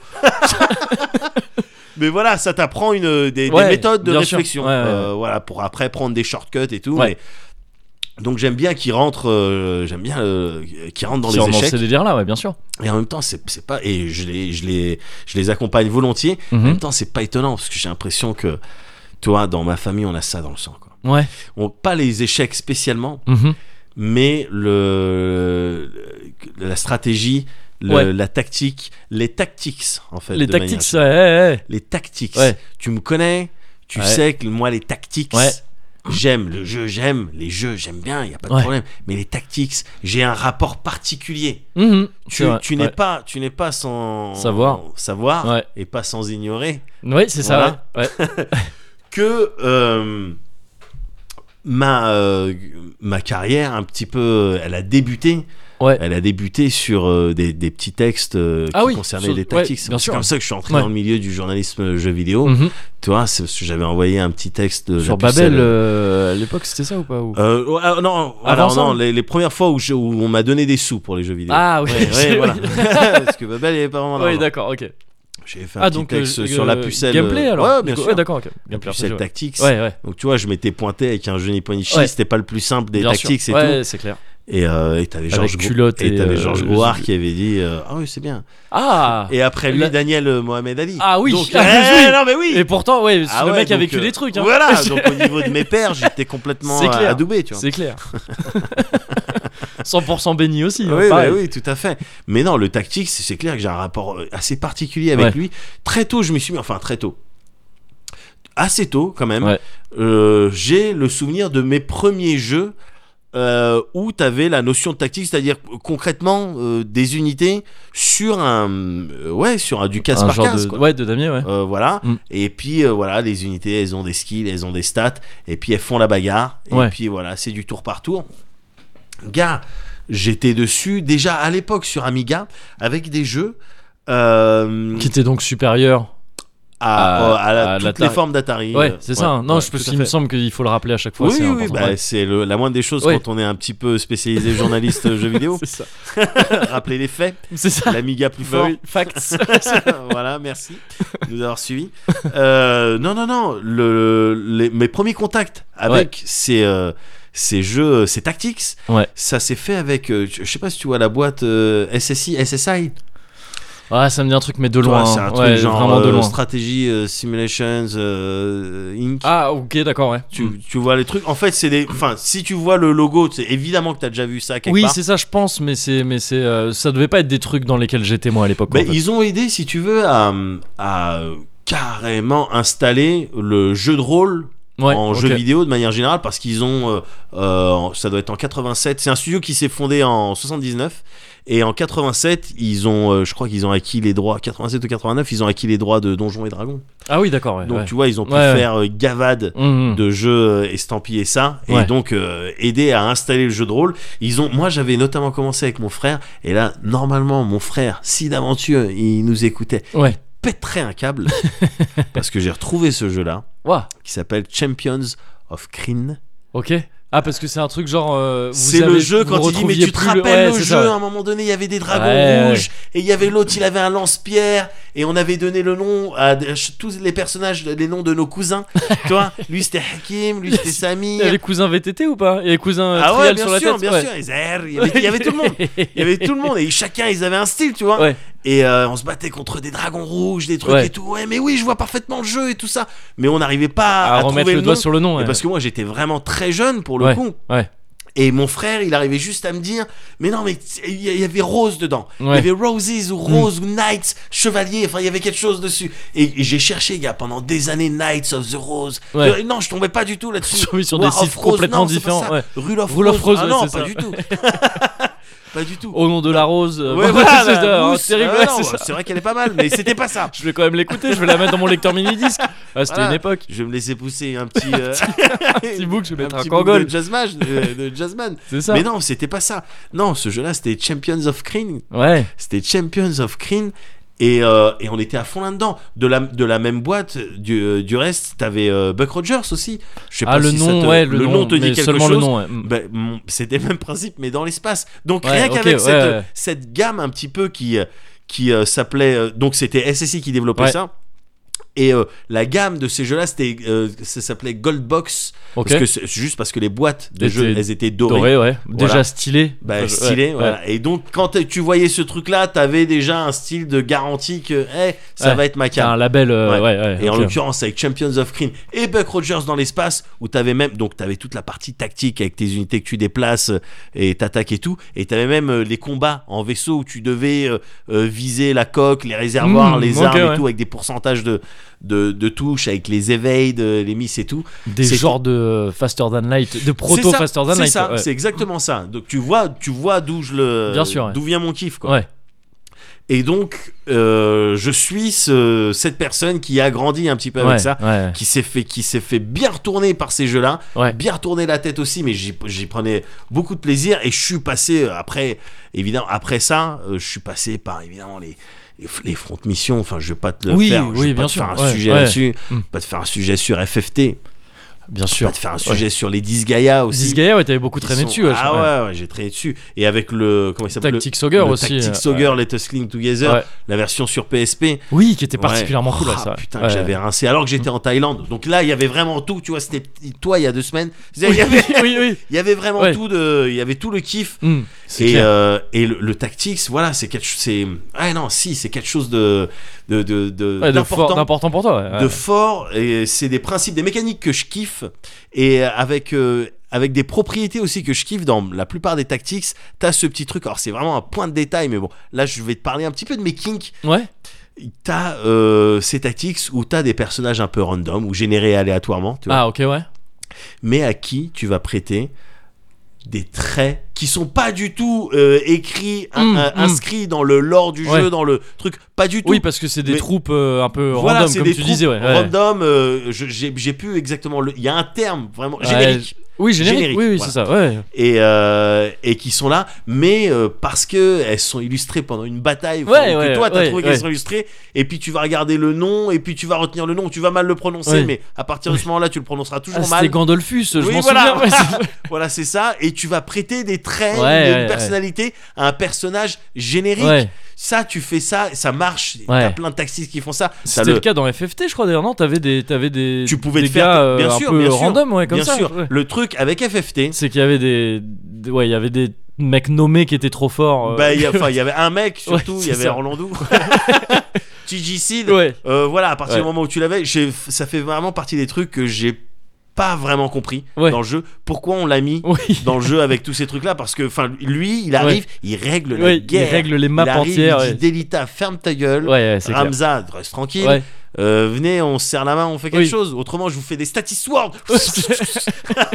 Mais voilà, ça t'apprend une, des, des Ouais, méthodes de bien sûr. réflexion. Ouais, ouais, Euh, Voilà, pour après prendre des shortcuts et tout. Ouais. mais- Donc, j'aime bien qu'il rentre. euh, j'aime bien euh, qu'il rentre dans Sûrement les échecs. ces délires-là, ouais, bien sûr. Et en même temps, c'est c'est pas. Et je les, je, les, je les accompagne volontiers. En Mhm. même temps, c'est pas étonnant parce que j'ai l'impression que. Toi, dans ma famille, on a ça dans le sang. Quoi. Ouais. On, pas les échecs spécialement, Mhm. mais le, le- la stratégie, le- Ouais. la tactique, les tactics en fait. Les de tactiques, manière- ouais, ouais, les tactiques. Ouais. Tu me connais, tu Ouais. sais que moi les tactiques. Ouais. J'aime le jeu, j'aime les jeux, j'aime bien, il y a pas de Ouais. problème. Mais les tactiques, j'ai un rapport particulier. ouais. Mhm. C'est Tu, vrai, tu n'es ouais. pas, tu n'es pas sans Savoir. savoir Ouais. et pas sans ignorer Ouais, c'est ça. ouais. Ouais. que euh, ma euh, ma carrière un petit peu, elle a débuté Ouais. elle a débuté sur euh, des, des petits textes euh, Ah qui oui, concernaient sur- les ouais, tactiques. bien c'est sûr. comme ça que je suis entré Ouais. dans le milieu du journalisme euh, jeux vidéo. [laughs] Mhm. Tu vois, c'est parce que j'avais envoyé un petit texte de Sur la Babel, pucelle. euh, à l'époque, c'était ça ou pas ou- Euh, ouais, ah, non, alors ça non, les, les premières fois où, je- où on m'a donné des sous pour les jeux vidéo. Ah oui, [laughs] ouais, ouais, voilà. [laughs] parce que Babel, il n'y avait pas vraiment Oui, d'argent. d'accord, ok. J'ai fait un Ah, petit donc euh, texte euh, sur la pucelle. Gameplay euh, alors Ouais, bien Du coup, sûr. d'accord, ok. la Gameplay, pucelle ouais. tactics. Ouais, ouais. Donc tu vois, je m'étais pointé avec un jeu nipponichi, Ouais. c'était pas le plus simple des Bien sûr. tactics et tout. Ouais, c'est clair. Et euh, et t'avais Avec Georges Gou- culotte et, et t'avais euh, Georges le- Gouard qui avait dit euh, Ah oui, c'est bien. Ah Et après lui, La- Daniel euh, Mohamed Ali. Ah oui, [laughs] Donc, [laughs] ah, eh, oui. non, mais oui. Et pourtant, ouais, Ah le ouais, mec a donc, vécu euh, des trucs. Hein. [laughs] [laughs] Voilà, donc au niveau de mes pères, j'étais complètement euh, C'est clair. adoubé, tu vois. c'est [laughs] clair. 100% béni aussi. hein, Oui, bah pareil. oui, tout à fait. Mais non, le tactique, c'est c'est clair que j'ai un rapport euh, assez particulier avec Ouais. lui. Très tôt, je m'y suis mis, enfin très tôt. Assez tôt, quand même. Ouais. Euh, j'ai le souvenir de mes premiers jeux euh, où tu avais la notion de tactique, c'est-à-dire euh, concrètement euh, des unités sur un. euh, ouais, sur un du 15 Un par genre 15. de, quoi. ouais, de damier, ouais. Euh, voilà. Mm. Et puis euh, voilà, les unités, elles ont des skills, elles ont des stats, et puis elles font la bagarre. Et Ouais. puis voilà, c'est du tour par tour. Gars, j'étais dessus déjà à l'époque sur Amiga avec des jeux. euh, Qui était donc supérieur à, À- euh, à la- Ah, à toutes l'Atari. les formes d'Atari. Ouais, euh, c'est ça. hein. Non, ouais, je tout parce à qu'il me fait. semble qu'il faut le rappeler à chaque fois. Oui, c'est oui, important. bah, Ouais. c'est le- la moindre des choses Ouais. quand on est un petit peu spécialisé journaliste euh, jeux vidéo. [laughs] c'est ça. [laughs] Rappelez les faits, [laughs] C'est ça. l'amiga plus Bah fort. oui, [laughs] facts. voilà, merci de nous avoir suivis. Euh, non, non, non, le, les- mes premiers contacts avec ces, euh, ces jeux, ces tactics, Ouais. ça s'est fait avec, euh, je je sais pas si tu vois la boîte euh, SSI, SSI. Ah, ça me dit un truc, mais de Tu vois, loin. C'est un hein. truc Ouais, genre vraiment de euh, loin. Strategy euh, Simulations euh, Inc. Ah, ok, d'accord, ouais. Tu, tu vois les trucs. En fait, c'est des. Enfin, si tu vois le logo, c'est évidemment que tu as déjà vu ça quelque Oui, part. c'est ça, je pense, mais c'est, mais c'est, euh, ça devait pas être des trucs dans lesquels j'étais moi à l'époque. Mais en fait. ils ont aidé, si tu veux, à, à carrément installer le jeu de rôle Ouais, en ok. jeu vidéo de manière générale parce qu'ils ont euh, euh, ça doit être en 87 c'est un studio qui s'est fondé en 79 et en 87 ils ont euh, je crois qu'ils ont acquis les droits 87 ou 89 ils ont acquis les droits de Donjons et Dragons Ah oui, d'accord, ouais. donc ouais. tu vois ils ont pu Ouais, ouais. faire euh, gavade Mhm. de jeux euh, estampillés ça et Ouais. donc euh, aider à installer le jeu de rôle ils ont moi j'avais notamment commencé avec mon frère et là normalement mon frère si d'aventure il nous écoutait Ouais. pèterait un [laughs] câble parce que j'ai retrouvé ce jeu là Ouah, qui s'appelle Champions of Kryn ok. Ah, parce que c'est un truc genre. euh, vous C'est le avez- jeu vous quand il dit mais retrouviez tu te plus rappelles ouais, le c'est jeu hein, ça, à un moment donné il y avait des dragons Ouais, ouais. rouges et il y avait l'autre il avait un lance-pierre et on avait donné le nom à de- ch- tous les personnages les noms de [laughs] nos cousins tu vois lui c'était Hakim lui c'était Il y a Samir les cousins VTT ou pas Il y a les cousins euh, ah Trial ouais bien sur la sûr tête bien ouais. sûr Et Zer, il y avait- il y avait tout le monde il y avait tout le monde et chacun ils avaient un style tu vois Ouais. et euh, on se battait contre des dragons rouges des trucs Ouais. et tout ouais mais oui je vois parfaitement le jeu et tout ça mais on n'arrivait pas Ah, à, à remettre trouver le, le doigt nom. sur le nom. Et ouais. parce que moi j'étais vraiment très jeune pour le Ouais. coup Ouais. Et mon frère, il arrivait juste à me dire, mais non, mais t- il y il y avait Rose dedans. Il y Ouais. Mm. avait Roses ou Rose ou Knights, Chevalier, enfin, il y avait quelque chose dessus. Et, et j'ai cherché, gars, pendant des années, Knights of the Rose. Ouais. Je- Non, je tombais pas du tout [laughs] là-dessus. Sur- sur War des of sites complètement non, c'est pas différents, ça. ouais. Rule of Rule of Rose, Rose. ah ouais, non, c'est ça. pas [laughs] du tout. pas du tout. Au nom de la rose. euh, Ouais, bon, voilà, [laughs] c'est la euh, mousse. terrible, Ah ouais, non, c'est ça. C'est vrai qu'elle est pas mal, mais c'était pas ça. [laughs] Je vais quand même l'écouter, je vais la mettre dans mon lecteur mini disque. Ah, c'était Voilà. une époque. Je vais me laisser [laughs] pousser un petit, euh, Petit book, je vais un mettre un petit bout de Kangol. Jazzman, de, de Jazzman. C'est ça. Mais non, c'était pas ça. Non, ce jeu-là, c'était Champions of Kryn. Ouais. C'était Champions of Kryn. Et, euh, et on était à fond là-dedans. De la, de la même boîte, du, euh, du reste, t'avais euh, Buck Rogers aussi. Je sais Ah, pas le si ça nom, te- ouais, le, nom. te dit mais quelque seulement chose. le nom, ouais. Mm. Ben, mon- c'était le même principe, mais dans l'espace. Donc Ouais, rien ok, qu'avec ouais, cette, ouais. cette gamme un petit peu qui, euh, qui euh, s'appelait. euh, donc c'était SSI qui développait Ouais. ça. Et euh, la gamme de ces jeux-là, c'était, euh, ça s'appelait Goldbox. Ok. Parce que c'est c'est juste parce que les boîtes de Étaient jeux, elles étaient dorées. Doré, ouais. Voilà. Déjà stylé. Bah, Enfin, je- stylé, ouais, voilà. Et donc, quand t'es- tu voyais ce truc-là, t'avais déjà un style de garantie que, hey, ça Ouais. va être ma C'est carte. un label, euh, Ouais. ouais, ouais. Et en ok. l'occurrence avec Champions of Kryn et Buck Rogers dans l'espace où t'avais même donc t'avais toute la partie tactique avec tes unités que tu déplaces euh, et t'attaques et tout et t'avais même euh, les combats en vaisseau où tu devais euh, euh, viser la coque, les réservoirs, Mmh, les ok, armes et ouais. tout avec des pourcentages de de, de touches avec les evades, euh, les miss et tout. Des c'est- genres de euh, Faster Than Light, de proto C'est ça, Faster Than C'est Light. ça, ouais. c'est exactement ça. Donc tu vois tu vois d'où je le Bien sûr, ouais. d'où vient mon kiff quoi. Ouais. Et donc euh, je suis ce- cette personne qui a grandi un petit peu avec ouais, ça ouais. qui s'est fait qui s'est fait bien retourner par ces jeux-là, Ouais. bien retourner la tête aussi, mais j'y j'y prenais beaucoup de plaisir et je suis passé euh, après évidemment après ça, euh, je suis passé par évidemment les les f- les front missions, enfin je vais pas te le Oui, faire, je oui, vais bien pas te sûr, faire un ouais, sujet ouais. là-dessus, Mm. pas te faire un sujet sur FFT, Bien pas sûr. te faire un Ouais. sujet sur les Disgaea aussi. Disgaea, ouais, t'avais beaucoup qui traîné sont- dessus. ouais, je- ah ouais. ouais, ouais, j'ai traîné dessus et avec le comment il s'appelle Tactic Ogre le aussi. Tactics euh, Ogre, Let Us Cling Together, Ouais. la version sur PSP. Oui, qui était Ouais. particulièrement cool. Ah, ouais, ça. Putain, que Ouais. Mm. j'avais rincé alors que j'étais en Thaïlande. Donc là, il y avait vraiment tout. Tu vois, c'était toi il y a deux semaines. C'est-à-dire, Oui, Il y avait, oui, oui. il y avait vraiment Ouais. tout. De, il y avait tout le kiff. Hmm, c'est Et, clair. euh, et le, le tactics, voilà, c'est quelque, c'est ah non, si, c'est quelque chose de de de, de- Ouais, de fort- d'important, d'important pour toi. ouais, ouais. de fort. Et c'est des principes, des mécaniques que je kiffe et avec. euh, avec des propriétés aussi que je kiffe dans la plupart des tactics, t'as ce petit truc. Alors c'est vraiment un point de détail, mais bon, là je vais te parler un petit peu de mes kinks Ouais. t'as euh, ces tactics où t'as des personnages un peu random ou générés aléatoirement, tu vois, Ah, ok, ouais. mais à qui tu vas prêter des traits qui sont pas du tout euh, écrits, in- Mm, euh, mm. inscrits dans le lore du jeu, Ouais. dans le truc, pas du tout. Oui, parce que c'est des Mais- troupes euh, un peu voilà, random, c'est comme des tu troupes disais. Ouais. ouais. random. euh, je- j'ai j'ai plus exactement le. Il y a un terme vraiment Ouais, générique. je- Oui, générique. Générique, oui, oui, voilà. c'est ça. Ouais. et, euh, et qui sont là, mais euh, parce que elles sont illustrées pendant une bataille. Ouais, que ouais, toi, t'as ouais, trouvé ouais. qu'elles sont illustrées, et puis tu vas regarder le nom, et puis tu vas retenir le nom, tu vas mal le prononcer, Ouais. mais à partir de ce moment-là, tu le prononceras toujours Ah, mal. c'était Gandolfus, je Oui, m'en voilà. souviens. ouais, [laughs] c'est- Voilà, c'est ça, et tu vas prêter des traits, Ouais, une ouais, personnalité à un personnage générique. ouais. Ça, tu fais ça, ça marche. Ouais. T'as plein de taxistes qui font ça. Ça C'était le... cas dans FFT, je crois d'ailleurs. Non, t'avais des, t'avais des, Tu pouvais des te faire- gars euh, bien un sûr, peu bien sûr. random, ouais, comme Bien ça. sûr, ouais. le truc avec FFT, C'est qu'il y avait des, des- ouais, il y avait des mecs nommés qui étaient trop forts. euh, bah, il y a- enfin, il y avait un mec surtout, Ouais, il c'est y avait ça. Orlando, TG Seed, [laughs] ouais. Euh, voilà, à partir Ouais. du moment où tu l'avais, j'ai- ça fait vraiment partie des trucs que j'ai pas vraiment compris Ouais. dans le jeu. Pourquoi on l'a mis Oui. dans le jeu avec tous ces trucs-là Parce que, enfin, lui, il arrive, il règle [laughs] la Ouais, il guerre. règle les maps il arrive, entières. Il Ouais, dit Delita, ferme ta gueule. ouais, ouais, c'est clair. Ramza, reste tranquille. [laughs] Ouais. Euh, venez, on se serre la main, on fait quelque Oui. chose. Autrement, je vous fais des statis world. [laughs]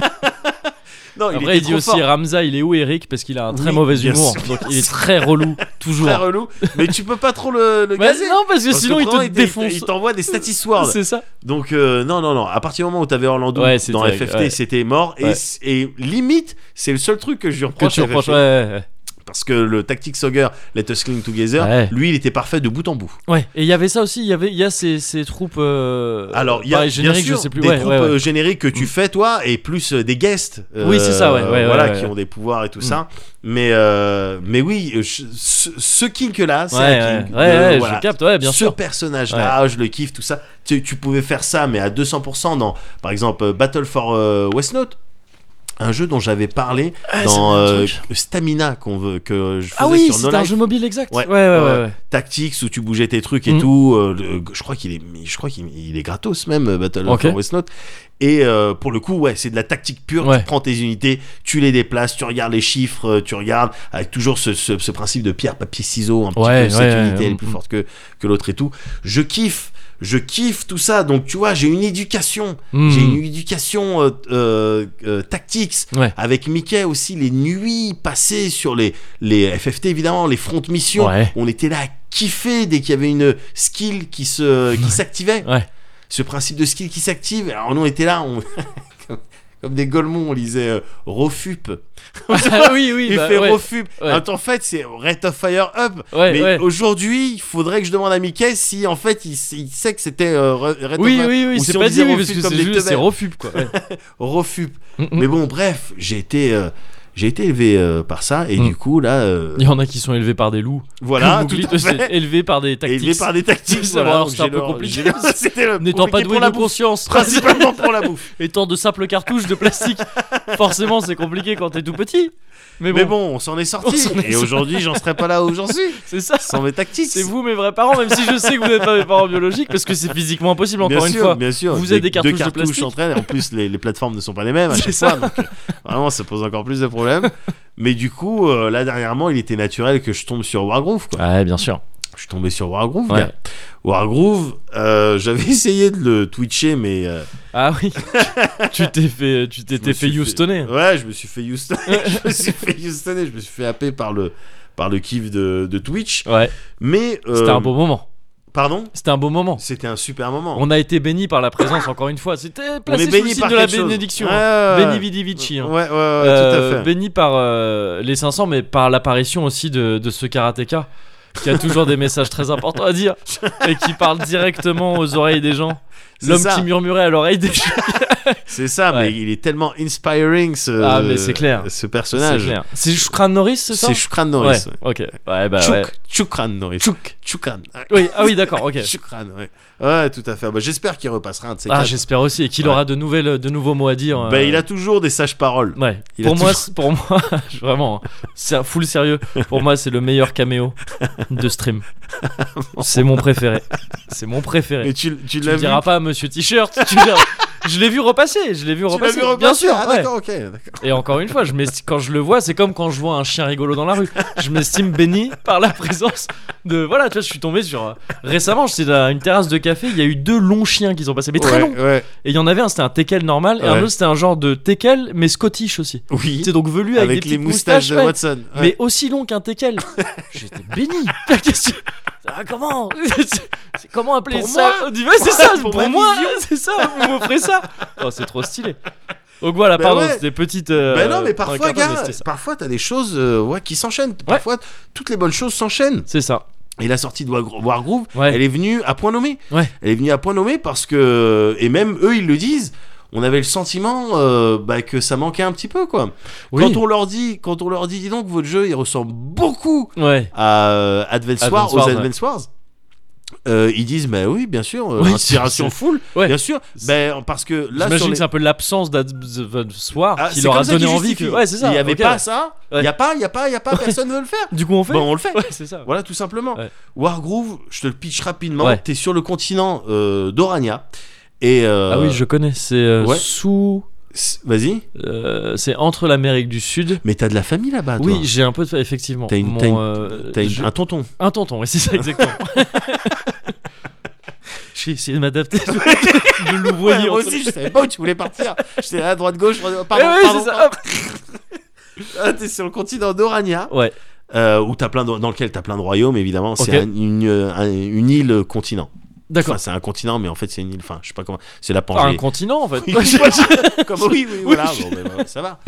non, il Après, était il dit trop aussi fort. Ramza, il est où Eric Parce qu'il a un très Oui, mauvais bien humour. sûr. Donc il est très relou, toujours. Très relou. Mais tu peux pas trop le, le Ouais, gazer. Bah non, parce que Parce que sinon il autrement, te défonce. Il t'envoie des statis [laughs] world. C'est ça. Donc euh, non non non, à partir du moment où t'avais Orlando Ouais, c'est dans terrible, FFT, ouais. c'était mort Ouais. et, c- et limite, c'est le seul truc que je lui Que reproche, tu à reproches. FFT, Ouais, ouais, parce que le Tactics Ogre Let Us Cling Together, Ouais. Euh, lui, il était parfait de bout en bout. ouais. Ouais. Et il y avait ça aussi. Il y avait, il y a ces, ces troupes. euh, Alors, il y a pareil, bien génériques, sûr je sais plus. des ouais, troupes ouais, ouais. euh, génériques que tu Mm. fais toi et plus euh, des guests euh, Oui, c'est ça, ouais, ouais, voilà ouais, ouais, qui ouais. ont des pouvoirs et tout Mm. ça. Mais euh, mais oui, euh, je- ce, ce kink là, c'est Ouais, un ouais, kink ouais, de- ouais, voilà, je capte, ouais, bien ce sûr. personnage là je le kiffe tout ça tu, tu pouvais faire ça mais à 200% dans par exemple euh, Battle for euh, Westnote un jeu dont j'avais parlé dans euh, Stamina qu'on veut que je faisais Ah oui, sur No c'était un Life. jeu mobile exact. Ouais, Ouais, ouais, ouais. ouais. ouais. Tactics où tu bougeais tes trucs et Mm. tout euh, le- je crois qu'il est je crois qu'il il est gratos même euh, Battle Ok. for Westnote et euh, pour le coup ouais c'est de la tactique pure Ouais. tu prends tes unités tu les déplaces tu regardes les chiffres euh, tu regardes avec toujours ce, ce- ce principe de pierre papier ciseaux un petit Ouais, peu cette ouais, unité ouais, elle est mm, plus mm. forte que que l'autre et tout je kiffe je kiffe tout ça donc tu vois j'ai une éducation Mm. [laughs] j'ai une éducation euh, euh, euh, tactics Ouais. avec Mickey aussi les nuits passées sur les les FFT évidemment les frontes missions Ouais. on était là à kiffer dès qu'il y avait une skill qui se qui s'activait Ouais. ce principe de skill qui s'active alors nous on était là on [laughs] comme, comme des golemons on lisait euh, Rofup Ah oui, oui. il bah, fait ouais. Rofup Ouais. Alors, en fait c'est Rate of Fire Up Ouais, mais ouais. aujourd'hui il faudrait que je demande à Mickey si en fait il, s- il sait que c'était euh, Re- Rate of Oui, Fire- oui, ou oui, si c'est on pas dit, disait oui, parce Rofup que comme c'est des juste, c'est teubés. refup, quoi. Ouais. Rofup Mm, mm. [laughs] mais bon bref j'ai été euh, j'ai été élevé euh, par ça et Mm. du coup là euh, [laughs] Il y en a qui sont élevés par des loups. [laughs] voilà Comme tout Mowgli, à eux, c'est fait. élevé par des Et tactiques. élevé par des tactiques. Ça, voilà, alors, donc c'était un j'ai peu leur- compliqué. j'ai leur- C'était le- [laughs] N'étant pas compliqué doué pour la de bouffe. conscience, Principalement pour la [laughs] bouffe. étant de simples cartouches de [laughs] plastique, forcément c'est compliqué quand t'es tout petit. Mais bon, Mais bon, on s'en [laughs] est On sorti. s'en est Et sorti. aujourd'hui, j'en serais pas là où [laughs] j'en suis. c'est ça. Sans mes tactiques. C'est vous mes vrais parents, même si je sais que vous n'êtes pas mes parents biologiques, parce que c'est physiquement impossible Bien encore une sûr, fois. bien sûr. Vous avez des cartouches deux de cartouches plastique. en train, et En plus, les, les plateformes ne sont pas les mêmes [laughs] à C'est chaque ça. fois. Donc, euh, vraiment, ça pose encore plus de problèmes. Mais du coup, euh, là dernièrement, il était naturel que je tombe sur Wargroove. Quoi. Ouais, bien sûr. Je suis tombé sur Wargroove. Ouais. gars. Wargroove, euh, j'avais [laughs] essayé de le twitcher, mais euh, Ah [laughs] oui. tu t'es fait, tu Je me t'étais fait suis Houstonner. Ouais, je me suis fait Houston. [laughs] je me suis fait Houstonner. Je me suis fait happer par le par le kiff de, de Twitch. Ouais. Mais euh, C'était un beau moment. Pardon. C'était un beau moment. C'était un super moment. On a été béni par la présence encore une fois. C'était placé sous le signe de la quelque chose. Ah. bénédiction. Ouais, hein. ouais, ouais. Béni vidi vici. hein. Ouais, ouais, ouais, Euh, tout à fait. béni par euh, les 500, mais par l'apparition aussi de, de ce karatéka qui a toujours des messages très importants à dire et qui parle directement aux oreilles des gens. C'est L'homme ça. qui murmurait à l'oreille des gens. C'est ça, Ouais. mais il est tellement inspiring ce. Ah, mais c'est clair. Ce C'est personnage. clair. C'est Shukran Norris, c'est ça C'est Shukran Norris. Ouais, ok. Ouais, bah Chouk- ouais. Shukran Norris. Chouk. Shukran. Oui, ah oui, d'accord, ok. Shukran, ouais. Ouais, tout à fait. Bah, J'espère qu'il repassera un de ces Ah, quatre. j'espère aussi. Et qu'il Ouais. aura de, nouvelles, de nouveaux mots à dire. euh, Bah, il a toujours des sages paroles. Ouais. il a Pour moi, toujours- c'est- pour moi, [laughs] je- vraiment, c'est un full sérieux. Pour moi, c'est le meilleur caméo de [laughs] stream. C'est mon préféré. C'est mon préféré. Mais tu, Tu tu l'as le vu diras pas à Monsieur T-shirt. tu le diras- Je l'ai vu repasser, je l'ai vu Tu l'as repasser. vu repasser bien sûr. Ah, ouais. d'accord, ok. d'accord. Et encore une fois, je m'esti- quand je le vois, c'est comme quand je vois un chien rigolo dans la rue. Je m'estime béni par la présence de. Voilà, tu vois, je suis tombé sur. euh, Récemment, j'étais dans une terrasse de café, il y a eu deux longs chiens qui sont passés, mais très ouais, longs. ouais. Et il y en avait un, c'était un teckel normal, et Ouais. un autre, c'était un genre de teckel, mais scottish aussi. Oui. C'était donc velu avec, Avec, des les petites moustaches de ouais. Watson. ouais. Mais aussi long qu'un [laughs] teckel. J'étais béni. [laughs] Qu'est-ce que- Ah, [laughs] comment C'est- c'est- Comment appeler Pour ça moi On dit, ouais, c'est ça, Pour pour, ma [laughs] moi, c'est ça, vous m'offrez ça. Oh, c'est trop stylé. Donc voilà, Ben pardon, ouais. c'était petite. euh, Ben non, mais dans les parfois, cartons, mais gars, c'était ça. parfois t'as des choses euh, ouais, qui s'enchaînent. Parfois, toutes les bonnes choses s'enchaînent. C'est ça. Et la sortie de War- Wargroove, Ouais. elle est venue à point nommé. Ouais. Elle est venue à point nommé parce que, et même eux, ils le disent, on avait le sentiment euh, bah, que ça manquait un petit peu, quoi. Oui. Quand on leur dit, quand on leur dit, dis donc, votre jeu, il ressemble beaucoup Ouais. à euh, Advance Advance Wars, aux Wars, ouais. Advance Wars. euh, ils disent bah oui bien sûr euh, Oui, inspiration c'est- full ouais. bien sûr ben parce que là J'imagine sur que les... c'est un peu l'absence d'Advance soir Ah, qui c'est leur comme a ça qu'ils donné envie. Que... justifient. Ouais, c'est ça. il y avait ok. pas ça il Ouais. y a pas il y a pas il y [laughs] a pas personne veut le faire Du coup, on fait. bon on le fait Ouais, c'est ça. Voilà, tout simplement. Ouais. Wargroove, je te le pitch rapidement. Ouais. T'es sur le continent euh, d'Orania. Et. euh, Ah oui, je connais. C'est euh, ouais. sous. s- Vas-y. euh, c'est entre l'Amérique du Sud. Mais t'as de la famille là-bas, toi. Oui, j'ai un peu de... effectivement. T'as une- Mon, t'as une- euh, T'as une- je- un tonton. un tonton, oui, c'est ça [laughs] exactement. J'ai essayé de [laughs] m'adapter. de Ouais, louvoyer moi entre- aussi, je savais pas où tu voulais partir. J'étais à droite, gauche. Pardon, [laughs] Eh pardon, oui, c'est ça, pardon. hop. Ah, T'es sur le continent d'Orania. Ouais. euh, où t'as plein de- dans lequel t'as plein de royaumes, évidemment. C'est Ok. un- une, euh, un- une île continent. D'accord. Enfin, c'est un continent, mais en fait, c'est une île. Enfin, je sais pas comment. C'est la Ah, un Pangée. continent en fait. Oui, voilà. [laughs] Comme- oui, [laughs] oui, voilà, Oui, bon, ben, ben, ça va.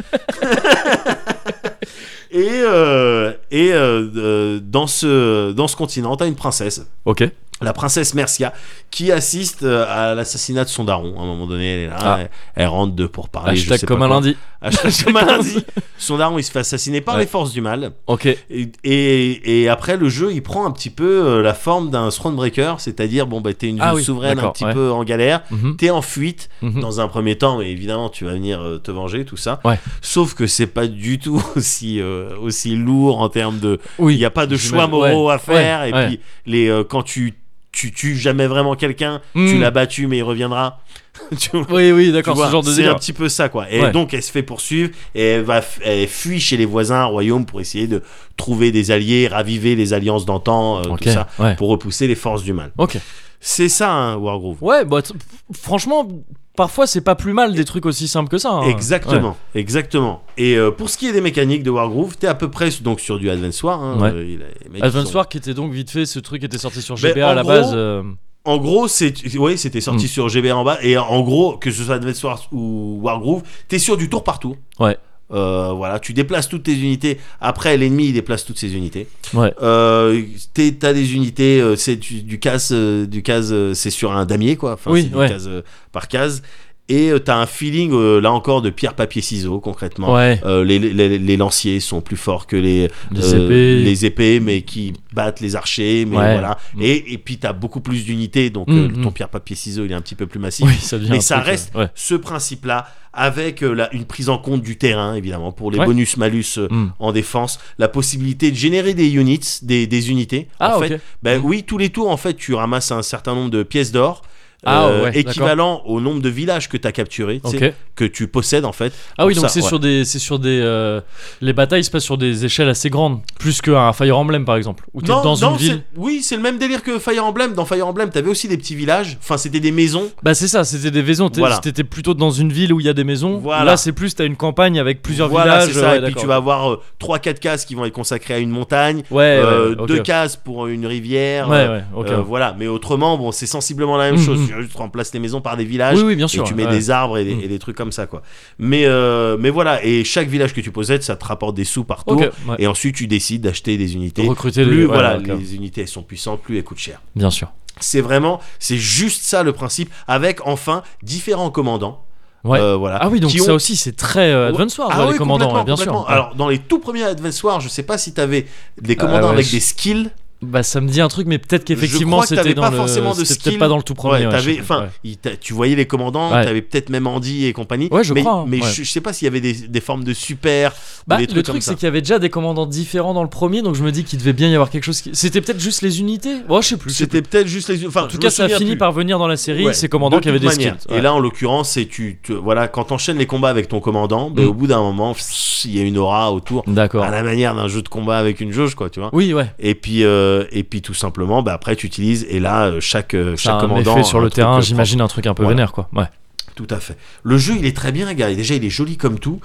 [laughs] et euh, et euh, euh, dans, ce, dans ce continent, t'as une princesse, ok. la princesse Mercia, qui assiste euh, à l'assassinat de son daron. À un moment donné, elle est là, Ah. elle, elle rentre de pour parler. je Hashtag sais comme pas un quoi. lundi. Hashtag [laughs] comme un lundi. Son daron, il se fait assassiner par Ouais. les forces du mal. Ok. Et, et, et après, le jeu, il prend un petit peu euh, la forme d'un Thronebreaker, c'est-à-dire, bon, bah, t'es une Ah ville oui, souveraine un d'accord, petit ouais. peu en galère, Mhm, t'es en fuite, mhm. dans un premier temps, mais évidemment, tu vas venir euh, te venger, tout ça. Ouais. Sauf que c'est pas du tout [laughs] aussi, euh, aussi lourd en termes de. Oui. Il n'y a pas de J'imagine- choix moraux ouais, à faire. ouais, et ouais. puis, les, euh, quand tu, tu tues jamais vraiment quelqu'un, tu Mm. l'as battu, mais il reviendra. [laughs] tu vois- Oui, oui, tu d'accord, vois, ce genre de c'est un délire. petit peu ça, quoi. Et Ouais. donc, elle se fait poursuivre et elle, va f- elle fuit chez les voisins, un royaume, pour essayer de trouver des alliés, raviver les alliances d'antan, euh, Ok, tout ça, ouais. pour repousser les forces du mal. Ok. C'est ça, hein, Wargroove. Ouais, bah, t- franchement, parfois c'est pas plus mal des trucs aussi simples que ça. hein. Exactement, exactement. Et euh, pour ce qui est des mécaniques de Wargroove, t'es à peu près donc sur du Advance War. Hein, Ouais. euh, il a- les mecs, Ouais. Advance ils sont- War qui était donc vite fait, ce truc était sorti sur Ben, GBA en à la gros, base. euh, En gros, c'est, ouais, c'était sorti Mm. sur GBA en bas. Et en gros, que ce soit Advance War ou Wargroove, t'es sur du tour par tour. Ouais. Euh, voilà, tu déplaces toutes tes unités. Après, l'ennemi il déplace toutes ses unités. Ouais. Euh, t'es- t'as des unités, euh, c'est du, du casse, euh, du casse, euh, c'est sur un damier quoi. Enfin, Oui, c'est du ouais. case, euh, par case. Et euh, t'as un feeling euh, là encore de pierre papier ciseaux concrètement. Ouais. Euh, les, les, les lanciers sont plus forts que les, Les euh, épées. les épées, mais qui battent les archers. Mais Ouais. voilà. Mm. Et, et puis, tu as beaucoup plus d'unités, donc Mm, euh, mm. ton pierre-papier-ciseau, il est un petit peu plus massif. Oui, ça devient Mais un ça truc, euh, reste- ouais. Ce principe-là, avec euh, la- une prise en compte du terrain, évidemment, pour les Ouais. bonus-malus euh, Mm. en défense, la possibilité de générer des units, des, des unités. Ah, en fait, ok. ben oui, tous les tours, en fait, tu ramasses un certain nombre de pièces d'or. euh, Ah, ouais, d'accord. équivalent au nombre de villages que tu as capturés, tu sais, Ok. que tu possèdes en fait. Ah oui, Pour donc ça, c'est ouais. sur des, c'est sur des, euh, les batailles se passent sur des échelles assez grandes, plus qu'un Fire Emblem par exemple, où t'es dans une c'est- ville. Oui, c'est le même délire que Fire Emblem. Dans Fire Emblem, t'avais aussi des petits villages. Enfin, c'était des maisons. Bah c'est ça, c'était des maisons. T'es- Voilà. T'étais plutôt dans une ville où il y a des maisons. Voilà. Là c'est plus t'as une campagne avec plusieurs voilà, villages. c'est ça. ouais, et puis d'accord. tu vas avoir 3-4 cases qui vont être consacrées à une montagne. Ouais, euh, ouais, ok. Deux cases pour une rivière. Ouais, euh, ouais, ok. euh, voilà, mais autrement, bon, c'est sensiblement la même Mhm. chose. Tu juste remplaces les maisons par des villages oui, oui, bien et sûr. tu mets ouais. des arbres et des, Mhm. et des trucs comme ça, quoi. Mais, euh, mais voilà, et chaque village que tu possèdes, ça te rapporte des sous par tour. Ok, ouais. Et ensuite, tu décides d'acheter des unités. recruter Plus les, ouais, voilà, ok. les unités elles sont puissantes, plus elles coûtent cher. bien sûr. C'est vraiment, c'est juste ça le principe, avec enfin différents commandants. Ouais. Euh, voilà. Ah oui, donc Qui ça ont- aussi c'est très euh, Advance Wars, Ah ouais, oui, les commandants, complètement, ouais, bien sûr. complètement. Ouais. Ah, Alors, dans les tout premiers Advance Wars, je sais pas si t'avais des commandants ouais, avec je- des skills. Bah ça me dit un truc, mais peut-être Je qu'effectivement crois que c'était t'avais dans pas le, forcément de c'était peut-être skill. pas dans le tout premier. Ouais, ouais, t'avais- je- enfin, ouais. il t'a- tu voyais les commandants, Ouais. t'avais peut-être même Andy et compagnie. Ouais, je mais, crois, hein, Mais ouais. je, je sais pas s'il y avait des, des formes de super Bah, ou des le trucs comme truc, ça. c'est qu'il y avait déjà des commandants différents dans le premier, donc je me dis qu'il devait bien y avoir quelque chose. Qui... C'était peut-être juste les unités Ouais, je sais plus. je sais C'était peut-être juste les. Enfin, plus. En tout cas, ça a fini par venir dans la série, Ouais, ces commandants de qui avaient des toute skills. manière. ouais. Et là, en l'occurrence, c'est tu, tu- voilà, quand t'enchaînes les combats avec ton commandant, ben, Mm. au bout d'un moment, pss, il y a une aura autour, D'accord. à la manière d'un jeu de combat avec une jauge, quoi, tu vois. Oui, ouais. Et puis, euh, et puis tout simplement, bah, après tu utilises, et là, euh, chaque, euh, Ça chaque a un commandant. effet sur un le truc, terrain, euh, j'imagine un truc un peu Voilà. vénère, quoi. Ouais. prend- Tout à fait. Le jeu, il est très bien, gars. Et Déjà, il est joli comme tout.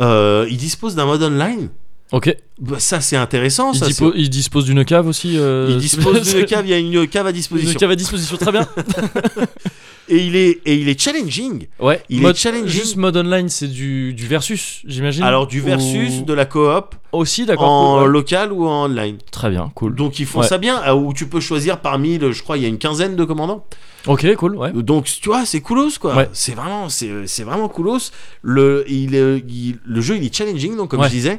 Euh, il dispose d'un mode online. Ok. Bah, ça, c'est intéressant. Il, ça, dispose- il dispose d'une cave aussi. c'est- euh, [laughs] il dispose d'une cave, il y a une cave à disposition. [laughs] Une cave à disposition, très bien. Et il est, et il est challenging. Ouais, Il est mode- challenging. Juste mode online, c'est du, du versus, j'imagine. Alors du versus, Ou- de la coop, Aussi, d'accord. en cool, ouais. local ou en online. Très bien, cool. Donc ils font Ouais. ça bien, ah, où tu peux choisir parmi, le, je crois, il y a une quinzaine de commandants. Ok, cool, ouais. Donc tu vois, c'est coolos quoi. Ouais. C'est vraiment, c'est c'est vraiment coolos. Le, il, est- il- le jeu il est challenging donc comme Ouais. je disais.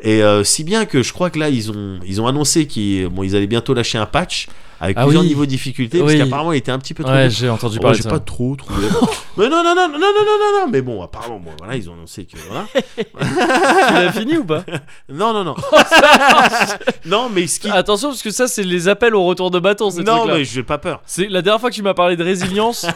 Et euh, si bien que je crois que là ils ont ils ont annoncé qu'ils bon, ils allaient bientôt lâcher un patch avec Ah plusieurs oui. niveaux de difficulté parce Oui. qu'apparemment il était un petit peu trop. Ouais, dur. j'ai entendu Oh, parler j'ai de pas ça. trop trouvé. [laughs] mais non non non non non non non non mais bon apparemment bon, voilà ils ont annoncé que [laughs] voilà. Tu l'as fini ou pas Non [laughs] non non. non mais ce qui Attention, parce que ça, c'est les appels au retour de bâton, ces non trucs-là. mais j'ai pas peur. C'est la dernière fois que tu m'as parlé de [laughs] résilience,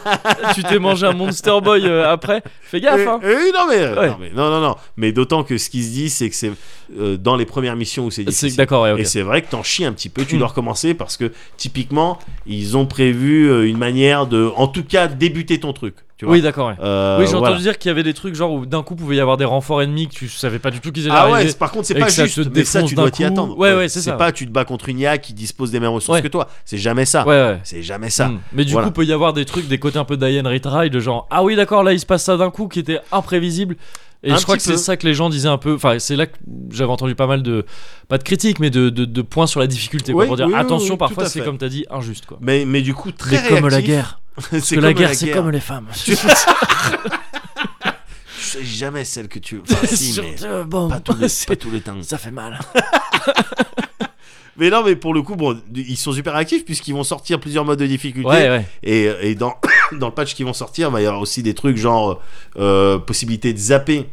tu t'es mangé un Monster Boy euh, après. Fais gaffe, Euh, hein. euh, non, mais, euh, Ouais. non mais non non non. mais d'autant que ce qui se dit c'est que c'est euh, dans les premières missions où c'est C'est difficile. d'accord, ouais, ok. Et c'est vrai que t'en chies un petit peu, tu Mm. dois recommencer parce que typiquement ils ont prévu euh, une manière de, en tout cas, débuter ton truc. Tu vois Oui, d'accord. ouais. Euh, oui, j'ai voilà. entendu dire qu'il y avait des trucs genre où d'un coup pouvait y avoir des renforts ennemis que tu savais pas du tout qu'ils allaient Ah ouais, arriver. c'est- par contre c'est et pas que ça juste, te mais ça défonce tu d'un dois coup. t'y attendre. Ouais, ouais, c'est ça, pas tu te bats contre une IA qui dispose des mêmes ressources Ouais. que toi, c'est jamais ça. ouais, ouais. C'est jamais ça. Mm. Mais du Voilà. coup, peut y avoir des trucs, des côtés un peu d'Ian Retry, de genre ah oui, d'accord, là il se passe ça d'un coup qui était imprévisible. Et Un je crois que petit c'est peu. ça que les gens disaient un peu. Enfin, c'est là que j'avais entendu pas mal de pas de critiques, mais de, de- de points sur la difficulté quoi, Oui, pour dire oui, oui, attention, oui, tout parfois à c'est fait. comme t'as dit injuste quoi. Mais, mais du coup très Mais comme la réactif. guerre. [laughs] c'est Parce que la comme guerre, c'est comme les femmes. C'est jamais celle [laughs] que tu. Enfin, si, mais Surtout, euh, bon, pas tous [laughs] les- c'est- pas tous les temps. ça fait mal. Mais non, mais pour le coup, bon, ils sont super actifs puisqu'ils vont sortir plusieurs modes de difficulté. Ouais, ouais. Et, et dans, [coughs] dans le patch qui vont sortir, bah, il va y avoir aussi des trucs genre euh, possibilité de zapper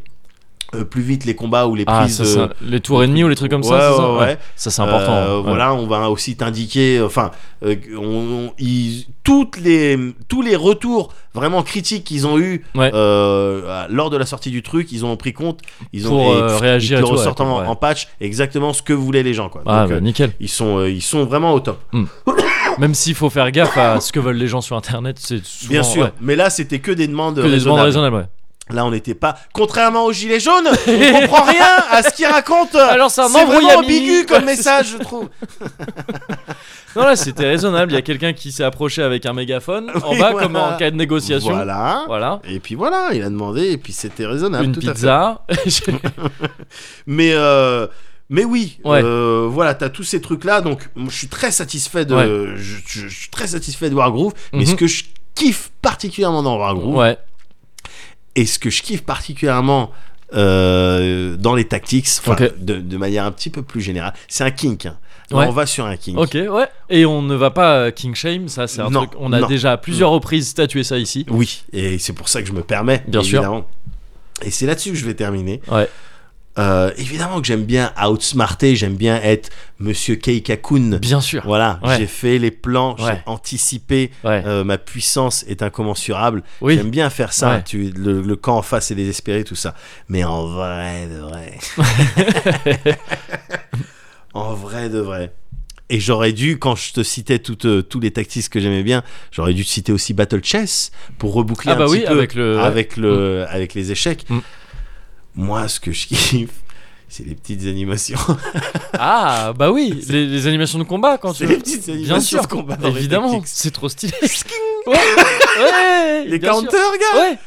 euh, plus vite les combats ou les Ah, prises. ça, c'est euh, un- les tours ennemis ou les trucs comme ça, Ouais, c'est ça Ah, ouais, ouais. Ça, c'est important. hein. euh, ouais. Voilà, on va aussi t'indiquer. Enfin, euh, on- on- ils- toutes les, tous les retours vraiment critiques qu'ils ont eu Ouais. euh, lors de la sortie du truc, ils ont pris compte. Ils ont Pour, et- euh, ils te réagir et le tout, ouais, ressortent en, ouais. en patch exactement ce que voulaient les gens. Quoi. Ah, Donc, bah, euh, nickel. ils sont, euh, ils sont vraiment au top. Même s'il faut faire gaffe à ce que veulent les gens sur internet, c'est souvent. Bien sûr, ouais, mais là c'était que des demandes que des demandes raisonnables. raisonnables, ouais. Là, on n'était pas. Contrairement aux [laughs] Gilets jaunes, on comprend rien à ce qu'ils racontent. Alors, c'est un embrouille Ah, vraiment à mini. ambigu comme Ouais, c'est ça. message, je trouve. Non, là, c'était raisonnable. Il y a quelqu'un qui s'est approché avec un mégaphone en [laughs] Oui, bas, voilà. comme en cas de négociation. Voilà. Voilà. Et puis voilà, il a demandé, et puis c'était raisonnable. Une tout à pizza. [laughs] fait. Mais, euh, mais oui, Ouais. euh, voilà, t'as tous ces trucs-là, donc moi, je suis très satisfait de, Ouais. je, je- je suis très satisfait de Wargroove, mais Mhm. ce que je kiffe particulièrement dans Wargroove, ouais. et ce que je kiffe particulièrement euh, dans les tactics, enfin, Ok. de, de manière un petit peu plus générale, c'est un kink. hein. Là, Ouais. On va sur un kink. Ok, ouais. Et on ne va pas euh, King Shame, ça, c'est un Non, truc. On a non. déjà à plusieurs reprises statué ça ici. Oui, et c'est pour ça que je me permets, Bien sûr. évidemment. Et c'est là-dessus que je vais terminer. Ouais. Euh, évidemment que j'aime bien outsmarter, j'aime bien être Monsieur Keikakun. Bien sûr. Voilà, Ouais. j'ai fait les plans, Ouais. j'ai anticipé, Ouais. euh, ma puissance est incommensurable. oui. J'aime bien faire ça, Ouais. tu, le, le camp en face est désespéré, tout ça. Mais en vrai, de [laughs] vrai. en vrai, de vrai. Et j'aurais dû, quand je te citais toutes, euh, tous les tactics que j'aimais bien, j'aurais dû te citer aussi Battle Chess pour reboucler Ah, bah un oui, petit peu avec le. avec, le, avec les échecs. Mm. Moi, ce que je kiffe, c'est les petites animations. Ah, bah [laughs] oui. Les, les animations de combat, quand tu c'est veux. les petites animations Bien sûr, de combat. dans les évidemment, tactics. c'est trop [laughs] stylé. ouais, ouais, Les bien sûr. counters, regarde Ouais,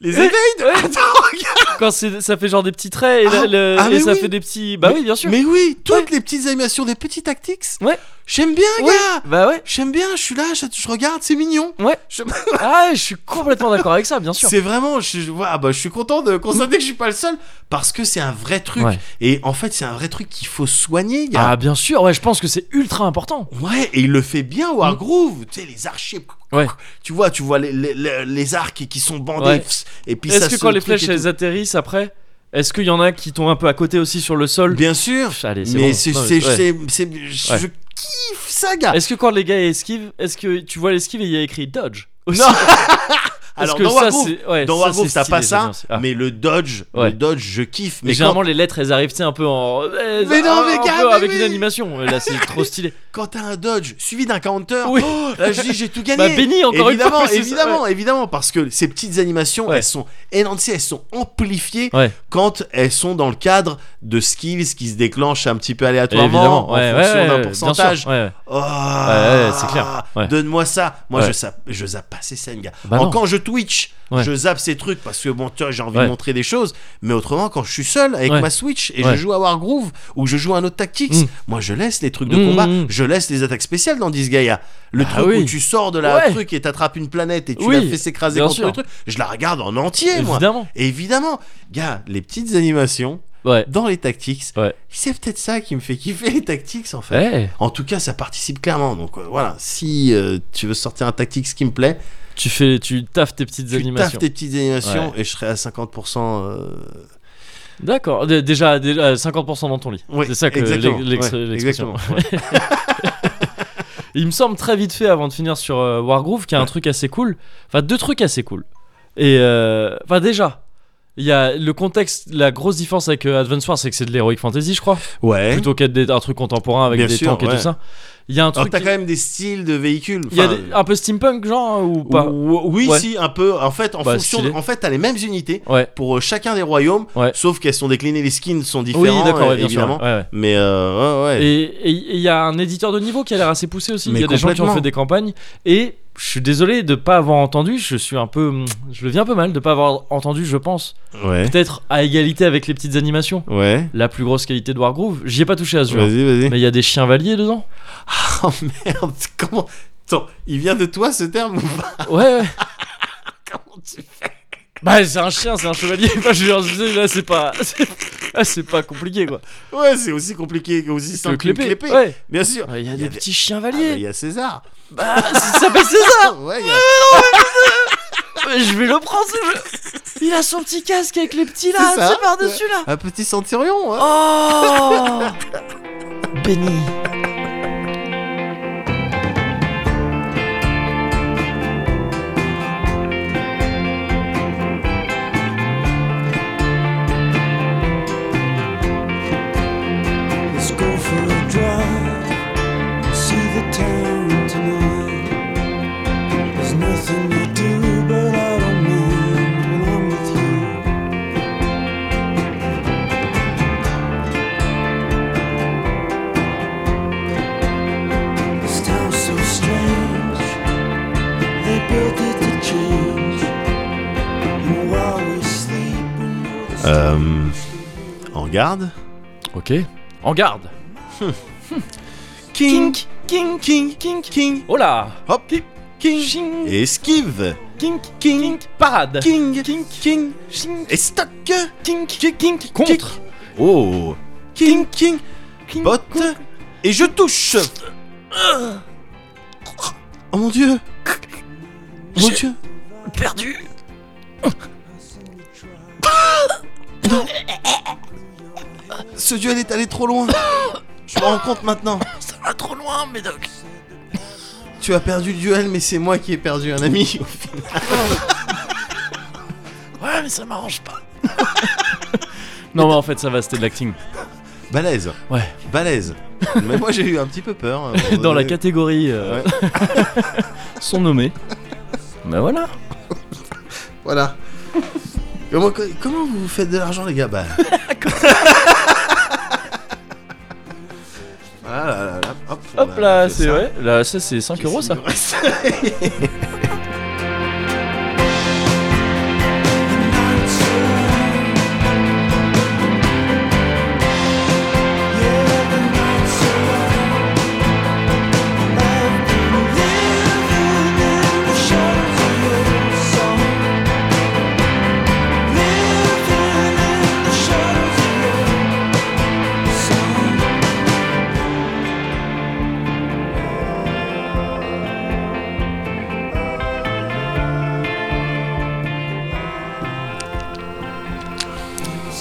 Les Ouais. évades Attends, regarde quand c'est- ça fait genre des petits traits et, Ah, la- le- ah, et mais ça oui. fait des petits. Bah oui, bien sûr. Mais oui, toutes les petites animations des petits tactics. Ouais. J'aime bien, Ouais. gars Bah ouais. J'aime bien, je suis là, je, je regarde, c'est mignon. Ouais. Je- Ah, je suis complètement d'accord avec ça, bien sûr. C'est vraiment, je, je- ouais, bah, je suis content de constater que je suis pas le seul parce que c'est un vrai truc. Ouais. Et en fait, c'est un vrai truc qu'il faut soigner, gars. Ah, bien sûr. Ouais, je pense que c'est ultra important. Ouais, et il le fait bien, Wargroove. Tu sais, les archers. Mm. Ouais. Tu vois, tu vois les, les, les- les arcs qui sont bandés. Ouais. pss, Et puis ça Est-ce que se quand les truc flèches et elles atterrissent après, est-ce qu'il y en a qui tombent un peu à côté aussi sur le tout. sol Bien sûr. Pff, Allez, c'est Mais bon. c'est, Non, mais- c'est, ouais. c'est, c'est- je Ouais. je kiffe ça, gars. Est-ce que quand les gars esquivent, est-ce que tu vois l'esquive et il y a écrit dodge aussi Non. Parce Alors, que dans ça, Wargroove, c'est- ouais, dans ça, Wargroove, c'est t'as pas stylé, ça, j'aime bien. Ah. mais le dodge, Ouais. le dodge, je kiffe. Mais Mais généralement les lettres elles arrivent tu sais, un peu en Mais non, mais un gars, peu mais avec oui. une animation là c'est trop stylé quand t'as un dodge suivi d'un counter, Oui. [laughs] oh, là je [laughs] dis j'ai tout gagné. Bah, Benny, encore une évidemment, fois, c'est ça, évidemment, évidemment, parce que ces petites animations, Ouais. elles sont énoncées, elles sont amplifiées Ouais. quand elles sont dans le cadre de skills qui se déclenchent un petit peu aléatoirement en ouais, ouais, fonction ouais, d'un bien pourcentage. sûr, ouais, ouais. Oh, Ouais, ouais, c'est clair, ouais. Donne-moi ça. Moi, Ouais. je, zappe, je zappe pas ces scènes, gars. Bah Bon, non. quand je Twitch, Ouais. je zappe ces trucs parce que bon, tu vois, j'ai envie Ouais. de montrer des choses. Mais autrement, quand je suis seul avec Ouais. ma Switch et Ouais. je joue à Wargroove ou je joue à un autre Tactics, Mm. moi, je laisse les trucs de Mm, combat, mm. je laisse les attaques spéciales dans Disgaea. Le Ah truc où oui. tu sors de la Ouais. truc et t'attrapes une planète et tu Oui, la fais s'écraser bien contre sûr. le truc, je la regarde en entier, moi. Évidemment. Évidemment, gars, les petites animations Ouais. dans les Tactics, Ouais. c'est peut-être ça qui me fait kiffer les Tactics en fait. Ouais. En tout cas, ça participe clairement. Donc euh, voilà, si euh, tu veux sortir un tactique qui me plaît, Eh, Tu fais, tu taffes tes petites tu animations. taffes tes petites animations et je serai à 50%. euh, D'accord. Dé- euh, Déjà, déjà 50% dans ton lit. Oui, c'est ça que exactement. l'ex- l'ex- Ouais, l'expression. exactement. Ouais. Il me semble très vite fait avant de finir sur euh, Wargroove qu'il y a un truc assez cool. Enfin, deux trucs assez cool. Et euh, enfin déjà. Il y a le contexte, la grosse différence avec euh, Advance Wars, c'est que c'est de l'heroic fantasy, je crois, [laughs] Ouais. plutôt qu'être des- un truc contemporain avec Bien des sûr, tanks et ouais. tout ça. Il y a un Alors truc, t'as quand même des styles de véhicules. il y a Enfin, des- un peu steampunk genre hein, ou pas ou- Oui, Ouais. si, un peu. En fait, en Bah, fonction, de- stylé. en fait, t'as les mêmes unités Ouais. pour euh, chacun des royaumes, Ouais. sauf qu'elles sont déclinées, les skins sont Oui, différents, d'accord, ouais, euh, bien sûr, évidemment. ouais, ouais. Mais euh, ouais, ouais. Et- Et et il y a un éditeur de niveau qui a l'air assez poussé aussi. Il Mais y a des gens qui ont complètement. fait des campagnes. Et je suis désolé de pas avoir entendu. Je suis un peu, hum, je le viens un peu mal de pas avoir entendu, je pense. Ouais. Peut-être à égalité avec les petites animations. Ouais. La plus grosse qualité de Wargroove. J'y ai pas touché à ce jeu. hein. Vas-y, vas-y. Mais il y a des chiens valiers dedans. [laughs] Oh merde, comment. Attends, il vient de toi ce terme ou pas Ouais. [laughs] ouais. Comment tu bah c'est un chien, c'est un chevalier. [laughs] Enfin, je veux dire, je sais, là c'est pas, [laughs] là, c'est pas compliqué quoi. Ouais, c'est aussi compliqué, aussi simple Le que clépé. clépé. Ouais. Bien sûr. Ouais, Il y a Il y des Ah, bah, a des- petits chiens Ah, mais Il valiers. y a César. Oh, ça s'appelle César. Ouais, il y a- Mais je vais le prendre ce jeu. Il a son petit casque avec les petits là, C'est ça. c'est par-dessus là. un petit centurion. hein. Oh [laughs] Béni. Let's go for a drive. See the town tonight. There's nothing to do, but I don't mind when I'm with you. This town's so strange. They built it to change. And while we sleep, we know the Euh, en garde. Ok. En garde. King, king, king, king, king. Oh là Hop, king. Ching, Et esquive. kink, kink, parade. King, king, king. Ching, Et stock. kink, kink, kink, contre. Oh. King, king. Kink. Botte. Et je touche. Oh mon dieu. Mon J'ai- dieu. Perdu. Ce duel est allé trop loin. Je me rends compte maintenant. Ça va trop loin, Médoc. Tu as perdu le duel, mais c'est moi qui ai perdu un ami. Ouais, mais ça m'arrange pas. [laughs] non, mais en fait, ça va, c'était de l'acting. Balèze. Ouais. Balèze. Mais [laughs] moi j'ai eu un petit peu peur. hein, Dans la catégorie. euh, [laughs] sont nommés. Bah voilà. Voilà. Comment, comment vous faites de l'argent, les gars Bah. Ah là là là, hop, on Hop a là, fait c'est ça. ouais. Là, ça, c'est 5 euros ça.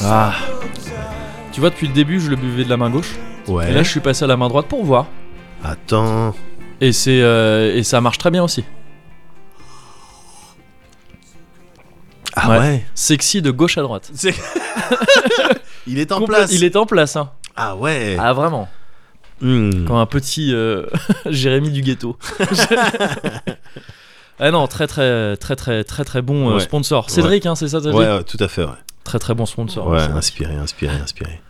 Ah. Tu vois, depuis le début, je le buvais de la main gauche. Ouais. Et là, je suis passé à la main droite pour voir. Attends. Et c'est euh, et ça marche très bien aussi. Ah Ouais. ouais. [laughs] Sexy de gauche à droite. C'est- [laughs] Il est en Complè- place. Il est en place. Hein. Ah ouais. Ah vraiment. Hmm. Comme un petit euh, [laughs] Jérémy du ghetto. [laughs] ah non, très très très très très très bon euh, Ouais. sponsor. Cédric, hein, c'est ça, t'as Ouais, dit ouais, tout à fait. Ouais, Très très bon sponsor. Ouais, Ça. inspiré, inspiré, inspiré.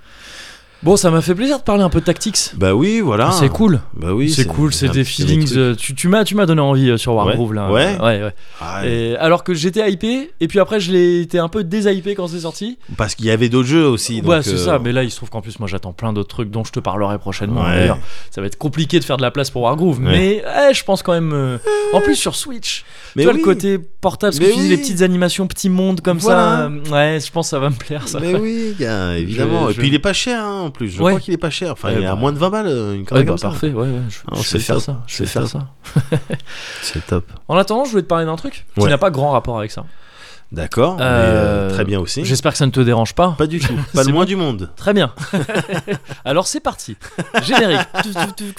Bon, ça m'a fait plaisir de parler un peu de tactics. Bah oui, voilà. c'est cool, Bah oui, c'est cool, c'est un des petit feelings. truc. euh, tu tu m'as tu m'as donné envie euh, sur Wargroove Ouais. là. Ouais. ouais. Ah, Et alors que j'étais hypé, et puis après je l'ai été un peu déshypé quand c'est sorti. Parce qu'il y avait d'autres jeux aussi. donc, ouais, c'est euh, ça, mais là il se trouve qu'en plus moi j'attends plein d'autres trucs dont je te parlerai prochainement. Ouais. D'ailleurs, ça va être compliqué de faire de la place pour Wargroove, Ouais. mais eh, je pense quand même. euh, En plus sur Switch, Mais tu vois oui, le côté portable, parce Mais que tu dis oui. les petites animations, petit monde comme Voilà. ça. euh, Ouais, je pense que ça va me plaire ça. Mais oui, gars, évidemment. Je- Et puis je- il est pas cher hein, en plus. Je Ouais. crois qu'il est pas cher. Enfin, Ouais, il est à bah. moins de 20 balles euh, une Ouais, connerie bah, comme ça. parfait, ouais, ouais, je, Ah, on je sait vais faire faire. ça. Je C'est vais faire top. ça. C'est top. En attendant, je voulais te parler d'un truc qui Ouais. n'a pas grand rapport avec ça. D'accord. mais, Euh, euh, Très bien aussi. J'espère que ça ne te dérange pas. Pas du [laughs] tout. Pas C'est le moins du monde. Très bien. [laughs] Alors c'est parti. Générique.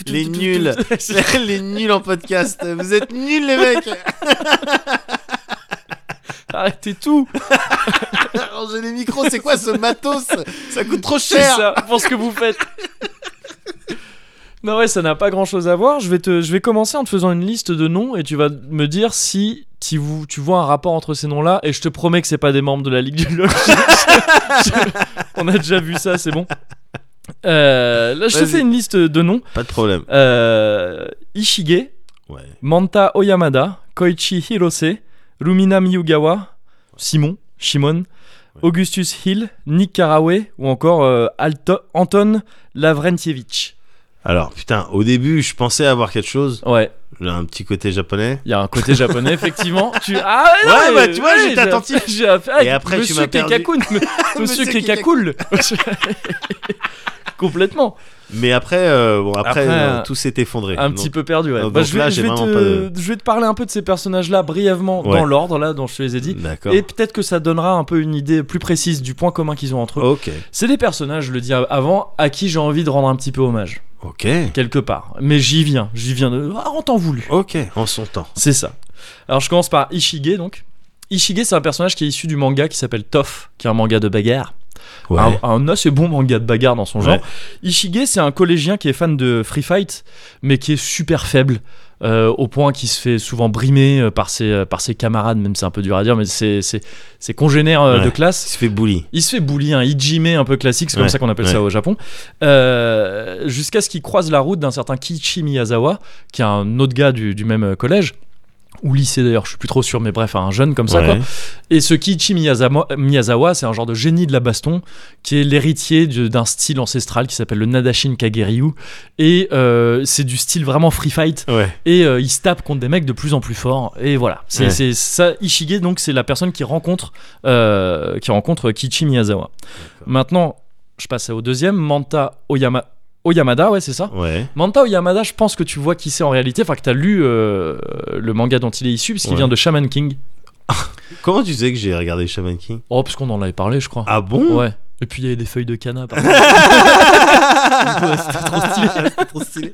Les nuls. [laughs] les nuls en podcast. Vous êtes nuls les mecs. [laughs] Arrêtez tout. Rangez les micros. C'est quoi ce matos Ça coûte [laughs] trop C'est cher. ça pour ce que vous faites. Non ouais, ça n'a pas grand-chose à voir. Je vais te, je vais commencer en te faisant une liste de noms et tu vas me dire si tu, vou- tu vois un rapport entre ces noms-là. Et je te promets que c'est pas des membres de la Ligue du LoL. [laughs] Je- je- on a déjà vu ça, c'est bon. Euh, là, je te Vas-y. fais une liste de noms. Pas de problème. Euh, Ishige, Ouais. Manta Oyamada, Koichi Hirose, Rumina Miyugawa, Simon, Shimon, Augustus Hill, Nick Carraway ou encore euh, Alto- Anton Lavrentievich. Alors putain, au début, je pensais avoir quelque chose. Ouais, J'ai un petit côté japonais. il y a un [laughs] côté japonais effectivement. Tu ah ouais, Ouais, non, bah, mais- tu vois, j'étais j'ai- attentif. j'ai affaire avec Et après, tu Monsieur m'as perdu. [laughs] Kekakun, me- Monsieur Monsieur Kekakul. [laughs] Complètement. Mais après, euh, bon, après, Après, euh, un- tout s'est effondré. Un Donc, petit peu perdu. Ouais. donc Bah, je vais, là, je j'ai vais vraiment te, je vais te parler un peu de ces personnages-là brièvement Ouais. dans l'ordre là dont je te les ai dit. D'accord. Et peut-être que ça donnera un peu une idée plus précise du point commun qu'ils ont entre eux. Ok. C'est des personnages, je le dis avant, à qui j'ai envie de rendre un petit peu hommage, Ok. quelque part. Mais j'y viens, j'y viens de... Ah, en temps voulu. Ok. En son temps. C'est ça. Alors je commence par Ishige, donc. Ishige, c'est un personnage qui est issu du manga qui s'appelle Toff, qui est un manga de bagarre. Ouais. Un, un assez bon manga de bagarre dans son genre. Ouais. Ishige, c'est un collégien qui est fan de Free Fight, mais qui est super faible, euh, au point qu'il se fait souvent brimer euh, par ses, euh, par ses camarades, même c'est un peu dur à dire, mais c'est ses, ses congénères euh, Ouais. de classe. Il se fait bully. Il se fait bully, un hijime un peu classique, c'est comme Ouais, ça qu'on appelle ça ouais. au Japon, Euh, jusqu'à ce qu'il croise la route d'un certain Kichi Miyazawa, qui est un autre gars du, du même euh, collège, ou lycée d'ailleurs, je suis plus trop sûr, mais bref, un jeune comme ça. Ouais. Quoi. Et ce Kichi Miyazama- Miyazawa, c'est un genre de génie de la baston, qui est l'héritier de- d'un style ancestral qui s'appelle le Nadashin Kageryu, et euh, c'est du style vraiment free fight, Ouais. et euh, il se tape contre des mecs de plus en plus forts et voilà c'est Ouais. c'est ça Ishige donc c'est la personne qui rencontre euh, qui rencontre Kichi Miyazawa maintenant je passe au deuxième Manta Oyama- Oyamada ouais c'est ça Ouais. Manta Oyamada je pense que tu vois qui c'est en réalité enfin que t'as lu euh, le manga dont il est issu puisqu'il Ouais. vient de Shaman King Comment tu sais que j'ai regardé Shaman King oh parce qu'on en avait parlé je crois Ah [laughs] bon ouais et puis il y avait des feuilles de canne [laughs] par C'était trop stylé. Trop stylé.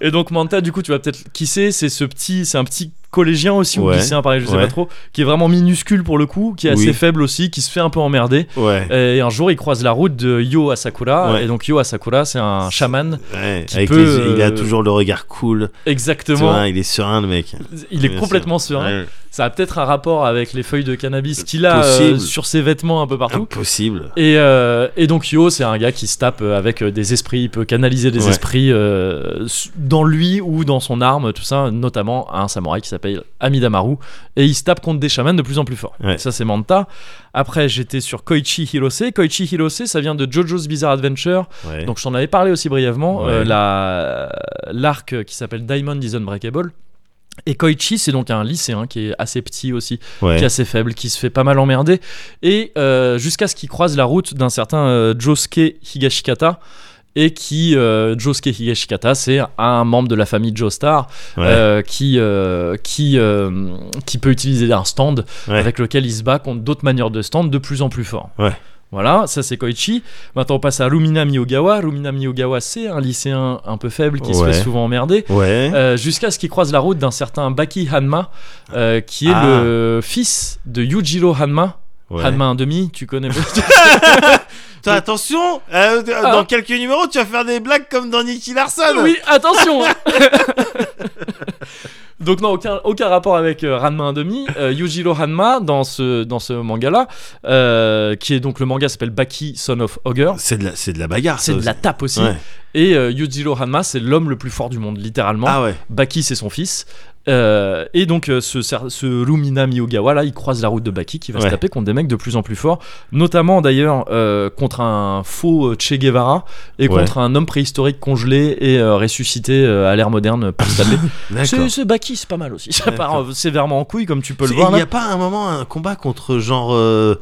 Et donc Manta, du coup, tu vas peut-être qui c'est C'est ce petit, c'est un petit collégien aussi ou Ouais. lycéen, pareil, je sais Ouais. pas trop, qui est vraiment minuscule pour le coup, qui est assez Oui. faible aussi, qui se fait un peu emmerder. Ouais. Et un jour, il croise la route de Yo Asakura. Ouais. Et donc Yo Asakura, c'est un chaman, Ouais. qui Avec peut, les- Il a euh, toujours le regard cool. Tu exactement. vois, il est serein le mec. il est Bien complètement serein. Ouais. Ça a peut-être un rapport avec les feuilles de cannabis qu'il a euh, Possible. sur ses vêtements un peu partout. Impossible. Et, euh, et donc Yo, c'est un gars qui se tape euh, avec euh, des esprits, il peut canaliser des Ouais. esprits euh, s- dans lui ou dans son arme, tout ça, notamment un samouraï qui s'appelle Amidamaru, et il se tape contre des chamans de plus en plus forts. Ouais. Ça c'est Manta. Après j'étais sur Koichi Hirose. Koichi Hirose, ça vient de Jojo's Bizarre Adventure, Ouais. donc je t'en avais parlé aussi brièvement, Ouais. euh, la- l'arc qui s'appelle Diamond is Unbreakable. Et Koichi, c'est donc un lycéen qui est assez petit aussi, qui est ouais. assez faible, qui se fait pas mal emmerder, et euh, jusqu'à ce qu'il croise la route d'un certain euh, Josuke Higashikata, et qui, euh, Josuke Higashikata, c'est un membre de la famille Joestar, Ouais. euh, qui, euh, qui, euh, qui peut utiliser un stand Ouais. avec lequel il se bat contre d'autres manières de stand de plus en plus fort. Ouais. Voilà, ça c'est Koichi. Maintenant on passe à Rumina Miyogawa. Rumina Miyogawa, c'est un lycéen un peu faible qui se Ouais. fait souvent emmerder. Ouais. Euh, jusqu'à ce qu'il croise la route d'un certain Baki Hanma, euh, qui est Ah. le fils de Yujiro Hanma. Ouais. [laughs] Hanma 1,5, tu connais. Toi, attention, euh, euh, Ah. dans quelques numéros, tu vas faire des blagues comme dans Nicky Larson. Oui, attention [laughs] hein. Donc non, aucun, aucun rapport avec euh, Ranma 1,5. Euh, Yujiro Hanma, dans ce, dans ce manga-là, euh, qui est donc le manga s'appelle Baki, Son of Ogre. C'est de la, c'est de la bagarre. C'est ça de la aussi. tape aussi. Ouais. Et euh, Yujiro Hanma, c'est l'homme le plus fort du monde, littéralement. Ah ouais. Baki, c'est son fils. Euh, et donc, euh, ce, cer- ce Rumina Miyogawa, là, il croise la route de Baki qui va Ouais. se taper contre des mecs de plus en plus forts, notamment d'ailleurs euh, contre un faux euh, Che Guevara et Ouais. contre un homme préhistorique congelé et euh, ressuscité euh, à l'ère moderne pour se [laughs] taper. D'accord. c'est c'est Baki, c'est pas mal aussi. Ça part D'accord. euh, sévèrement en couille, comme tu peux C'est- le Il voir. n'y Là. a pas un moment un combat contre genre euh,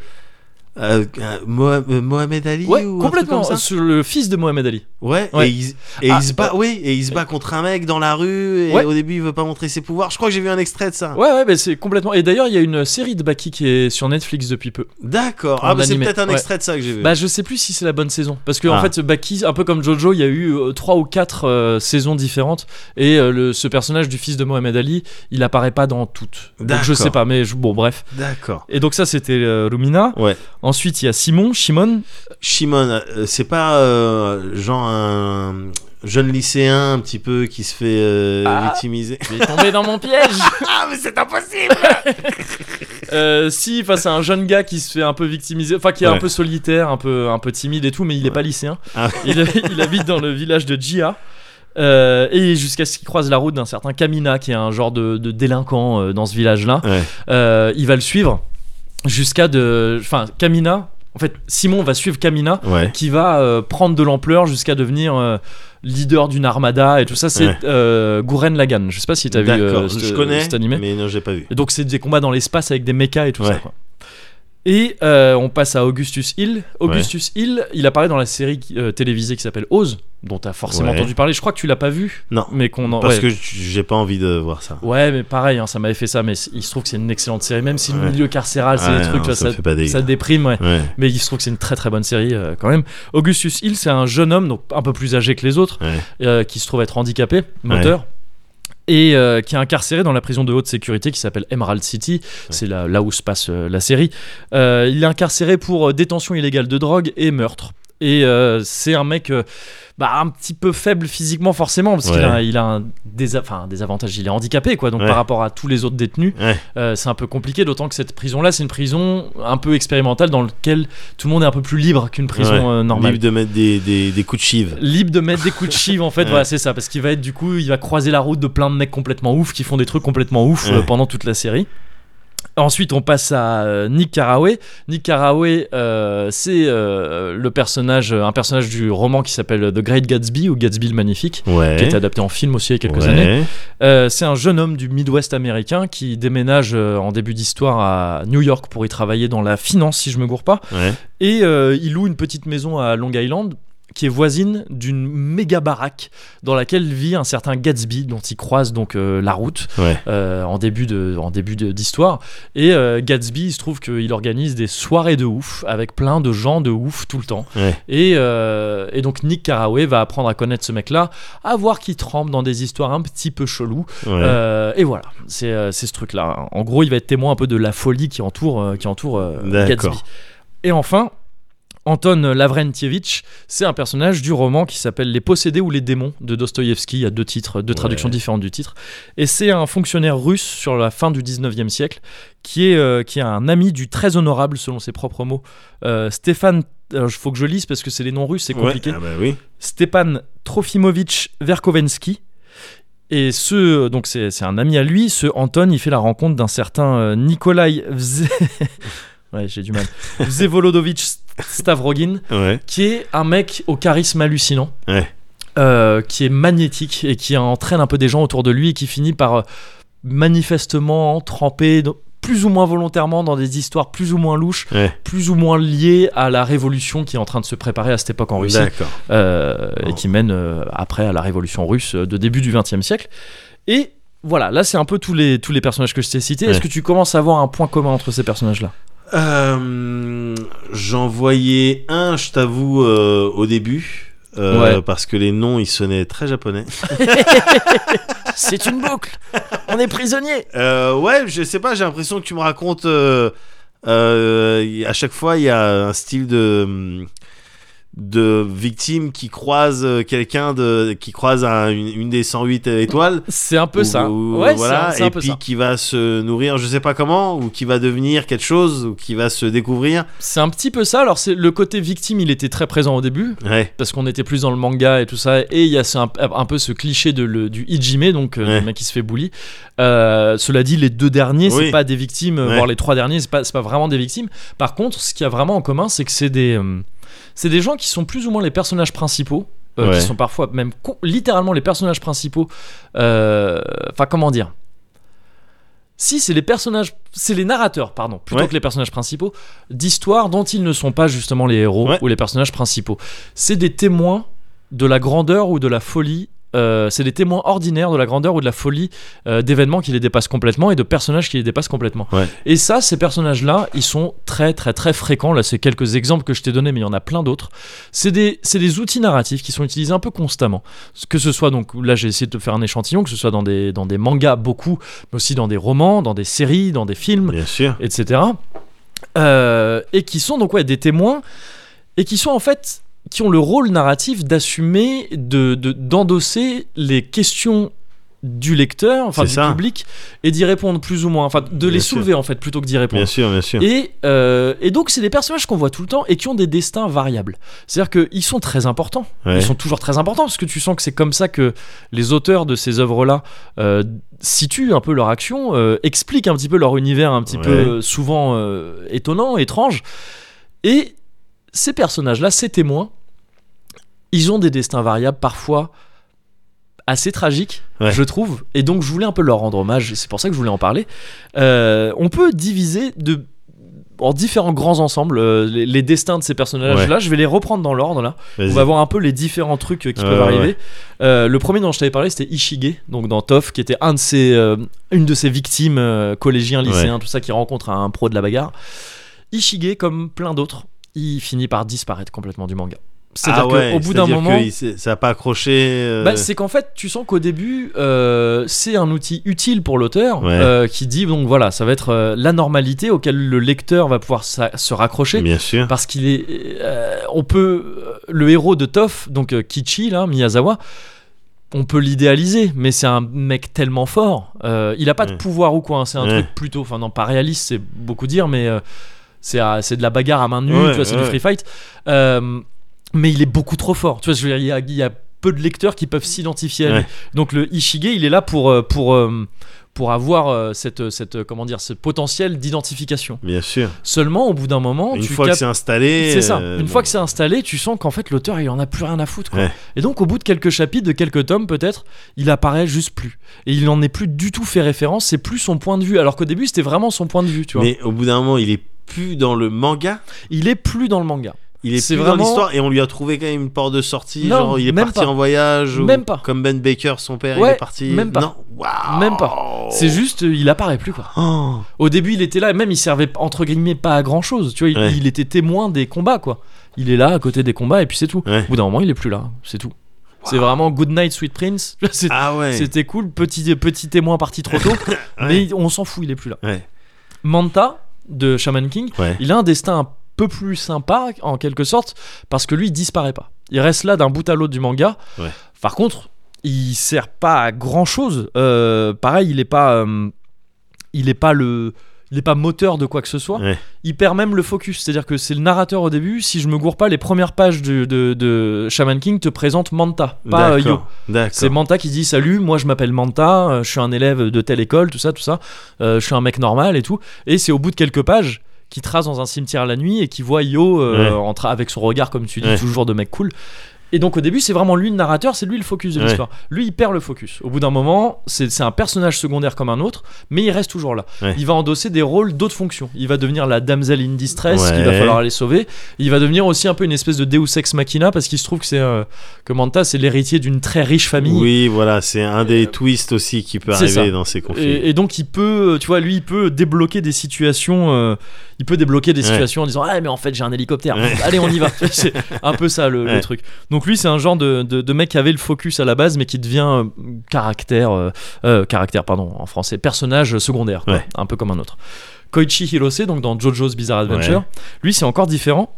euh, euh, Moha- euh, Mohamed Ali Ouais, ou un truc complètement. comme ça Sur le fils de Mohamed Ali. Ouais, Ouais. et, il, et Ah, il se bat, oui, et il se bat contre un mec dans la rue, et Ouais. au début il veut pas montrer ses pouvoirs. Je crois que j'ai vu un extrait de ça. Ouais, ouais, bah, c'est complètement. Et d'ailleurs, il y a une série de Baki qui est sur Netflix depuis peu. D'accord, En ah, bah, c'est animé. peut-être un Ouais. extrait de ça que j'ai vu. Bah je sais plus si c'est la bonne saison parce que en Ah. fait Baki un peu comme Jojo il y a eu euh, trois ou quatre euh, saisons différentes et euh, le, ce personnage du fils de Mohamed Ali il apparaît pas dans toutes donc je D'accord. sais pas mais je- bon bref D'accord. et donc ça c'était euh, Lumina Ouais. ensuite il y a Simon Shimon Shimon, euh, c'est pas euh, genre un jeune lycéen un petit peu qui se fait euh, Ah. [laughs] victimiser. il est tombé dans mon piège [laughs] Ah, mais c'est impossible! [laughs] Euh, si face à un jeune gars qui se fait un peu victimiser enfin qui est un Ouais. peu solitaire un peu un peu timide et tout mais il est pas lycéen Ah. il, il habite dans le village de Jia euh, et jusqu'à ce qu'il croise la route d'un certain Kamina qui est un genre de, de délinquant euh, dans ce village là Ouais. Euh, il va le suivre jusqu'à de enfin Kamina en fait Simon va suivre Kamina Ouais. qui va euh, prendre de l'ampleur jusqu'à devenir euh, leader d'une armada et tout ça c'est Ouais. euh, Guren Lagan je sais pas si t'as vu D'accord, euh, ce- je connais, cet animé mais non, j'ai pas vu. et donc c'est des combats dans l'espace avec des mechas et tout ça. Ouais. quoi. Et euh, on passe à Augustus Hill. Augustus Hill, il apparaît dans la série qui- euh, télévisée qui s'appelle Oz, dont t'as forcément Ouais. entendu parler. Je crois que tu l'as pas vu, Non, mais qu'on en. parce ouais. que j'ai pas envie de voir ça. Ouais, mais pareil, hein, ça m'avait fait ça. Mais c- il se trouve que c'est une excellente série, même si le Ouais. milieu carcéral, Ah, c'est Ouais, des trucs, non, tu vois, ça me ça, fait pas dégueu. ça déprime. ouais. Ouais. Mais il se trouve que c'est une très très bonne série euh, quand même. Augustus Hill, c'est un jeune homme, donc un peu plus âgé que les autres, Ouais. euh, qui se trouve être handicapé, moteur. Et euh, qui est incarcéré dans la prison de haute sécurité qui s'appelle Emerald City, c'est là, là où se passe euh, la série. Euh, il est incarcéré pour euh, détention illégale de drogue et meurtre. Et euh, c'est un mec euh, bah, un petit peu faible physiquement forcément parce qu'il Ouais. a, il a un désa- enfin, un désavantage, il est handicapé quoi. Donc Ouais. par rapport à tous les autres détenus, Ouais. euh, c'est un peu compliqué. D'autant que cette prison là, c'est une prison un peu expérimentale dans laquelle tout le monde est un peu plus libre qu'une prison Ouais. euh, normale. Libre de mettre des, des, des coups de chive. Libre de mettre des coups de chive en fait, [laughs] Ouais. voilà c'est ça, parce qu'il va être du coup, il va croiser la route de plein de mecs complètement ouf qui font des trucs complètement ouf euh, Ouais. pendant toute la série. Ensuite, on passe à euh, Nick Carraway. Nick Carraway, euh, c'est euh, le personnage, un personnage du roman qui s'appelle The Great Gatsby ou Gatsby le Magnifique, Ouais. qui est adapté en film aussi il y a quelques Ouais. années. Euh, c'est un jeune homme du Midwest américain qui déménage euh, en début d'histoire à New York pour y travailler dans la finance, si je me gourre pas. Ouais. Et euh, il loue une petite maison à Long Island qui est voisine d'une méga baraque dans laquelle vit un certain Gatsby dont il croise donc euh, la route Ouais. euh, en début de en début de- d'histoire et euh, Gatsby il se trouve qu'il organise des soirées de ouf avec plein de gens de ouf tout le temps Ouais. et, euh, et donc Nick Carraway va apprendre à connaître ce mec là à voir qu'il trempe dans des histoires un petit peu cheloues Ouais. euh, et voilà, c'est euh, c'est ce truc-là. En gros, il va être témoin un peu de la folie qui entoure, euh, qui entoure euh, D'accord. Gatsby. Et enfin, Anton Lavrentievitch, c'est un personnage du roman qui s'appelle Les possédés ou les démons de Dostoïevski. Il y a deux titres, deux traductions différentes du titre. Et c'est un fonctionnaire russe sur la fin du 19e siècle qui est, euh, qui est un ami du très honorable, selon ses propres mots, euh, Stéphane. Il faut que je lise parce que c'est les noms russes, c'est Ouais. compliqué. Ah bah oui. Stepan Trofimovitch Verkovensky. Et ce, donc c'est c'est un ami à lui, ce Anton, il fait la rencontre d'un certain euh, Nikolai Vze- [laughs] ouais, j'ai [laughs] du mal. Vsevolodovitch Stavrogin, Ouais. qui est un mec au charisme hallucinant. Ouais. euh, qui est magnétique et qui entraîne un peu des gens autour de lui et qui finit par euh, manifestement tremper dans- plus ou moins volontairement dans des histoires plus ou moins louches, Ouais. plus ou moins liées à la révolution qui est en train de se préparer à cette époque en Russie D'accord. euh, Oh. et qui mène euh, après à la révolution russe euh, de début du XXe siècle. Et voilà, là c'est un peu tous les, tous les personnages que je t'ai cités. Est-ce Ouais. que tu commences à voir un point commun entre ces personnages-là Euh, J'en voyais un, je t'avoue, euh, au début. euh, Ouais. Parce que les noms ils sonnaient très japonais. C'est une boucle On est prisonnier Euh, ouais, je sais pas, j'ai l'impression que tu me racontes. euh, euh, y- à chaque fois, il y a un style de. hum, de victimes qui croisent euh, quelqu'un de qui croise un- une, une des 108 étoiles C'est un peu ou- ça. ou- ouais, c'est un, voilà, c'est un et peu puis ça. qui va se nourrir je sais pas comment ou qui va devenir quelque chose ou qui va se découvrir C'est un petit peu ça. Alors, c'est le côté victime, il était très présent au début. ouais parce qu'on était plus dans le manga et tout ça et il y a ce- un, un peu ce cliché de, le- du Ijime donc euh, le Ouais. mec qui se fait bully Euh, cela dit les deux derniers Oui. c'est pas des victimes euh, Ouais. voire les trois derniers c'est pas, c'est pas vraiment des victimes par contre ce qu'il y a vraiment en commun c'est que c'est des euh, c'est des gens qui sont plus ou moins les personnages principaux euh, Ouais. qui sont parfois même co- littéralement les personnages principaux euh, enfin comment dire si, c'est les personnages, c'est les narrateurs, pardon, plutôt Ouais. que les personnages principaux, d'histoires dont ils ne sont pas justement les héros Ouais. ou les personnages principaux. C'est des témoins de la grandeur ou de la folie. euh, c'est des témoins ordinaires de la grandeur ou de la folie euh, d'événements qui les dépassent complètement et de personnages qui les dépassent complètement. Ouais. Et ça, ces personnages-là, ils sont très très très fréquents. Là, c'est quelques exemples que je t'ai donnés, mais il y en a plein d'autres. C'est des, c'est des outils narratifs qui sont utilisés un peu constamment. Que ce soit donc, là j'ai essayé de te faire un échantillon, que ce soit dans des, dans des mangas beaucoup, mais aussi dans des romans, dans des séries, dans des films, bien sûr etc. Euh, et qui sont donc ouais, des témoins, et qui sont en fait, qui ont le rôle narratif d'assumer, de, de- d'endosser les questions du lecteur, enfin C'est du ça. public, et d'y répondre plus ou moins, enfin de les Bien sûr. soulever en fait plutôt que d'y bien répondre. sûr bien sûr Et, euh, et donc c'est des personnages qu'on voit tout le temps et qui ont des destins variables. C'est-à-dire qu'ils sont très importants. Ouais. Ils sont toujours très importants parce que tu sens que c'est comme ça que les auteurs de ces œuvres-là euh, situent un peu leur action, euh, expliquent un petit peu leur univers un petit Ouais. peu euh, souvent euh, étonnant, étrange. Et ces personnages-là, ces témoins, ils ont des destins variables parfois assez tragiques, Ouais. je trouve. Et donc je voulais un peu leur rendre hommage. et C'est pour ça que je voulais en parler. Euh, on peut diviser de en différents grands ensembles euh, les, les destins de ces personnages-là. Je vais les reprendre dans l'ordre là. Vas-y. On va voir un peu les différents trucs qui Ouais, peuvent ouais, arriver. ouais. Euh, le premier dont je t'avais parlé, c'était Ishige, donc dans Toff, qui était un de ses, euh, une de ses victimes, euh, collégiens, lycéens, tout ça, qui rencontre un pro de la bagarre. Ishige, comme plein d'autres, il finit par disparaître complètement du manga. C'est-à-dire Ah ouais, qu'au bout d'un c'est-à-dire moment, que il s'est- ça a pas accroché euh, bah, c'est qu'en fait, tu sens qu'au début, euh, c'est un outil utile pour l'auteur Ouais. euh, qui dit donc voilà, ça va être euh, la normalité auquel le lecteur va pouvoir sa- se raccrocher bien sûr parce qu'il est euh, on peut euh, le héros de Toff donc euh, Kichi là Miyazawa on peut l'idéaliser mais c'est un mec tellement fort Euh, il a pas de Ouais. pouvoir ou quoi hein, c'est un Ouais. truc plutôt enfin non pas réaliste c'est beaucoup dire mais euh, c'est à- c'est de la bagarre à main nue Ouais, tu vois c'est du ouais. free fight Euh, mais il est beaucoup trop fort tu vois je veux dire, il y a, il y a peu de lecteurs qui peuvent s'identifier à lui Ouais. donc le Ishige il est là pour euh, pour euh, pour avoir euh, cette, cette euh, comment dire ce potentiel d'identification bien sûr seulement au bout d'un moment une tu fois que captes- c'est installé c'est ça. euh, Une bon. fois que c'est installé, tu sens qu'en fait l'auteur il en a plus rien à foutre. quoi. Ouais. Et donc au bout de quelques chapitres, de quelques tomes peut-être, il apparaît juste plus. Et il n'en est plus du tout fait référence. C'est plus son point de vue. Alors qu'au début c'était vraiment son point de vue. Tu vois. mais au bout d'un moment il est plus dans le manga Il est plus dans le manga. Il est, C'est plus vraiment- dans l'histoire et on lui a trouvé quand même une porte de sortie. Non, genre il est même parti pas. en voyage. ou Même pas. Comme Ben Baker, son père, Ouais, il est parti. même pas. Non, waouh. Même pas. C'est juste, euh, il apparaît plus quoi. Oh. Au début il était là, et même il servait entre guillemets pas à grand chose. Tu vois, il, Ouais. il était témoin des combats quoi. Il est là à côté des combats et puis c'est tout. Ouais. Au bout d'un moment il est plus là, c'est tout. C'est vraiment Good Night Sweet Prince. [laughs] C'est- Ah ouais. C'était cool, petit, petit témoin parti [laughs] trop tôt, mais il- on s'en fout, il est plus là. Ouais. Manta de Shaman King, Ouais. il a un destin un peu plus sympa en quelque sorte parce que lui il disparaît pas. Il reste là d'un bout à l'autre du manga. Ouais. Par contre, il sert pas à grand chose. pareil, il est pas, euh, il est pas le, il est pas moteur de quoi que ce soit. Ouais. Il perd même le focus, c'est-à-dire que c'est le narrateur au début. Si je me gourre pas, les premières pages de, de, de Shaman King te présentent Manta, pas euh, Yo. D'accord. D'accord. C'est Manta qui dit salut, moi je m'appelle Manta, euh, je suis un élève de telle école, tout ça, tout ça, euh, je suis un mec normal et tout. Et c'est au bout de quelques pages qu'il trace dans un cimetière la nuit et qui voit Yo euh, Ouais. en tra- avec son regard, comme tu dis, Ouais. toujours de mec cool. Et donc au début, c'est vraiment lui le narrateur, c'est lui le focus de Ouais. l'histoire. Lui, il perd le focus. Au bout d'un moment, c'est c'est un personnage secondaire comme un autre, mais il reste toujours là. Ouais. Il va endosser des rôles d'autres fonctions. Il va devenir la damsel in distress qu'il va Ouais. falloir aller sauver. Il va devenir aussi un peu une espèce de Deus ex machina parce qu'il se trouve que c'est euh, que Manta, c'est l'héritier d'une très riche famille. Oui, voilà, c'est un des twists aussi qui peut Euh, c'est arriver ça. dans ces conflits. Et, et donc il peut, euh, tu vois, lui, il peut débloquer des situations. euh, il peut débloquer des Ouais. situations en disant ah mais en fait j'ai un hélicoptère. Ouais. Allez on y [laughs] va. c'est un peu ça le, le Ouais. truc. Donc lui c'est un genre de, de, de mec qui avait le focus à la base mais qui devient euh, caractère, euh, euh, caractère pardon en français, personnage secondaire, quoi. Ouais. un peu comme un autre. Koichi Hirose donc dans JoJo's Bizarre Adventure, Ouais. lui c'est encore différent.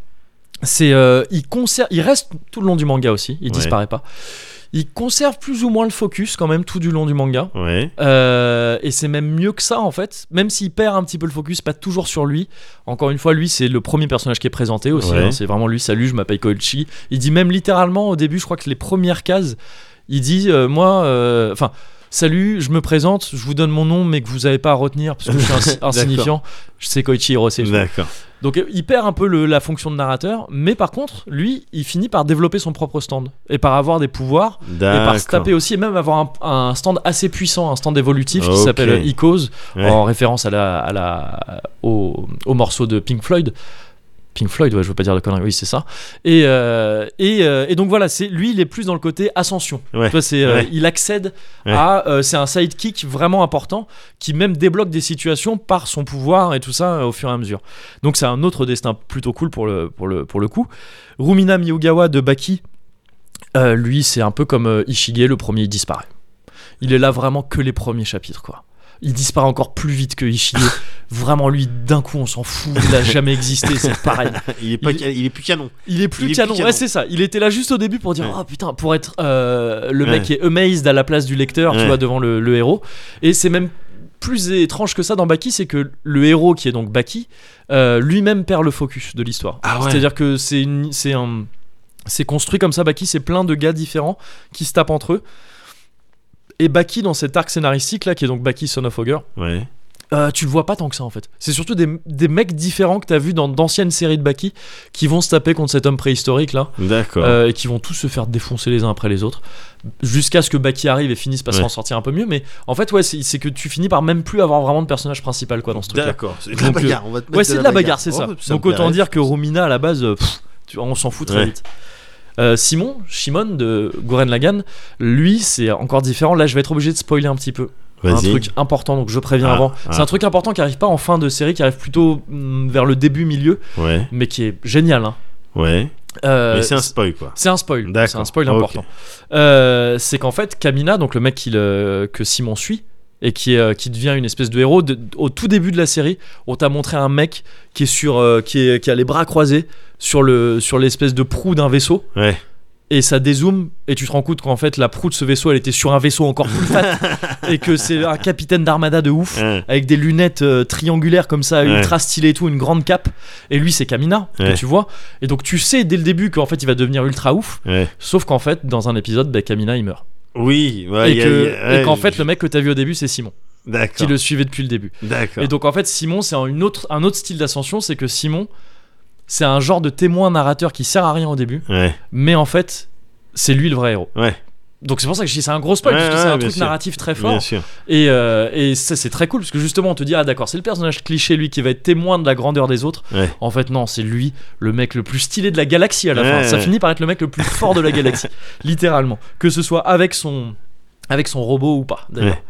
C'est, euh, il conserve, il reste tout le long du manga aussi. Il Ouais. disparaît pas. Il conserve plus ou moins le focus quand même tout du long du manga. Ouais. Euh, et c'est même mieux que ça en fait, même s'il perd un petit peu le focus, pas toujours sur lui. Encore une fois, lui c'est le premier personnage qui est présenté aussi. Ouais. hein. c'est vraiment lui, salut, je m'appelle Koichi. Il dit même littéralement au début, je crois que les premières cases, il dit euh, moi, euh, enfin. Salut, je me présente, je vous donne mon nom, mais que vous n'avez pas à retenir parce que [laughs] je suis ins- D'accord. insignifiant. Je sais Koichi Hirose. D'accord. Donc euh, il perd un peu le- la fonction de narrateur, mais par contre, lui, il finit par développer son propre stand et par avoir des pouvoirs et par se D'accord. taper aussi et même avoir un, un stand assez puissant un stand évolutif Ok. qui s'appelle Icos Ouais. en référence à la, à la au, au morceau de Pink Floyd Pink Floyd ouais je veux pas dire de conneries oui c'est ça et euh, et, euh, et donc voilà c'est lui il est plus dans le côté ascension Ouais. Tu vois, c'est euh, Ouais. il accède Ouais. à euh, c'est un sidekick vraiment important qui même débloque des situations par son pouvoir et tout ça euh, au fur et à mesure donc c'est un autre destin plutôt cool pour le pour le pour le coup Rumina Miyugawa de Baki euh, lui, c'est un peu comme euh, Ishige, le premier, il disparaît. Il est là vraiment que les premiers chapitres, quoi. Il disparaît encore plus vite que Ishige. vraiment, lui, d'un coup, on s'en fout. Il a jamais existé, c'est pareil. Il est pas, Il- ca- il est plus canon. Il est plus Il est plus canon. canon. Ouais, c'est ça. Il était là juste au début pour dire Ouais. Oh putain, pour être euh, le mec Ouais. qui est amazed à la place du lecteur, Ouais. tu vois, devant le, le héros. Et c'est même plus étrange que ça dans Baki, c'est que le héros qui est donc Baki, euh, lui-même perd le focus de l'histoire. Ah ouais. C'est-à-dire que c'est une- c'est un. C'est construit comme ça, Baki, c'est plein de gars différents qui se tapent entre eux. Et Baki, dans cet arc scénaristique là, qui est donc Baki Son of Ogre, Ouais. euh, tu le vois pas tant que ça en fait. C'est surtout des, des mecs différents que t'as vu dans d'anciennes séries de Baki qui vont se taper contre cet homme préhistorique là D'accord. euh, et qui vont tous se faire défoncer les uns après les autres jusqu'à ce que Baki arrive et finisse par Ouais. s'en sortir un peu mieux. Mais en fait, ouais, c'est c'est que tu finis par même plus avoir vraiment de personnage principal quoi dans ce truc là. D'accord. C'est de la Donc, euh, bagarre. On va te mettre Ouais, c'est de la bagarre, c'est Oh, ça. me Donc autant plairait. dire que Romina à la base, euh, pff, tu- on s'en fout très Ouais. vite. Euh, Simon, Shimon de Goren Lagan, lui c'est encore différent. Là je vais être obligé de spoiler un petit peu un Vas-y. truc important donc je préviens Ah, avant c'est ah. un truc important qui arrive pas en fin de série qui arrive plutôt mm, vers le début milieu Ouais. mais qui est génial hein. Ouais. Euh, Mais c'est un spoil quoi. c'est un spoil D'accord. c'est un spoil Ok. important Euh, c'est qu'en fait Kamina donc le mec qui le- que Simon suit et qui, est, euh, qui devient une espèce de héros de- au tout début de la série on t'a montré un mec qui est sur euh, qui, est- qui a les bras croisés sur le sur l'espèce de proue d'un vaisseau Ouais. et ça dézoome et tu te rends compte qu'en fait la proue de ce vaisseau elle était sur un vaisseau encore plus [laughs] fat et que c'est un capitaine d'armada de ouf Hein. avec des lunettes euh, triangulaires comme ça, Ouais. ultra stylées et tout, une grande cape. Et lui, c'est Kamina, Ouais. que tu vois. Et donc, tu sais dès le début qu'en fait, il va devenir ultra ouf. Ouais. Sauf qu'en fait, dans un épisode, bah, Kamina, il meurt. Oui. ouais, et y a- que- y a- et qu'en ouais, fait, le mec que t'as vu au début, c'est Simon, qui D'accord. le suivait depuis le début. D'accord. Et donc, en fait, Simon, c'est un une autre, un autre style d'ascension, c'est que Simon, c'est un genre de témoin narrateur qui sert à rien au début, Ouais. mais en fait, c'est lui le vrai héros. Ouais. Donc, c'est pour ça que je dis c'est un gros spoil, Ouais, parce que ouais, c'est un bien truc sûr. narratif très fort. Bien sûr. Et, euh, et ça, c'est très cool parce que justement, on te dit, ah d'accord, c'est le personnage cliché, lui, qui va être témoin de la grandeur des autres. Ouais. En fait, non, c'est lui, le mec le plus stylé de la galaxie à la Ouais, fin. Ça ouais. finit par être le mec le plus fort de [laughs] la galaxie, littéralement. Que ce soit avec son, avec son robot ou pas, d'ailleurs. Ouais.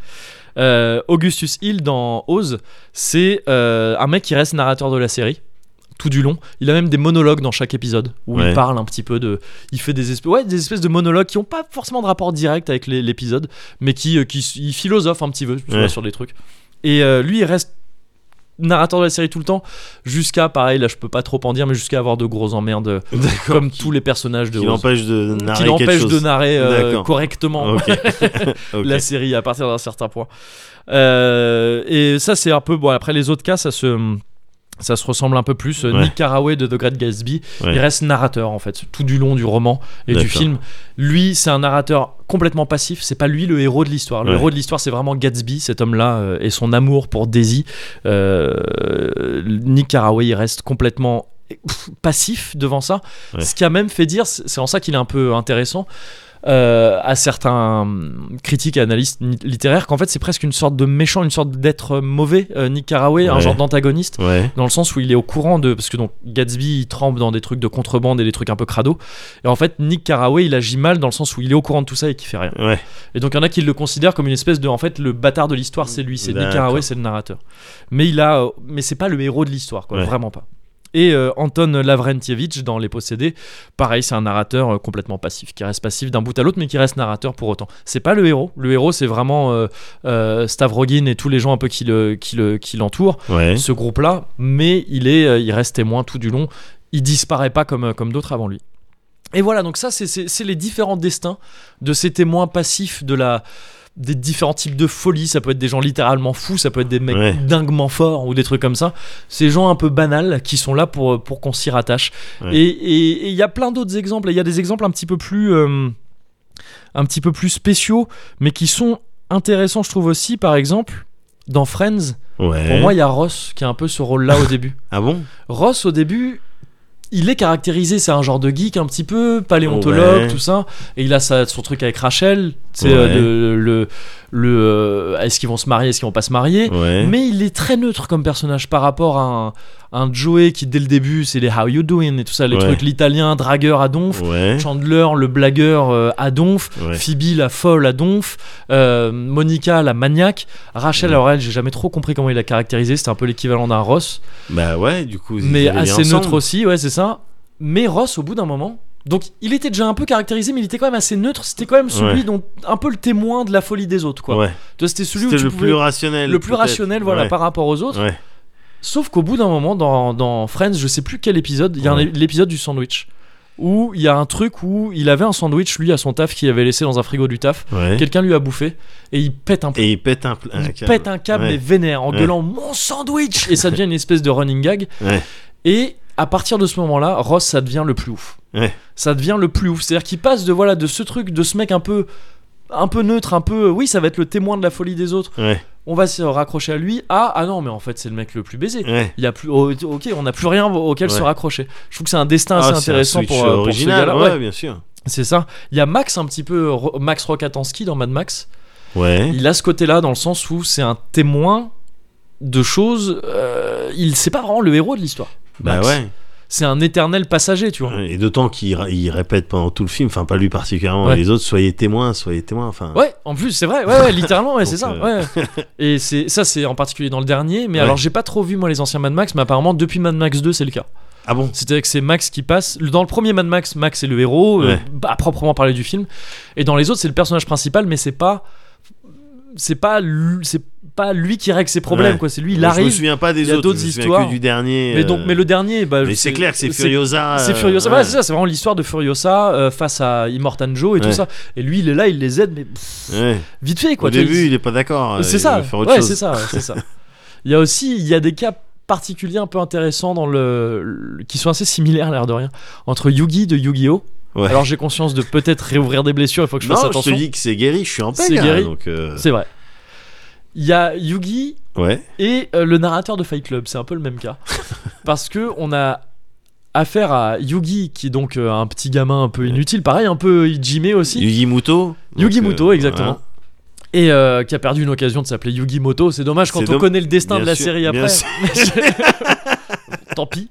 Euh, Augustus Hill dans Oz, c'est euh, un mec qui reste narrateur de la série tout du long. Il a même des monologues dans chaque épisode où Ouais. il parle un petit peu de. Il fait des espèces, ouais, des espèces de monologues qui n'ont pas forcément de rapport direct avec les- l'épisode, mais qui, euh, qui s- il philosophe un petit peu tu vois, Ouais. sur des trucs. Et euh, lui, il reste narrateur de la série tout le temps jusqu'à pareil là je peux pas trop en dire mais jusqu'à avoir de gros emmerdes euh, [laughs] D'accord. comme tous les personnages de Qui Oz l'empêche de narrer qui quelque l'empêche de chose. narrer euh, D'accord. correctement Ok. [laughs] Ok. la série à partir d'un certain point. Euh, et ça, c'est un peu bon. Après les autres cas, ça se ça se ressemble un peu plus. Euh, Ouais. Nick Carraway de The Great Gatsby, Ouais. il reste narrateur en fait tout du long du roman et du D'accord. film. Lui, c'est un narrateur complètement passif. C'est pas lui le héros de l'histoire. Le Ouais. héros de l'histoire, c'est vraiment Gatsby, cet homme-là euh, et son amour pour Daisy. Euh, Nick Carraway, il reste complètement pff, passif devant ça. Ouais. Ce qui a même fait dire, c'est c'est en ça qu'il est un peu intéressant euh, à certains hum, critiques et analystes ni- littéraires, qu'en fait c'est presque une sorte de méchant, une sorte d'être mauvais, euh, Nick Carraway, un Ouais. genre d'antagoniste, Ouais. dans le sens où il est au courant de... Parce que donc Gatsby, il trempe dans des trucs de contrebande et des trucs un peu crado. Et en fait, Nick Carraway, il agit mal dans le sens où il est au courant de tout ça et qu'il fait rien. Ouais. Et donc il y en a qui le considèrent comme une espèce de en fait le bâtard de l'histoire c'est lui, c'est Nick D'accord. Carraway, c'est le narrateur. Mais il a euh, mais c'est pas le héros de l'histoire quoi, Ouais. vraiment pas. Et euh, Anton Lavrentievich dans Les Possédés, pareil, c'est un narrateur euh, complètement passif, qui reste passif d'un bout à l'autre, mais qui reste narrateur pour autant. C'est pas le héros. Le héros, c'est vraiment euh, euh, Stavrogin et tous les gens un peu qui le- qui le- qui l'entourent Ouais. ce groupe là mais il est euh, il reste témoin tout du long il disparaît pas comme, comme d'autres avant lui. Et voilà, donc ça, c'est- c'est c'est les différents destins de ces témoins passifs de la des différents types de folie, ça peut être des gens littéralement fous, ça peut être des mecs Ouais. dinguement forts ou des trucs comme ça. Ces gens un peu banals qui sont là pour, euh, pour qu'on s'y rattache. Ouais. Et- Et et il y a plein d'autres exemples, et il y a des exemples un petit peu plus euh, un petit peu plus spéciaux, mais qui sont intéressants, je trouve aussi, par exemple, dans Friends, [laughs] Ouais. pour moi, il y a Ross qui a un peu ce rôle-là au [laughs] début. Ah bon Ross au début il est caractérisé, c'est un genre de geek un petit peu, paléontologue, Ouais. tout ça, et il a sa- son truc avec Rachel, c'est Ouais. le, le, le, euh, est-ce qu'ils vont se marier, est-ce qu'ils vont pas se marier, Ouais. mais il est très neutre comme personnage par rapport à un, un Joey qui dès le début c'est les How you doing et tout ça, les Ouais. trucs l'italien dragueur à donf, Ouais. Chandler le blagueur euh, à donf, Hein Ouais. Phoebe la folle à donf, euh, Monica la maniaque, Rachel Ouais. alors elle j'ai jamais trop compris comment il l'a caractérisé, c'était un peu l'équivalent d'un Ross Bah ouais, du coup. ils mais allaient bien assez neutre ensemble. aussi, ouais, c'est ça. Mais Ross, au bout d'un moment, donc il était déjà un peu caractérisé, mais il était quand même assez neutre. C'était quand même celui Ouais. dont un peu le témoin de la folie des autres, quoi. Ouais. Tu vois, C'était celui où C'était tu le pouvais- plus rationnel. le plus peut-être. rationnel, voilà, Ouais. par rapport aux autres. Ouais. Sauf qu'au bout d'un moment, dans, dans Friends, je sais plus quel épisode, il y a un Ouais. é- l'épisode du sandwich où il y a un truc où il avait un sandwich lui à son taf qu'il avait laissé dans un frigo du taf. Ouais. Quelqu'un lui a bouffé et il pète un Et il pète un. pl- un il câble. pète un câble Ouais. mais vénère en Ouais. gueulant mon sandwich et ça devient une espèce de running gag Ouais. et à partir de ce moment là Ross ça devient le plus ouf Ouais. ça devient le plus ouf c'est à dire qu'il passe de voilà de ce truc de ce mec un peu un peu neutre un peu oui ça va être le témoin de la folie des autres Ouais. on va se raccrocher à lui à ah non mais en fait c'est le mec le plus baisé Ouais. il y a plus oh, ok on n'a plus rien auquel Ouais. se raccrocher je trouve que c'est un destin Ah, assez c'est un intéressant switch pour, euh, pour ce original. gars-là. ouais, Ouais, bien sûr. c'est ça il y a Max un petit peu Ro- Max Rokatansky dans Mad Max Ouais. il a ce côté-là dans le sens où c'est un témoin de choses. euh, il c'est pas vraiment le héros de l'histoire. Bah Max. ouais. C'est un éternel passager, tu vois. Ouais. Et d'autant qu'il ra- il répète pendant tout le film, enfin pas lui particulièrement, Ouais. les autres, soyez témoins, soyez témoins. Enfin, en plus, c'est vrai, ouais, ouais, littéralement, ouais, c'est ça. Donc, euh, ouais. Et c'est ça, c'est en particulier dans le dernier. Mais Ouais. alors, j'ai pas trop vu moi les anciens Mad Max, mais apparemment depuis Mad Max 2, c'est le cas. Ah bon C'est-à-dire que c'est Max qui passe. Dans le premier Mad Max, Max est le héros, euh, Ouais. à proprement parler du film. Et dans les autres, c'est le personnage principal, mais c'est pas, c'est pas, lui- c'est pas lui qui règle ses problèmes, Ouais. quoi. C'est lui, il Bon, Je me arrive. souviens pas des il y a autres, d'autres je me souviens histoires. que du dernier. Mais donc, euh, mais le dernier, bah, mais c'est clair que c'est Furiosa. C'est euh, Furiosa, ouais. voilà, c'est ça, c'est vraiment l'histoire de Furiosa euh, face à Immortan Joe et tout Ouais. ça. Et lui, il est là, il les aide, mais pff, Ouais. vite fait quoi. Au tu vois, début, il- il est pas d'accord. euh, c'est Ah, il ça, veut faire autre ouais, chose. c'est ça, c'est [laughs] ça. Il y a aussi, il y a des cas particuliers un peu intéressants dans le, le- qui sont assez similaires l'air de rien entre Yugi de Yu-Gi-Oh. Ouais. Alors j'ai conscience de peut-être réouvrir des blessures, il faut que je fasse non, je te attention. dis que c'est guéri, je suis en paix. C'est gars, guéri. Donc, euh, C'est vrai. Il y a Yugi ouais. et euh, le narrateur de Fight Club, c'est un peu le même [laughs] cas. Parce que on a affaire à Yugi, qui est donc euh, un petit gamin un peu inutile, pareil, un peu Jimé aussi, Yugi Muto. Yugi donc, euh, Muto, exactement. voilà. Et euh, qui a perdu une occasion de s'appeler Yugi Moto. C'est dommage quand C'est on domm- connaît le destin Bien de la sûr, série bien après. sûr. [laughs] Tant pis.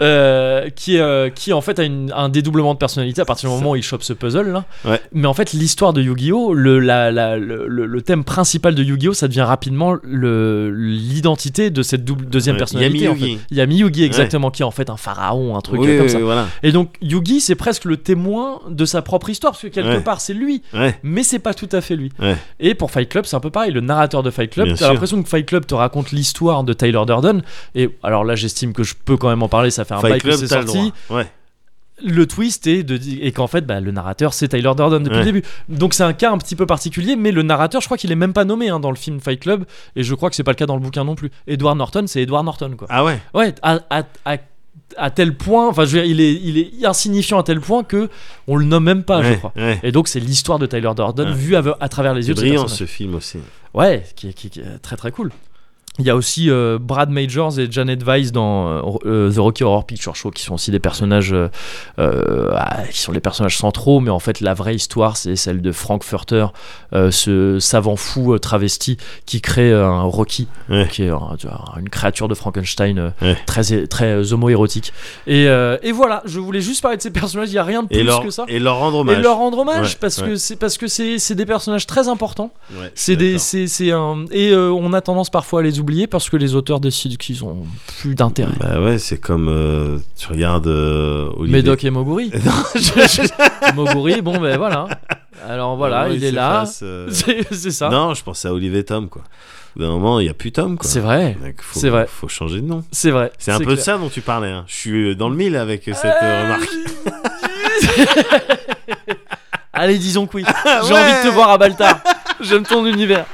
Euh, qui, euh, qui en fait a une- un dédoublement de personnalité à partir du moment où il chope ce puzzle là. Ouais. Mais en fait, l'histoire de Yu-Gi-Oh, le, la- la- le, le- le thème principal de Yu-Gi-Oh, ça devient rapidement le- l'identité de cette double, deuxième Ouais, personnalité. Yami en fait. Yugi. Yami Yugi, exactement, qui est en fait un pharaon, un truc Oui, euh, comme oui, ça. voilà. Et donc Yugi, c'est presque le témoin de sa propre histoire, parce que quelque Ouais. part, c'est lui Ouais. mais c'est pas tout à fait lui. Ouais. Et pour Fight Club, c'est un peu pareil. Le narrateur de Fight Club, Bien t'as sûr. l'impression que Fight Club te raconte l'histoire de Tyler Durden. Et alors là, j'estime que je peux quand même en parler. Ça fait un bail Fight que Club, c'est t'as le sorti. droit. Ouais. Le twist est de di- et qu'en fait, bah, le narrateur c'est Tyler Durden depuis Ouais. le début. Donc c'est un cas un petit peu particulier. Mais le narrateur, je crois qu'il est même pas nommé hein, dans le film Fight Club. Et je crois que c'est pas le cas dans le bouquin non plus. Edward Norton, c'est Edward Norton quoi. Ah ouais. Ouais, à, à- à- à tel point, enfin je veux dire, il est, il est insignifiant à tel point que on le nomme même pas, Ah, je ouais, crois. ouais. Et donc c'est l'histoire de Tyler Durden Ouais. vue à, à travers les C'est yeux de ce brillant personnage. ce film aussi. Ouais, qui, est- qui est- qui est très très cool. Il y a aussi euh, Brad Majors et Janet Weiss dans euh, euh, The Rocky Horror Picture Show qui sont aussi des personnages euh, euh, ah, qui sont les personnages centraux, mais en fait la vraie histoire c'est celle de Frank Furter, euh, ce savant fou euh, travesti qui crée euh, un Rocky, Ouais. qui est un- tu vois, une créature de Frankenstein euh, Ouais. très très euh, homo-érotique. Et, euh, et voilà, je voulais juste parler de ces personnages, il y a rien de Et plus leur, que ça et leur rendre hommage. et leur rendre hommage Ouais, parce ouais. que c'est parce que c'est c'est des personnages très importants Ouais, je suis c'est des d'accord. c'est c'est un et euh, on a tendance parfois à les oublier parce que les auteurs décident qu'ils ont plus d'intérêt Bah ouais, c'est comme euh, tu [laughs] regardes euh, [laughs] Olivier. Médoc et Moguri Moguri bon ben voilà Alors voilà, Vraiment, il, est là. s'efface, euh, [laughs] C'est c'est ça. Non, je pensais à Olivier Tom, quoi. Au bout D'un moment, il n'y a plus Tom, quoi. C'est vrai. Donc, faut- c'est vrai. Faut changer de nom. C'est vrai. C'est un peu de clair. ça dont tu parlais. hein. Je suis dans le mille avec cette euh, remarque. Allez, disons [laughs] que oui. J'ai envie de te voir à Baltar. J'aime ton univers.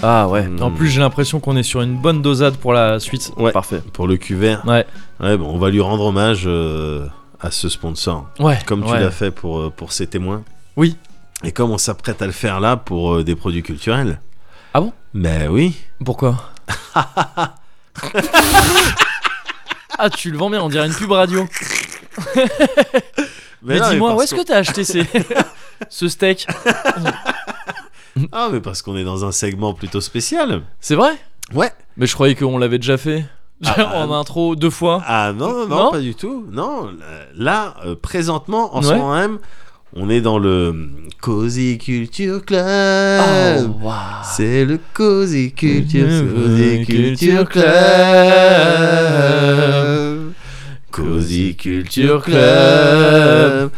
Ah ouais. En Hmm. plus, j'ai l'impression qu'on est sur une bonne dosade pour la suite. Ouais. Parfait. Pour le cuvert. Ouais. Ouais, bon, on va lui rendre hommage euh, à ce sponsor. Ouais. Comme tu ouais. l'as fait pour, euh, pour ses témoins. Oui. Et comme on s'apprête à le faire là pour euh, des produits culturels. Ah bon Ben oui. Pourquoi [laughs] Ah, tu le vends bien, on dirait une pub radio. Mais, non, dis-moi, où parce est-ce que t'as acheté [laughs] ces... ce steak qu'on- Ah, mais parce qu'on est dans un segment plutôt spécial. C'est vrai Ouais. Mais je croyais qu'on l'avait déjà fait. Ah, en intro, deux fois. Ah non, non, non, Non pas du tout. Non, euh, là, euh, présentement, en Ouais. ce moment même, on est dans le Cozy Culture Oh, Club. waouh. C'est le Cozy Culture, Mmh, Cozy Cozy Culture Culture Club. Cozy Culture Club.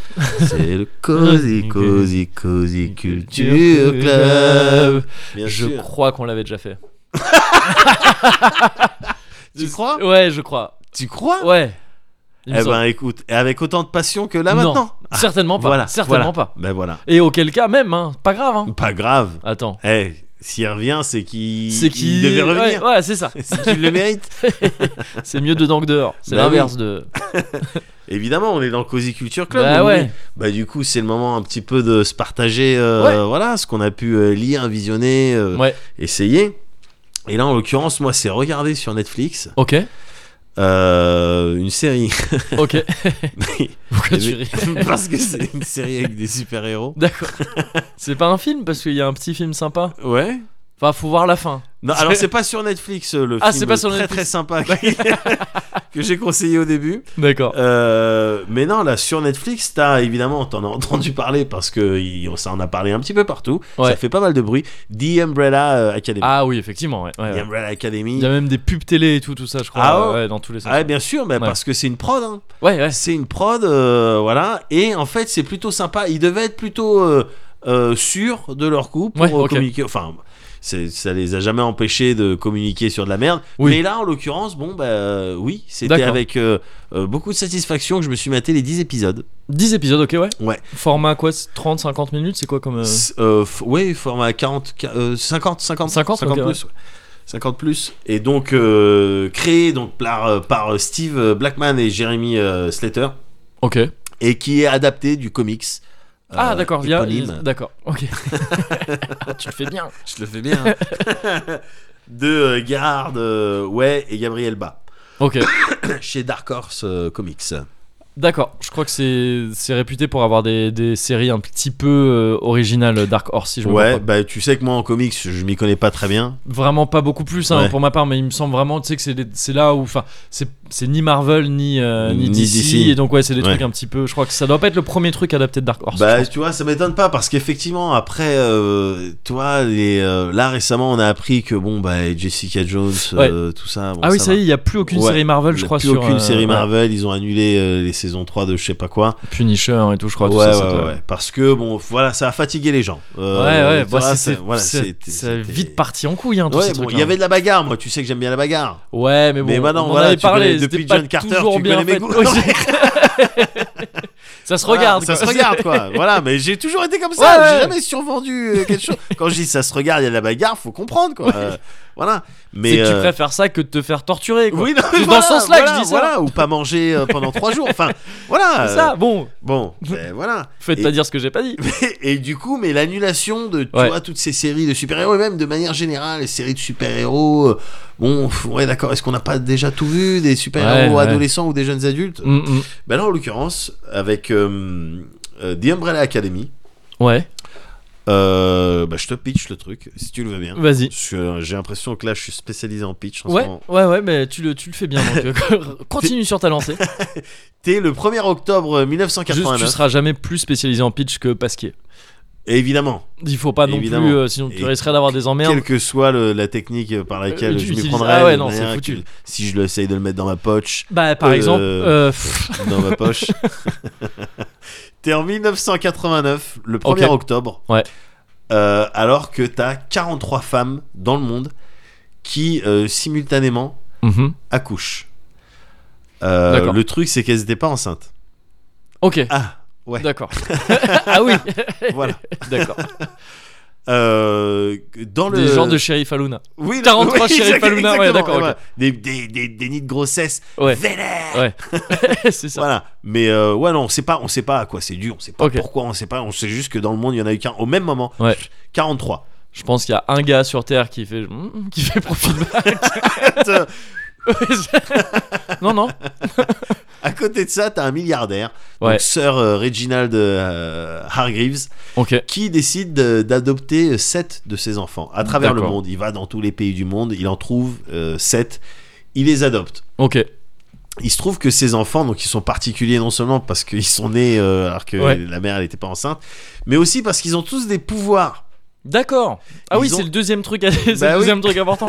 C'est [laughs] le Cozy, Cozy, Cozy Culture Club. Bien Je sûr. crois qu'on l'avait déjà fait. Tu crois Ouais, je crois. Tu crois Ouais. Il me Eh semble. ben écoute, et avec autant de passion que là Non. maintenant. certainement pas. Voilà, certainement voilà. pas. Ben voilà. Et auquel cas même, hein, pas grave. Hein. Pas grave. Attends. Eh, s'il revient, c'est qu'il C'est il qui devait Ouais, revenir. Ouais, c'est ça. [laughs] C'est qu'il le mérite. C'est mieux dedans que dehors. C'est Bah l'inverse de. Évidemment, on est dans le Cozy Culture Club. bah donc ouais. oui. Bah, du coup, c'est le moment un petit peu de se partager euh, voilà, ce qu'on a pu euh, lire, visionner, euh, Ouais. essayer. Et là, en l'occurrence, moi, c'est regarder sur Netflix Ok. euh, une série. Ok. [laughs] Pourquoi [laughs] tu ris Parce que c'est une série avec des super-héros. [laughs] D'accord. [laughs] C'est pas un film parce qu'il y a un petit film sympa. Ouais. Enfin, faut voir la fin. Non, alors c'est pas sur Netflix euh, le Ah, film c'est pas sur très Netflix. très [laughs] sympa qui- [laughs] que j'ai conseillé au début. D'accord. Euh, mais non, là sur Netflix, t'as évidemment, t'en as entendu parler parce que il- on- ça en a parlé un petit peu partout. Ouais. Ça fait pas mal de bruit. The Umbrella euh, Academy. Ah oui, effectivement. Ouais. ouais, The ouais. Umbrella Il Academy. y a même des pubs télé et tout, tout ça, je crois. Ah ouais. ouais, dans tous les sens. Ah ouais, bien sûr, mais Ouais. parce que c'est une prod. hein. Ouais, ouais. C'est une prod, euh, voilà. Et en fait, c'est plutôt sympa. Ils devaient être plutôt euh, euh, sûrs de leur coup pour Ouais, euh, ok. communiquer. Enfin, c'est- ça les a jamais empêchés de communiquer sur de la merde. Oui. Mais là, en l'occurrence, bon, bah euh, oui, c'était D'accord. avec euh, euh, beaucoup de satisfaction que je me suis maté les 10 épisodes. 10 épisodes, ok, ouais. Ouais. Format quoi 30-50 minutes C'est quoi comme. euh, S- euh, f- ouais, format 40, ca- euh, 50, 50, 50, ok, plus. ouais. 50 plus. Et donc, euh, créé donc, par, euh, par Steve Blackman et Jeremy euh, Slater, Ok. et qui est adapté du comics. Ah euh, d'accord, il y a- éponyme. D'accord, [laughs] ok. [laughs] tu le fais bien. Je le fais bien. hein. [laughs] de euh, Garde, euh, ouais, et Gabriel Ba, Ok, chez Dark Horse euh, Comics. d'accord. Je crois que c'est c'est réputé pour avoir des, des séries un petit peu euh, originales euh, Dark Horse, si je me Ouais, trompe bah tu sais que moi en comics, je m'y connais pas très bien. pas. Vraiment pas beaucoup plus hein, Ouais. pour ma part, mais il me semble vraiment, tu sais que c'est des- c'est là où, enfin, c'est c'est ni Marvel ni euh, ni, Ni DC, DC. et donc ouais, c'est des Ouais. trucs un petit peu. Je crois que ça doit pas être le premier truc adapté de Dark Horse. je Bah, pense. tu vois, ça m'étonne pas parce qu'effectivement, après, euh, toi, les, euh, là récemment, on a appris que bon, bah, Jessica Jones, euh, tout ça. bon, ah oui, ça ça va. y est, il y a plus aucune Ouais. série Marvel, Il y je a crois. plus sur, aucune euh, série ouais. Marvel, ils ont annulé euh, les saison 3 de je sais pas quoi. Punisher et tout, je crois. ouais, tout ça, ouais, ça doit- ouais, Parce que, bon, voilà, ça a fatigué les gens. Ouais, Euh, ouais, bah, voilà, c'est- ça- voilà, c'est- c'était- ça a c'était- vite parti en couille, hein, tous Ouais, ces bon, il trucs-là. y avait de la bagarre, moi, tu sais que j'aime bien la bagarre. Ouais, mais bon, Mais maintenant, on en voilà, avait tu parlé. connais- c'était depuis pas John Carter, toujours tu bien connais mes fait. goûts. Oui, [laughs] c'est- ça se regarde. Voilà, ça quoi. se [laughs] regarde quoi. voilà, mais j'ai toujours été comme ça. Ouais, ouais. J'ai jamais survendu euh, quelque chose. Quand je dis ça se regarde, il y a de la bagarre, faut comprendre quoi. Euh, voilà. Mais C'est que tu euh, préfères ça que de te faire torturer. Quoi. oui, non, mais C'est voilà, dans ce sens-là que voilà, je dis ça. voilà, ou pas manger euh, pendant trois jours. [laughs] Enfin, voilà. C'est euh, ça, bon, Bon, ben, voilà. [laughs] faites Et- pas dire ce que j'ai pas dit. Et du coup, mais l'annulation de tu Ouais. vois, toutes ces séries de super-héros, et même de manière générale, les séries de super-héros, euh, bon, pff, ouais, d'accord, est-ce qu'on n'a pas déjà tout vu des super-héros Ouais, ouais. adolescents ou des jeunes adultes Mm, mm. Ben là, en l'occurrence, avec euh, euh, The Umbrella Academy, Ouais, euh, bah, je te pitch le truc, si tu le veux bien. vas-y. Parce que, euh, J'ai l'impression que là, je suis spécialisé en pitch. En ce Ouais, moment. ouais, ouais, mais tu le, tu le fais bien. Donc, [laughs] euh, continue sur ta lancée. T'es le 1er octobre Juste, 1989. tu seras jamais plus spécialisé en pitch que Pasquier. Et évidemment, Il faut pas non Évidemment. plus, euh, sinon tu Et risquerais d'avoir des emmerdes. quelle que soit le- la technique par laquelle Euh, tu je m'y utilises- prendrais, ah ouais, de non, c'est manière foutu. que- si je l'essaye de le mettre dans [laughs] ma poche, Bah, par Euh, exemple, euh, pff, dans ma poche. [laughs] T'es en 1989, le 1er Ok. octobre. Ouais. Euh, alors que t'as 43 femmes dans le monde qui euh, simultanément mhm. accouchent. Euh, D'accord. le truc, c'est qu'elles n'étaient [laughs] pas enceintes. ok, Ah, ouais. [laughs] d'accord. ah oui, Voilà. d'accord. Euh, dans le. Des genres de shérif Aluna. Oui, 43 Sheriff exact- Aluna, ouais, exactement, d'accord, voilà. ok. Des, des, des, des nids de grossesse Ouais. vénères. Ouais. [laughs] c'est ça. Voilà, mais euh, ouais, non, on sait pas, on sait pas à quoi c'est dû, on sait pas Ok. pourquoi, on sait pas, on sait juste que dans le monde il y en a eu qu'un au même moment. Ouais. 43. Je pense qu'il y a un gars sur Terre qui fait mm, qui fait [laughs] profil [laughs] Euh, back. [laughs] non non. à côté de ça, t'as un milliardaire, Ouais. donc Sir euh, Reginald euh, Hargreaves, Ok. qui décide de- d'adopter 7 de ses enfants à travers le D'accord. monde. Il va dans tous les pays du monde, il en trouve 7, il les adopte. Ok. Il se trouve que ces enfants, donc ils sont particuliers non seulement parce qu'ils sont nés euh, alors que Ouais. la mère elle n'était pas enceinte, mais aussi parce qu'ils ont tous des pouvoirs. D'accord. Ah Ils oui, ont- c'est le deuxième truc. à- [laughs] c'est Bah le oui. deuxième truc [laughs] important.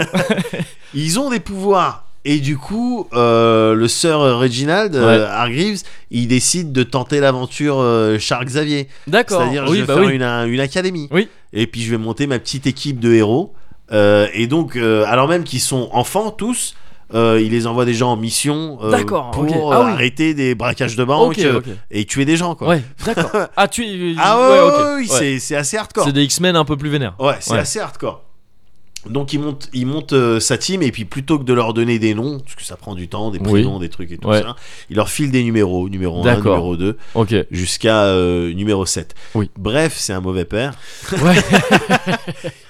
Ils ont des pouvoirs. Et du coup, euh, le sœur Reginald, euh, Hargreaves, il décide de tenter l'aventure euh, Charles Xavier. D'accord. C'est-à-dire, Oui je vais bah faire oui. une, un- une académie. Oui. Et puis, je vais monter ma petite équipe de héros. Euh, et donc, euh, alors même qu'ils sont enfants tous, euh, il les envoie déjà en mission euh, D'accord, pour ok. euh, Ah oui. arrêter des braquages de banque Ok euh, ok. et tuer des gens. Quoi. Ouais. [laughs] D'accord. Ah tu. Ah ok. ouais, ouais, ouais, Ouais. c'est- Oh. c'est assez hardcore. C'est des X-Men un peu plus vénères. Ouais, c'est Ouais. assez hardcore. Donc il monte, il monte euh, sa team et puis plutôt que de leur donner des noms, parce que ça prend du temps, des Oui. prénoms, des trucs et tout Ouais. ça, il leur file des numéros, numéro 1, D'accord. numéro 2, [laughs] Ok. jusqu'à euh, numéro 7. Oui. Bref, c'est un mauvais père. Ouais.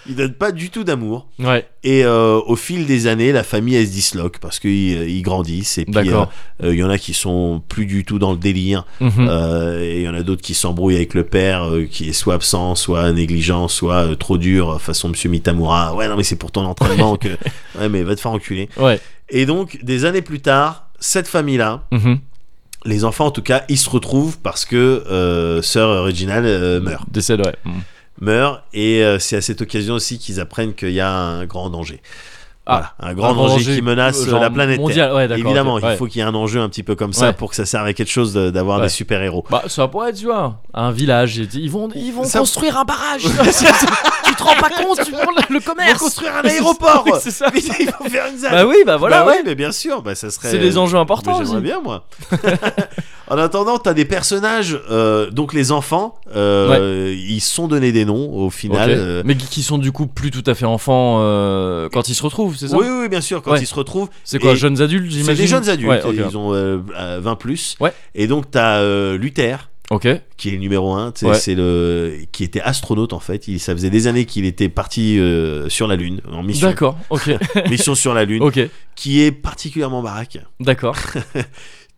Il donne pas du tout d'amour. ouais. Et euh, au fil des années, la famille elle se disloque parce qu'ils euh, ils grandissent et puis euh, euh, D'accord. il y en a qui sont plus du tout dans le délire Mhm. euh, et il y en a d'autres qui s'embrouillent avec le père, euh, qui est soit absent, soit négligent, soit euh, trop dur, euh, façon Monsieur Mitamura. Ouais, non, mais c'est pour [laughs] ton entraînement que. Ouais, mais va te faire enculer. Ouais. Et donc, des années plus tard, cette famille-là, Mhm. les enfants en tout cas, ils se retrouvent parce que euh, Sœur Reginald euh, meurt. Décède ouais. Mm. Meurt, et euh, c'est à cette occasion aussi qu'ils apprennent qu'il y a un grand danger. Ah. voilà, un grand Un danger, qui menace euh, genre la planète Terre. mondiale. Ouais, d'accord, Évidemment, ok. il Ouais. faut qu'il y ait un enjeu un petit peu comme ça Ouais. pour que ça serve à quelque chose de- d'avoir Ouais. des super-héros. Bah, ça pourrait être, tu vois, un village. et Ils vont, ils vont Ça- construire un [laughs] barrage. tu te rends pas compte, tu prends le, le commerce. construire un aéroport. [laughs] Oui, c'est ça. [laughs] Mais il faut faire une ZAD. Bah oui, bah voilà, Bah oui, ouais. mais bien sûr, bah ça serait. C'est des enjeux importants Mais aussi. J'aimerais bien [laughs] moi. en attendant, t'as des personnages, euh, donc les enfants, euh, ils se sont donnés des noms au Ok. final. euh, Mais qui- qui sont du coup plus tout à fait enfants euh, quand ils se retrouvent, c'est ça oui, oui, bien sûr. Quand Ouais. ils se retrouvent, C'est quoi, Et- jeunes adultes, c'est j'imagine des jeunes adultes. Ouais, ok. Ils ont euh, euh, 20 plus. Ouais. Et donc t'as euh, Luther Ok. qui est le numéro 1 Ouais. c'est le qui était astronaute en fait. Il, ça faisait des années qu'il était parti euh, sur la lune en mission, D'accord, [laughs] ok. mission sur la [laughs] lune, ok, qui est particulièrement baraque. d'accord.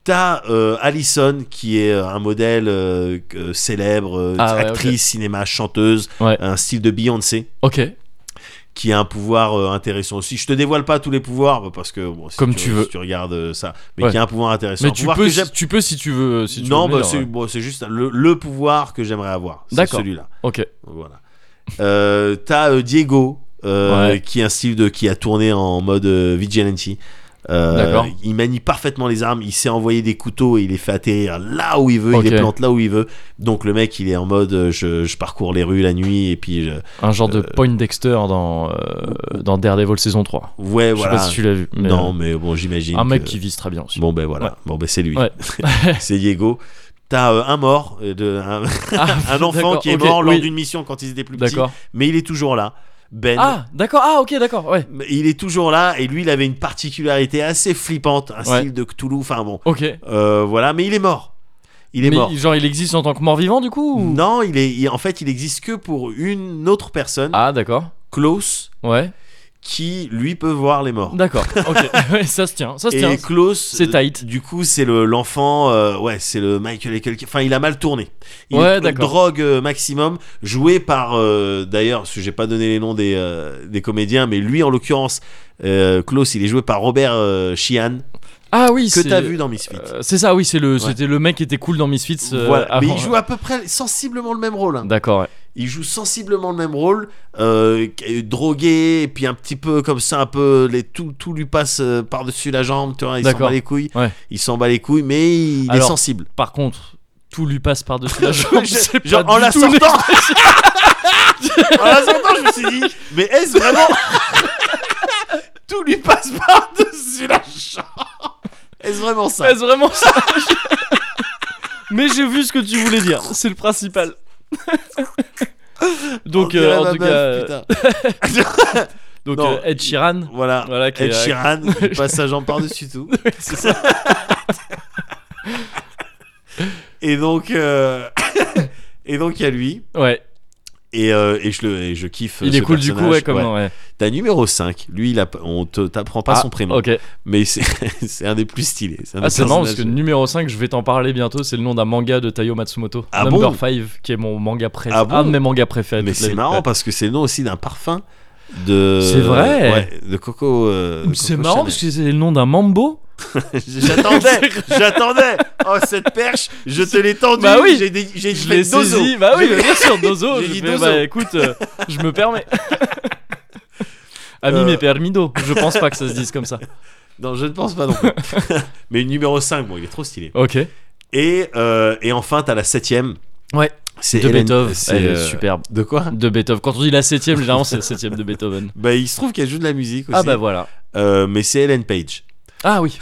T'as euh, Allison qui est euh, un modèle euh, que- célèbre, euh, Ah ouais, actrice, cinéma, chanteuse, Ouais. un style de Beyoncé Ok, qui a un pouvoir euh, intéressant aussi. Je te dévoile pas tous les pouvoirs parce que bon, si Comme tu, tu veux. si tu regardes euh, ça, mais Ouais. qui a un pouvoir intéressant. mais un tu pouvoir peux, que si- j'aime- tu peux si tu veux. Si tu non, veux le bah, mettre, c'est ouais. bon, c'est juste le, le pouvoir que j'aimerais avoir. C'est D'accord. celui-là. Ok, Donc, Voilà. Euh, T'as euh, Diego euh, Ouais. qui est un style de qui a tourné en mode euh, vigilante. Euh, D'accord. il manie parfaitement les armes, il sait envoyer des couteaux, il les fait atterrir là où il veut, Ok. il les plante là où il veut. Donc le mec, il est en mode euh, je, je parcours les rues la nuit et puis je... Un genre de Euh, Point Dexter dans, euh, dans Daredevil saison 3. ouais Je sais voilà. pas si tu l'as vu. mais, non mais bon j'imagine. euh, Un mec que- qui vise très bien aussi. Bon ben voilà, Ouais. bon ben c'est lui, Ouais. [laughs] c'est Diego. T'as euh, un mort, euh, de, un, Ah, [laughs] un [laughs] enfant d'accord, qui est ok, mort lors oui, d'une mission quand il était plus petit, D'accord. mais il est toujours là. Ben, Ah, d'accord. Ah, ok, d'accord. Ouais. Mais il est toujours là et lui il avait une particularité assez flippante, un Ouais. style de Cthulhu, enfin bon, Ok. Euh, voilà, mais il est mort. Il est mais mort. genre, il existe en tant que mort-vivant du coup ou- Non, il est, il- en fait, il existe que pour une autre personne, Ah, d'accord. Klaus, Ouais. qui lui peut voir les morts. D'accord. [laughs] Ok. Ouais, ça se tient. Ça se tient. Et Klaus, euh, C'est tight. Du coup, c'est le l'enfant, euh, ouais, c'est le Michael Eckel. Enfin, il a mal tourné. Il Ouais, le d'accord. drogue euh, maximum, joué par euh, d'ailleurs, parce que j'ai pas donné les noms des, euh, des comédiens, mais lui en l'occurrence, euh, Klaus, il est joué par Robert euh, Sheehan, Ah oui. que c'est- t'as vu dans Misfits. Euh, c'est ça, oui, c'est le, Ouais. c'était le mec qui était cool dans Misfits. euh, voilà. Mais avant. il joue à peu près sensiblement le même rôle. hein. [laughs] D'accord. ouais. Il joue sensiblement le même rôle, euh, qu- euh, drogué, et puis un petit peu comme ça, un peu, les, tout, tout lui passe euh, par-dessus la jambe, tu vois, il s'en D'accord. bat les couilles. Ouais. Il s'en bat les couilles, mais il est Alors, sensible. Par contre, tout lui passe par-dessus [laughs] la jambe. c'est pas Genre, en du la tout sortant [laughs] [laughs] En la sortant, je me suis dit, mais est-ce [laughs] vraiment Tout lui passe par-dessus la jambe Est-ce vraiment ça Est-ce vraiment ça [laughs] Mais j'ai vu ce que tu voulais dire, c'est le principal. On [laughs] donc, dirait euh, en ma tout meuf, cas, Oh, putain. [laughs] donc Non. euh, [laughs] Ed Sheeran. Voilà. Voilà, qui est- Ed Sheeran, [laughs] qui passe sa jambe par-dessus tout. c'est ça. [laughs] Et donc, euh, [coughs] et donc il y a lui. Ouais, Et, euh, et je le, et je kiffe. euh, il ce est cool du coup, personnage. ouais, comment, ouais. T'as numéro 5. Lui, il a, on te- t'apprend pas Ah, son prénom. Ok. Mais c'est, [laughs] c'est un des plus stylés. C'est un Ah, des c'est marrant parce que personnages- numéro 5, je vais t'en parler bientôt, c'est le nom d'un manga de Taio Matsumoto. Ah Number bon 5, qui est mon manga préféré. Ah bon un de mes mangas préférés. de Mais toute la c'est vie. marrant Ouais. parce que c'est le nom aussi d'un parfum de. C'est vrai. Ouais, de Coco. euh, Mais C'est Coco marrant parce Chanel. que c'est le nom d'un mambo. [laughs] [laughs] j'attendais, j'attendais. Oh, cette perche, je te l'ai tendue. Bah oui. J'ai, dé- j'ai Je fait l'ai dozo. saisi. Bah oui, J'ai- bien [laughs] sûr, Dozo. J'ai je dit fais, Dozo. Bah écoute, euh, je me [laughs] permets. Ami Euh. mes permido. Je pense pas que ça se dise comme ça. Non, je ne pense pas non plus. [laughs] Mais numéro 5, bon, il est trop stylé. Ok. Et, euh, et enfin, t'as la septième. Ouais. C'est de Hélène- Beethoven. c'est, Elle est Mm. euh, superbe. De quoi De Beethoven. Quand on dit la septième, généralement c'est la septième de Beethoven. Bah, il se trouve qu'elle joue de la musique aussi. Ah bah voilà. Euh, mais c'est Helen Page. Ah oui.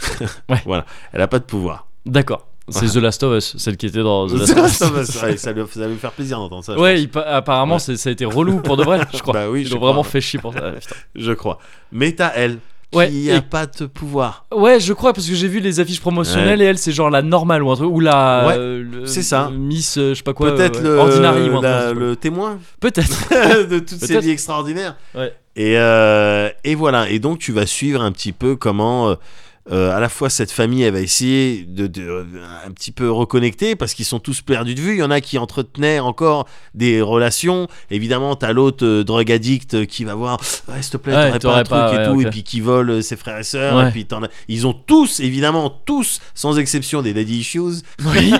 Elle a pas [laughs] de pouvoir. D'accord. C'est The Last of Us, celle qui était dans The Last ça, of Us. va- ça va- ça lui, ça va lui faire plaisir d'entendre ça. je Ouais, pense. il pa- apparemment Ouais. c'est- ça a été relou pour de vrai, je crois. Bah oui, Ils je l'ont crois. vraiment fait chier pour ça. Putain. Je crois. Mais t'as elle. Ouais, Qui a et- pas de pouvoir. Ouais, je crois parce que j'ai vu les affiches promotionnelles et elle c'est genre la normale ou un truc ou la Ouais, euh, le- c'est ça. Miss euh, je sais pas quoi Peut-être euh, le, ordinary ou un la- truc comme ça. le témoin [laughs] Peut-être. de toutes ces Peut-être. vies extraordinaires. Ouais. Et, euh, et voilà. Et donc, tu vas suivre un petit peu comment. euh, euh, à la fois cette famille elle va essayer de, de- euh, un petit peu reconnecter parce qu'ils sont tous perdus de vue il y en a qui entretenaient encore des relations évidemment t'as l'autre euh, drogue addict euh, qui va voir ouais, s'il te plaît Ouais, t'aurais pas un t'aurais truc pas, et ouais, tout ok. et puis qui vole euh, ses frères et sœurs Ouais. et puis t'en as- ils ont tous évidemment tous sans exception des daddy issues Oui.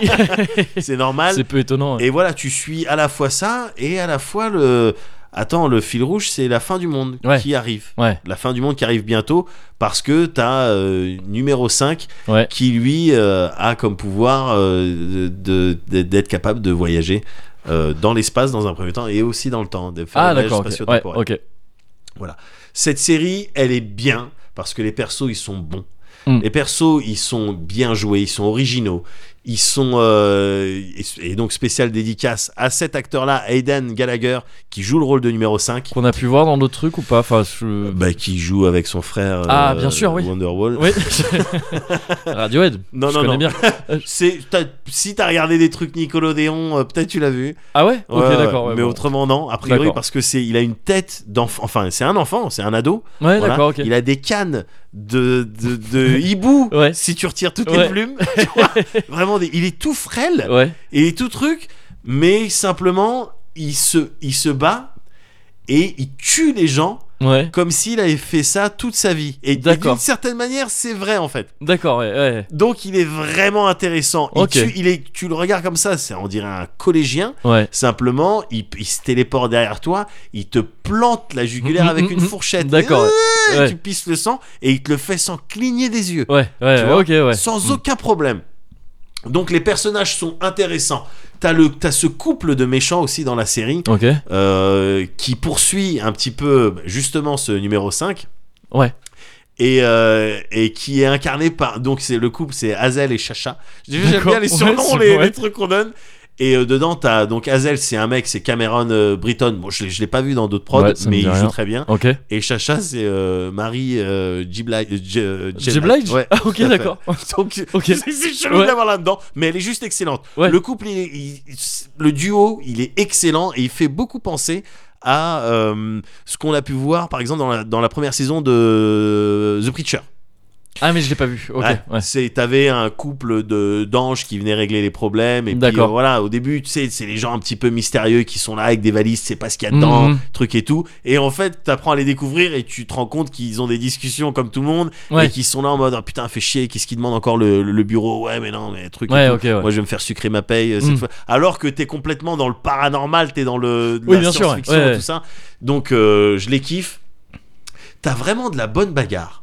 c'est normal c'est peu étonnant. ouais. et voilà, tu suis à la fois ça et à la fois le. Attends, le fil rouge, c'est la fin du monde Ouais. qui arrive. Ouais. La fin du monde qui arrive bientôt parce que t'as euh, numéro 5 Ouais. qui lui euh, a comme pouvoir euh, de- de- d'être capable de voyager euh, dans l'espace dans un premier temps et aussi dans le temps. De faire Ah des voyages d'accord. ok. Ouais, spatio-temporels. ok. Cette série, elle est bien parce que les persos, ils sont bons. Mm. Les persos, ils sont bien joués, ils sont originaux. Ils sont. euh, et, et donc, spécial dédicace à cet acteur-là, Aidan Gallagher, qui joue le rôle de numéro 5. Qu'on a pu voir dans d'autres trucs ou pas Enfin, je... Bah, qui joue avec son frère euh, Ah, bien sûr, oui. Wonderwall. oui. Radiohead. [laughs] [laughs] Non, je non, connais non. bien. C'est, t'as- si t'as regardé des trucs Nickelodeon, euh, peut-être tu l'as vu. Ah ouais. Ok, Ouais, ouais, d'accord. Ouais, mais bon. autrement, non. A priori, D'accord. parce que c'est, il a une tête d'enfant. Enfin, c'est un enfant, c'est un ado. Ouais, Voilà. d'accord. Ok. Il a des cannes de, de, [laughs] de hibou Ouais. si tu retires toutes Ouais. les [laughs] plumes. tu vois. Vraiment, des- il est tout frêle, Ouais. il est tout truc, mais simplement, il se, il se bat et il tue les gens Ouais, comme s'il avait fait ça toute sa vie. Et, et D'accord. d'une certaine manière, c'est vrai en fait. d'accord, ouais, ouais. Donc il est vraiment intéressant. Il Ok. tue- il est, tu le regardes comme ça, c'est on dirait un collégien. Ouais. Simplement, il, il se téléporte derrière toi, il te plante la jugulaire Mhm, avec mhm, une mhm. fourchette. D'accord, Et ouais. Tu pisses le sang et il te le fait sans cligner des yeux. Ouais, ouais, Tu ouais, vois ok, ouais. Mm. Sans aucun problème. Donc les personnages sont intéressants. T'as le- t'as ce couple de méchants aussi dans la série Ok, euh, qui poursuit un petit peu justement ce numéro 5. Ouais. Et, euh, et qui est incarné par. Donc c'est le couple, c'est Hazel et Chacha. J'aime D'accord, bien les ouais, surnoms, c'est les, vrai. les trucs qu'on donne. Et euh, dedans, t'as. Donc Hazel, c'est un mec, c'est Cameron euh, Britton. Bon, je l'ai- je l'ai pas vu dans d'autres prods, Ouais, ça me mais dit il rien. joue très bien. ok. Et Chacha, c'est euh, Marie euh, G. Blige. euh, J- euh, J. J. Blige Ouais. Ah, ok, tout à fait. d'accord. [laughs] Donc, Ok. c'est- c'est chelou Ouais. de l'avoir là-dedans, mais elle est juste excellente. Ouais. Le couple, il est- il- le duo, il est excellent et il fait beaucoup penser à euh, ce qu'on a pu voir, par exemple, dans la, dans la première saison de The Preacher. Ah, mais je l'ai pas vu. Ok, Ouais. ouais. C'est t'avais un couple de d'anges qui venaient régler les problèmes et puis D'accord. euh, voilà au début tu sais c'est les gens un petit peu mystérieux qui sont là avec des valises c'est pas ce qu'il y a Mhm. dedans truc et tout et en fait t'apprends à les découvrir et tu te rends compte qu'ils ont des discussions comme tout le monde Ouais. et qu'ils sont là en mode ah, putain fait chier qu'est-ce qu'ils demandent encore le, le bureau ouais mais non mais truc et Ouais, tout. ok, ouais. moi je vais me faire sucrer ma paye euh, cette Mhm. fois alors que t'es complètement dans le paranormal t'es dans le de Oui, la bien sûr, ouais. science-fiction Ouais, et ouais. tout ça donc euh, je les kiffe t'as vraiment de la bonne bagarre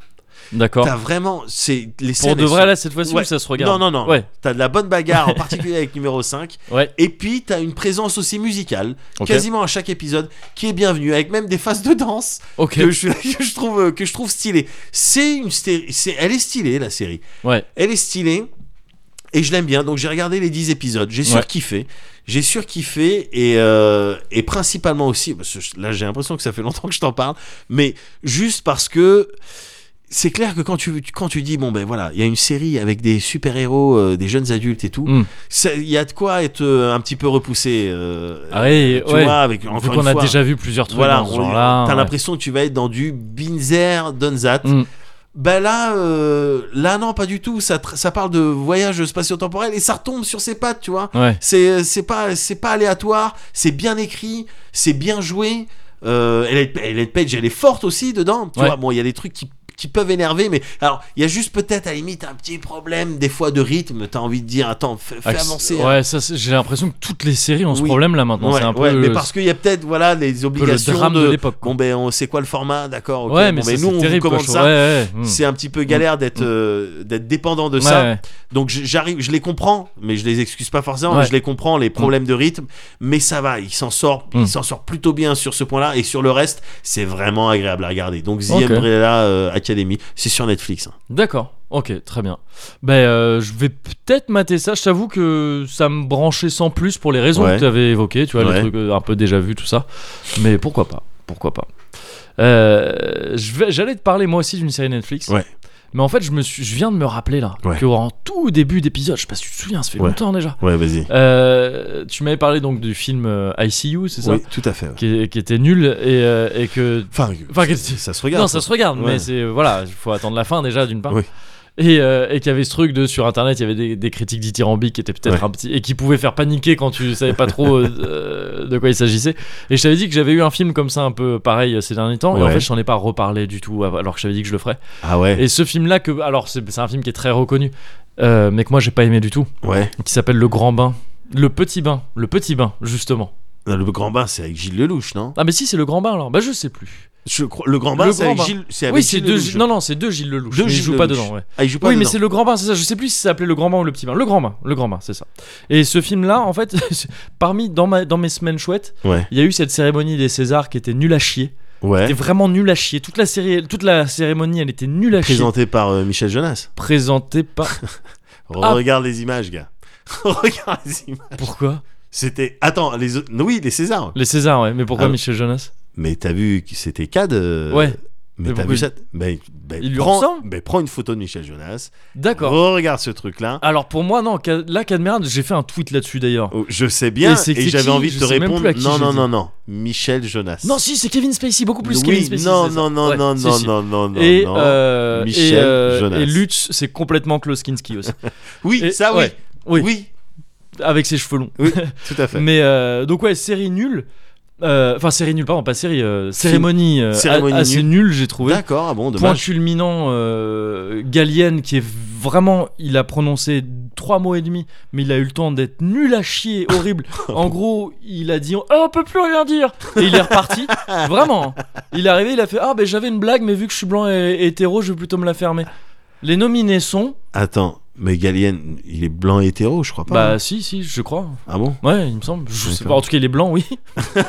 D'accord. t'as vraiment c'est les Pour scènes, de elles vrai, sont là, cette fois-ci, Ouais. où ça se regarde. non, non, non. Ouais, T'as de la bonne bagarre, en particulier avec numéro 5. ouais. Et puis, t'as une présence aussi musicale, Ok. quasiment à chaque épisode, qui est bienvenue, avec même des phases de danse Ok. que, je, [laughs] que je trouve, que je trouve stylées. C'est une sté- c'est- elle est stylée, la série. Ouais. Elle est stylée, et je l'aime bien. Donc, j'ai regardé les 10 épisodes, j'ai Ouais. surkiffé. J'ai surkiffé, et, euh, et principalement aussi, parce que là, j'ai l'impression que ça fait longtemps que je t'en parle, mais juste parce que c'est clair que quand tu, quand tu dis, bon ben voilà, il y a une série avec des super-héros, euh, des jeunes adultes et tout, Mm. ça- il y a de quoi être euh, un petit peu repoussé. euh, Ah ouais, tu ouais. vois, avec encore Vu une qu'on a fois, déjà vu plusieurs trucs voilà, dans ce on- genre-là. t'as ouais. l'impression que tu vas être dans du Binzer, Donzat. Mm. Ben là, euh, là non, pas du tout. Ça, tra- ça parle de voyage spatio-temporel et ça retombe sur ses pattes, tu vois. Ouais. C'est euh, c'est pas c'est pas aléatoire, c'est bien écrit, c'est bien joué. Euh, Ellen, Ellen Page, elle est forte aussi dedans. Tu Ouais. vois, bon, il y a des trucs qui qui peuvent énerver, mais alors il y a juste peut-être à la limite un petit problème des fois de rythme. T'as envie de dire attends, fais, fais Acc- avancer. hein. Ouais, ça, c'est- j'ai l'impression que toutes les séries ont ce Oui. problème là maintenant. Ouais, c'est un peu ouais, mais le- parce qu'il y a peut-être voilà les un peu le obligations drame de, de. l'époque. quoi. bon ben on sait quoi le format, d'accord. ok. ouais, Bon, mais ben, ça, nous c'est on terrible. vous quoi, commande je ça. trouve. Ouais, ouais, ouais. C'est un petit peu galère d'être euh, d'être dépendant de Mm. ça. Ouais, ouais. Donc j- j'arrive, je les comprends, mais je les excuse pas forcément, mais Ouais. je les comprends les problèmes de rythme, mais ça va, il s'en sort, Mm. il s'en sort plutôt bien sur ce point-là et sur le reste, c'est vraiment agréable à regarder. Donc The Ok. Umbrella euh, Academy, c'est sur Netflix. hein. D'accord, ok, très bien. Ben, euh, je vais peut-être mater ça. Je t'avoue que ça me branchait sans plus pour les raisons Ouais. que tu avais évoquées, tu vois, Ouais. les trucs euh, un peu déjà vus, tout ça. Mais pourquoi pas, pourquoi pas. Euh, je vais- J'allais te parler moi aussi d'une série Netflix. Ouais. Mais en fait, je, me suis, je viens de me rappeler là, Ouais. que en tout début d'épisode, je sais pas si tu te souviens, ça fait Ouais. longtemps déjà. Ouais, vas-y. Euh, tu m'avais parlé donc du film euh, ICU, c'est ça Oui, tout à fait. ouais. qui, qui était nul et, euh, et que Enfin, Enfin, que- ça, ça se regarde. non, ça se regarde, Ouais. mais c'est euh, voilà, il faut attendre la fin déjà d'une part. Oui. Et, euh, et qu'il y avait ce truc de sur internet, il y avait des, des critiques dithyrambiques qui étaient peut-être Ouais. un petit et qui pouvaient faire paniquer quand tu savais pas trop [laughs] euh, de quoi il s'agissait. Et je t'avais dit que j'avais eu un film comme ça un peu pareil euh, ces derniers temps, et en Ouais. fait, je t'en ai pas reparlé du tout alors que je t'avais dit que je le ferais. Ah ouais. Et ce film-là, que alors c'est c'est un film qui est très reconnu, euh, mais que moi j'ai pas aimé du tout, Ouais. qui s'appelle Le Grand Bain. Le petit bain, le petit bain, justement. Non, Le Grand Bain, c'est avec Gilles Lelouch, non Ah, mais si, c'est le grand bain alors. Bah, je sais plus. Je crois- Le Grand Bain, Le c'est Grand avec Bain. Gilles. C'est avec Oui, c'est Gilles deux. Lelouch. Gi- Non, non, c'est deux Gilles Lelouch. Deux mais il Gilles joue pas Lelouch. dedans, ouais. Ah, il joue pas oui, mais dedans. c'est le grand bain, c'est ça. Je sais plus si ça s'appelait le grand bain ou le petit bain. Le grand bain, le grand bain, c'est ça. Et ce film-là, en fait, [laughs] parmi dans ma dans mes semaines chouettes, Ouais. il y a eu cette cérémonie des Césars qui était nulle à chier. Ouais. C'était vraiment nulle à chier. Toute la série, toute la cérémonie, elle était nulle à chier. Présenté par euh, Michel Jonas. Présentée [laughs] par. Ah. Regarde les images, gars. [laughs] Regarde les images. Pourquoi C'était. Attends, les autres. Oui, les Césars. Les Césars, ouais. Mais pourquoi Ah. Michel Jonas Mais t'as vu que c'était CAD euh, Ouais. Mais Mais t'as pourquoi vu il- ça mais, mais Il lui prends, ressemble mais prends une photo de Michel Jonas. D'accord. Regarde ce truc-là. Alors pour moi, non. Ca- Là, Cadmeran, j'ai fait un tweet là-dessus d'ailleurs. Oh, Je sais bien. Et c'est Et, qui- j'avais qui envie de Je te sais même répondre. plus à qui Non, j'ai non, dit. non, non. Michel Jonas. Non, si, c'est Kevin Spacey, beaucoup plus oui, Kevin Spacey. non, c'est ça. non, non, Ouais, non, si, non, si. non, non, non, et, non. euh, Michel et, euh, Jonas. et Lutz, c'est complètement Kloskinski aussi. oui, et- ça, oui. ouais. oui. Oui, avec ses cheveux longs. Oui, tout à fait. Mais euh, donc ouais, série nulle. euh, enfin série nulle pardon pas série euh, cérémonie, euh, Cérémonie a- assez nulle j'ai trouvé D'accord, ah bon, point dommage. culminant euh, Gallienne qui est vraiment il a prononcé trois mots et demi mais il a eu le temps d'être nul à chier [laughs] horrible en gros il a dit oh, on peut plus rien dire et il est [laughs] reparti vraiment il est arrivé il a fait ah ben j'avais une blague mais vu que je suis blanc et, et hétéro je vais plutôt me la fermer les nominés sont Attends, mais Galien, il est blanc et hétéro, je crois pas. bah hein. si si je crois ah bon ouais il me semble je sais D'accord. pas en tout cas il est blanc oui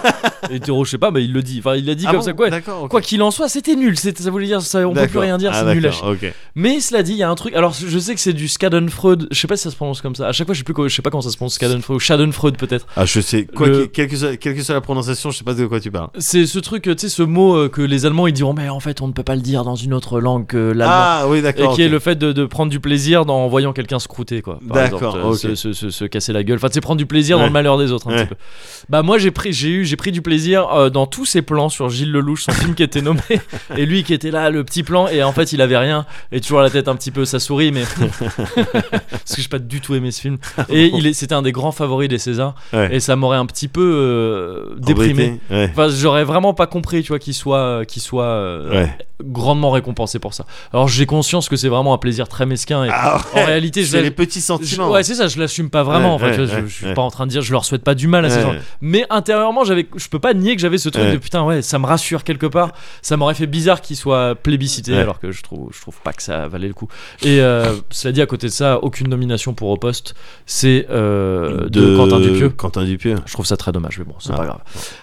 [laughs] hétéro je sais pas mais il le dit enfin il l'a dit Ah comme bon ça quoi D'accord. ok. Quoi qu'il en soit, c'était nul. c'était- Ça voulait dire, ça, on peut plus D'accord. rien dire, Ah, c'est nul à d'accord, chier. ok. Mais cela dit, il y a un truc. Alors, je sais que c'est du Schadenfreude. Je sais pas si ça se prononce comme ça. À chaque fois, je sais plus. quoi- Je sais pas comment ça se prononce. Schadenfreude ou Schadenfreude peut-être. Ah, je sais. Quoi Le- que- quelle, que soit, quelle que soit la prononciation, je sais pas de quoi tu parles. C'est ce truc, euh, tu sais, ce mot euh, que les Allemands ils diront. Mais en fait, on ne peut pas le dire dans une autre langue que l'allemand. Ah oui, Et qui d'accord. est ok. le fait de, de prendre du plaisir dans- en voyant quelqu'un se croûter, quoi. par D'accord, exemple, euh, ok. Se, se- se- se casser la gueule. Enfin, c'est prendre du plaisir dans Ouais. le malheur des autres, un Ouais. petit peu. Bah, moi, j'ai pris, j'ai eu, j'ai pris du plaisir euh, dans tous ces plans sur Gilles Lelouch, son film qui était [laughs] nommé, et lui qui était là, le petit plan, et en fait, il avait rien, et toujours la tête un petit peu, ça sourit, mais. [laughs] Parce que j'ai pas du tout aimé ce film. Et il est, c'était un des grands favoris des Césars, Ouais. et ça m'aurait un petit peu euh, déprimé. Embêté, Ouais. Enfin, j'aurais vraiment pas compris, tu vois, qu'il soit, euh, qu'il soit euh, Ouais. grandement récompensé pour ça. Alors j'ai conscience que c'est vraiment un plaisir très mesquin et Ah en ouais, réalité je, c'est la- les petits je- sentiments. hein. ouais c'est ça je l'assume pas vraiment Ouais, en fait, ouais, je, ouais, je suis ouais. pas en train de dire je leur souhaite pas du mal à ces Ouais. gens mais intérieurement j'avais je peux pas nier que j'avais ce truc Ouais. de putain ouais ça me rassure quelque part ça m'aurait fait bizarre qu'ils soient plébiscités Ouais. alors que je trouve je trouve pas que ça valait le coup et euh, cela dit à côté de ça aucune nomination pour au poste c'est euh, de Quentin Dupieux Quentin Dupieux. je trouve ça très dommage, mais bon, c'est Ah. pas grave.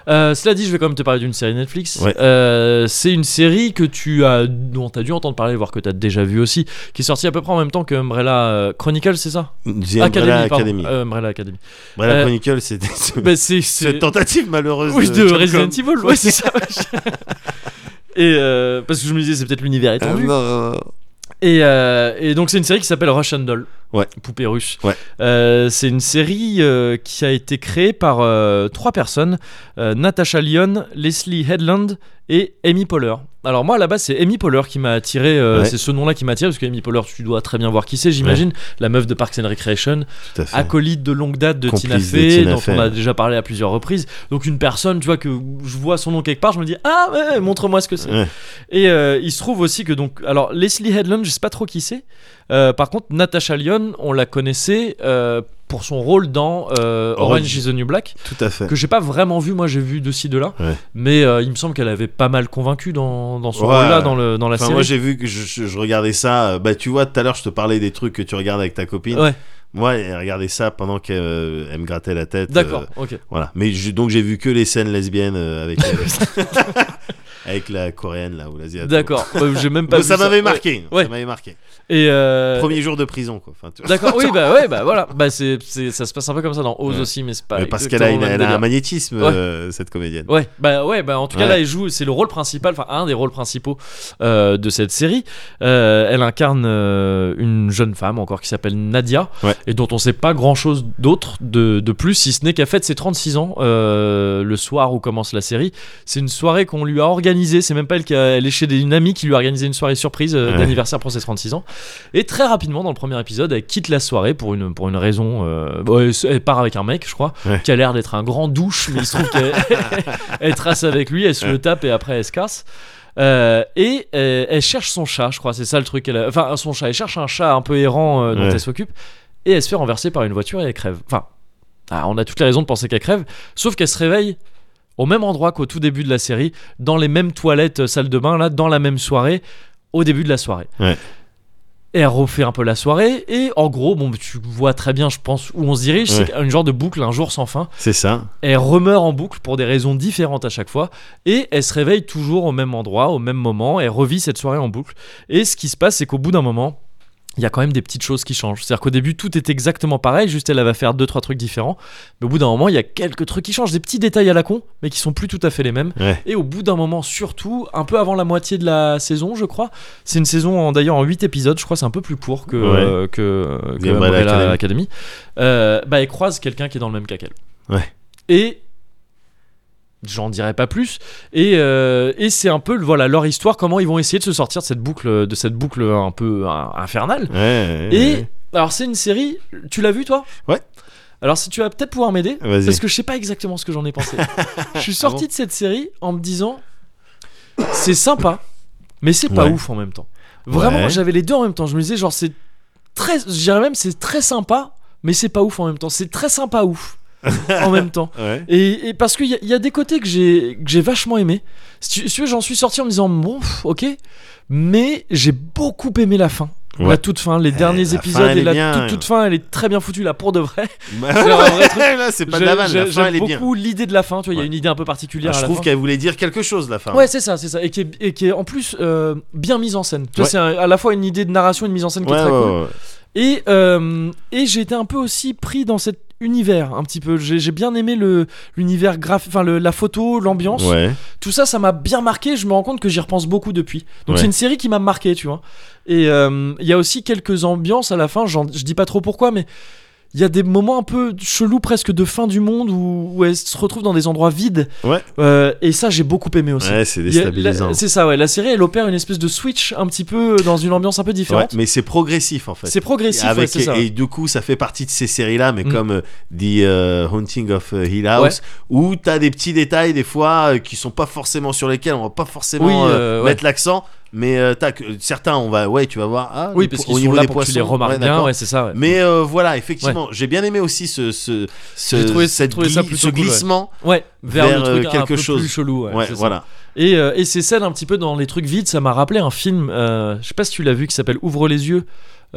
Euh, cela dit, je vais quand même te parler d'une série Netflix. Ouais. Euh, c'est une série que tu as, dont tu as dû entendre parler, voire que tu as déjà vu aussi, qui est sortie à peu près en même temps que Umbrella euh, Chronicle, c'est ça The Academy, Umbrella pardon. Academy. Euh, Umbrella [laughs] Academy. Umbrella euh, Chronicle, c'était Bah, c'est, c'est- cette tentative malheureuse [laughs] oui, de Capcom. Resident Evil, ouais, c'est [laughs] ça. Et euh, parce que je me disais, c'est peut-être l'univers Euh, étendu. non. Et, euh, et donc c'est une série qui s'appelle Russian Doll. Ouais. Poupée russe. Ouais. Euh, c'est une série euh, qui a été créée par euh, trois personnes euh, Natasha Lyon, Leslie Headland et Amy Poehler. Alors moi à la base c'est Amy Poehler qui m'a attiré, euh, Ouais. c'est ce nom-là qui m'a attiré parce que Amy Poehler tu dois très bien voir qui c'est j'imagine, la meuf de Parks and Recreation, Tout à fait. acolyte de longue date de Tina Complice de Fey, Tina dont Fey. on a déjà parlé à plusieurs reprises. Donc une personne tu vois que je vois son nom quelque part, je me dis ah ouais, montre-moi ce que c'est. Ouais. Et euh, il se trouve aussi que donc, alors Leslie Headland, je sais pas trop qui c'est. Euh, par contre, Natasha Lyon, on la connaissait euh, pour son rôle dans euh, Orange, Orange. is the New Black, Tout à fait. que j'ai pas vraiment vu. Moi, j'ai vu de ci de là, Ouais. mais euh, il me semble qu'elle avait pas mal convaincu dans, dans son Ouais. rôle-là dans, le- dans la Enfin, série. moi j'ai vu que je, je- je regardais ça. euh, Bah, tu vois, tout à l'heure je te parlais des trucs que tu regardes avec ta copine. Ouais. Moi, elle regardait ça pendant qu'elle euh, elle me grattait la tête. D'accord, euh, ok. voilà. Mais je- donc j'ai vu que les scènes lesbiennes euh, avec [laughs] euh, avec la coréenne là ou l'asiatique. D'accord, Euh, j'ai même pas Mais vu ça m'avait Ouais. marqué. Ouais. Ça m'avait marqué. Et euh, Premier jour de prison quoi. Enfin, tu vois. D'accord, oui, bah ouais, bah voilà, bah c'est, c'est- ça se passe un peu comme ça dans Oz Ouais. aussi, mais c'est pas. Mais Euh, parce qu'elle a, exactement le une- même elle a un délire. magnétisme Ouais. euh, cette comédienne. Ouais, bah ouais, bah en tout cas Ouais. là elle joue, c'est le rôle principal, enfin un des rôles principaux euh, de cette série. Euh, elle incarne euh, une jeune femme encore qui s'appelle Nadia Ouais. et dont on sait pas grand chose d'autre de, de plus, si ce n'est qu'elle fête ses 36 ans euh, le soir où commence la série. C'est une soirée qu'on lui a organisée, c'est même pas elle qui a, elle est chez des- une amie qui lui a organisé une soirée surprise euh, Ouais. d'anniversaire pour ses 36 ans. Et très rapidement dans le premier épisode, elle quitte la soirée pour une, pour une raison, euh, bon, elle, elle part avec un mec je crois, Ouais. qui a l'air d'être un grand douche, mais il se trouve qu'elle elle trace avec lui, elle se le tape et après elle se casse. Euh, et euh, elle cherche son chat, je crois, c'est ça le truc. Elle a- Enfin, son chat, elle cherche un chat un peu errant euh, dont Ouais. elle s'occupe et elle se fait renverser par une voiture et elle crève. Enfin, ah, on a toutes les raisons de penser qu'elle crève, sauf qu'elle se réveille au même endroit qu'au tout début de la série, dans les mêmes toilettes, euh, salle de bain, là, dans la même soirée, au début de la soirée. Ouais. Et elle refait un peu la soirée, et en gros, bon, tu vois très bien, je pense, où on se dirige, c'est une genre de boucle, un jour sans fin. C'est ça. Elle remeurt en boucle pour des raisons différentes à chaque fois et elle se réveille toujours au même endroit, au même moment, elle revit cette soirée en boucle. Et ce qui se passe, c'est qu'au bout d'un moment, il y a quand même des petites choses qui changent. C'est-à-dire qu'au début, tout est exactement pareil, juste elle va faire deux trois trucs différents. Mais au bout d'un moment, il y a quelques trucs qui changent, des petits détails à la con, mais qui sont plus tout à fait les mêmes. Ouais. Et au bout d'un moment, surtout, un peu avant la moitié de la saison, je crois, c'est une saison en- d'ailleurs en 8 épisodes, je crois, c'est un peu plus court que, Ouais. euh, que, que The Umbrella Umbrella Academy. Euh, bah, elle croise quelqu'un qui est dans le même cas qu'elle. Ouais. Et. J'en dirai pas plus. Et, euh, et c'est un peu le- voilà, leur histoire, comment ils vont essayer de se sortir de cette boucle, de cette boucle un peu euh, infernale. Ouais, ouais, Et ouais. alors c'est une série, tu l'as vue toi Ouais. Alors si tu vas peut-être pouvoir m'aider, Vas-y. parce que je sais pas exactement ce que j'en ai [laughs] pensé. je suis sorti de cette série en me disant, c'est sympa, mais c'est pas Ouais. ouf en même temps. Vraiment, Ouais. j'avais les deux en même temps. Je me disais genre c'est très, je dirais même c'est très sympa, mais c'est pas ouf en même temps. C'est très sympa [laughs] ouf en même temps. Ouais. Et, et parce qu'il y, a- il y a des côtés que j'ai que j'ai vachement aimé. Si tu, si tu veux, j'en suis sorti en me disant bon, pff, ok, mais j'ai beaucoup aimé la fin. Ouais. Eh, La toute fin, les derniers la épisodes fin, elle et est la bien. toute, toute fin, elle est très bien foutue là pour de vrai. Bah, [laughs] C'est un vrai truc. [laughs] là, c'est pas de la Je- vanne. je- La fin, elle est J'aime bien. beaucoup l'idée de la fin. Tu vois, il y a Ouais. une idée un peu Ah, particulière. à je la trouve fin. qu'elle voulait dire quelque chose, la fin. Ouais, c'est ça, c'est ça, et qui est, et qui est en plus euh, bien mise en scène. Tu vois, Ouais. c'est un- à la fois une idée de narration, une mise en scène qui Ouais, est très ouais, cool. ouais. Et, euh, et j'ai été un peu aussi pris dans cet univers, un petit peu. J'ai j'ai bien aimé le- l'univers graphique, enfin le- la photo, l'ambiance. Ouais. Tout ça, ça m'a bien marqué. Je me rends compte que j'y repense beaucoup depuis. Donc Ouais. c'est une série qui m'a marqué, tu vois. Et euh, il y a aussi quelques ambiances à la fin. j'en- Je dis pas trop pourquoi, mais il y a des moments un peu chelous, presque de fin du monde, où, où elle se retrouve dans des endroits vides. Ouais. Euh, et ça, j'ai beaucoup aimé aussi. Ouais, c'est Il y a- déstabilisant. la- C'est ça, ouais. La série, elle opère une espèce de switch un petit peu dans une ambiance un peu Ouais, différente. mais c'est progressif en fait. C'est progressif, ouais, Avec, c'est ça. et du coup, ça fait partie de ces séries-là, mais Mm. comme euh, The euh, Haunting of euh, Hill House, où t'as des petits détails des fois euh, qui sont pas forcément sur lesquels on va pas forcément Oui, euh, euh, ouais. mettre l'accent, mais euh, tac, euh, certains, on va, ouais, tu vas voir. Ah, Oui, les parce po- qu'ils au sont niveau là des pour que poissons, tu les remarques ouais, bien, d'accord. ouais, c'est ça. ouais. Mais euh, voilà, effectivement, j'ai bien aimé aussi ce, ce, ce- J'ai trouvé- cette trouvé ça gli- plutôt ce cool, ouais. glissement. Ouais, vers, vers, le truc euh, un quelque peu chose. plus chelou. Ouais, Ouais, c'est ça. voilà. Et, euh, et ces scènes un petit peu dans les trucs vides, ça m'a rappelé un film, euh, je sais pas si tu l'as vu, qui s'appelle Ouvre les yeux.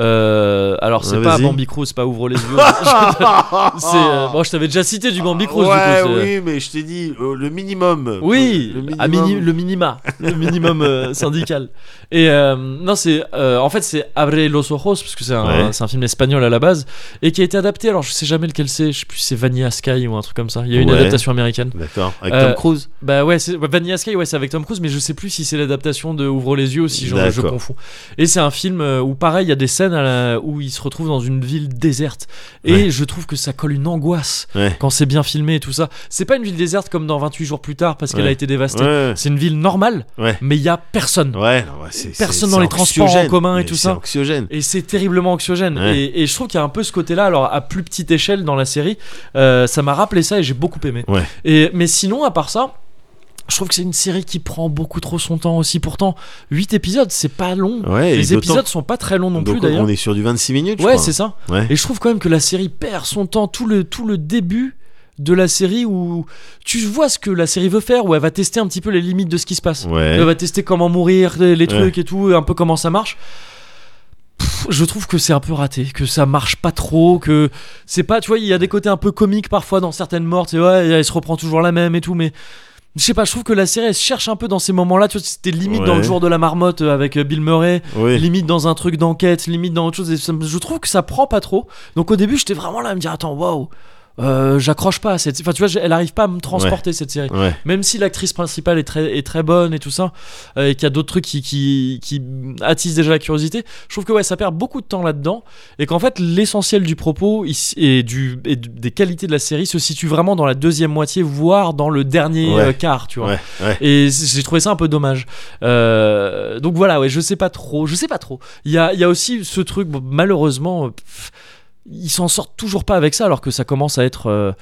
Euh, alors c'est Ouais, pas vas-y. Bambi Cruz, c'est pas Ouvre les [laughs] yeux. Je- [laughs] c'est, euh, bon, je t'avais déjà cité du Bambi Cruz. ouais, du coup, c'est- oui, mais je t'ai dit, euh, le minimum. Oui, le minimum. à mini- le minima, le minimum euh, syndical. Et euh, non, c'est euh, en fait c'est Abre los ojos parce que c'est un, Ouais. c'est un film espagnol à la base et qui a été adapté. Alors je sais jamais lequel c'est, je sais plus si c'est Vanilla Sky ou un truc comme ça. Il y a eu une Ouais. adaptation américaine. D'accord, avec Euh, Tom Cruise. Bah ouais, c'est ouais, Vanilla Sky, ouais, c'est avec Tom Cruise, mais je sais plus si c'est l'adaptation de Ouvre les yeux ou si genre, je D'accord. confonds. Et c'est un film euh, où pareil, il y a des scènes à la- où il se retrouve dans une ville déserte et Ouais. je trouve que ça colle une angoisse Ouais. quand c'est bien filmé et tout ça. C'est pas une ville déserte comme dans 28 jours plus tard parce qu'elle Ouais. a été dévastée. Ouais, C'est une ville normale, ouais. mais il y a personne. Ouais, non, ouais, c'est- Personne c'est- dans c'est les transports en anxiogène. commun et Mais tout c'est ça. anxiogène. Et c'est terriblement anxiogène. Ouais. Et, et je trouve qu'il y a un peu ce côté-là, alors à plus petite échelle dans la série, euh, ça m'a rappelé ça et j'ai beaucoup aimé. Ouais. Et, mais sinon, à part ça, je trouve que c'est une série qui prend beaucoup trop son temps aussi. Pourtant, 8 épisodes, c'est pas long. Ouais, et Les d'autant- épisodes sont pas très longs non donc plus d'ailleurs. On est sur du 26 minutes, je Ouais, crois. c'est ça. Ouais. Et je trouve quand même que la série perd son temps, tout le, tout le début de la série où tu vois ce que la série veut faire, où elle va tester un petit peu les limites de ce qui se passe. Elle Ouais. va Euh, bah, tester comment mourir, les, les Eh Ouais. trucs et tout, un peu comment ça marche. Pff, Je trouve que c'est un peu raté, que ça marche pas trop, que c'est pas, tu vois, il y a des côtés un peu comiques parfois dans certaines mortes, et ouais, elle se reprend toujours la même et tout, mais je sais pas, je trouve que la série elle se cherche un peu dans ces moments-là, tu vois, c'était limite dans Ouais. le jour de la marmotte euh, avec euh, Bill Murray, Oui. limite dans un truc d'enquête, limite dans autre chose, et ça me- je trouve que ça prend pas trop. Donc au début, j'étais vraiment là à me dire, attends, waouh, euh, j'accroche pas à cette. Enfin, tu vois, j'ai- elle arrive pas à me transporter cette série Ouais. même si l'actrice principale est très, est très bonne et tout ça, euh, et qu'il y a d'autres trucs qui, qui, qui attisent déjà la curiosité, je trouve que ouais, ça perd beaucoup de temps là-dedans, et qu'en fait l'essentiel du propos il s- et, du, et du- des qualités de la série se situe vraiment dans la deuxième moitié, voire dans le dernier Ouais. euh, quart, tu vois. Ouais. Ouais. Et c- j'ai trouvé ça un peu dommage. Euh, donc voilà, ouais, je sais pas trop, je sais pas trop. Il y a, il y a aussi ce truc, bon, malheureusement, euh, pff, ils s'en sortent toujours pas avec ça, alors que ça commence à être... euh,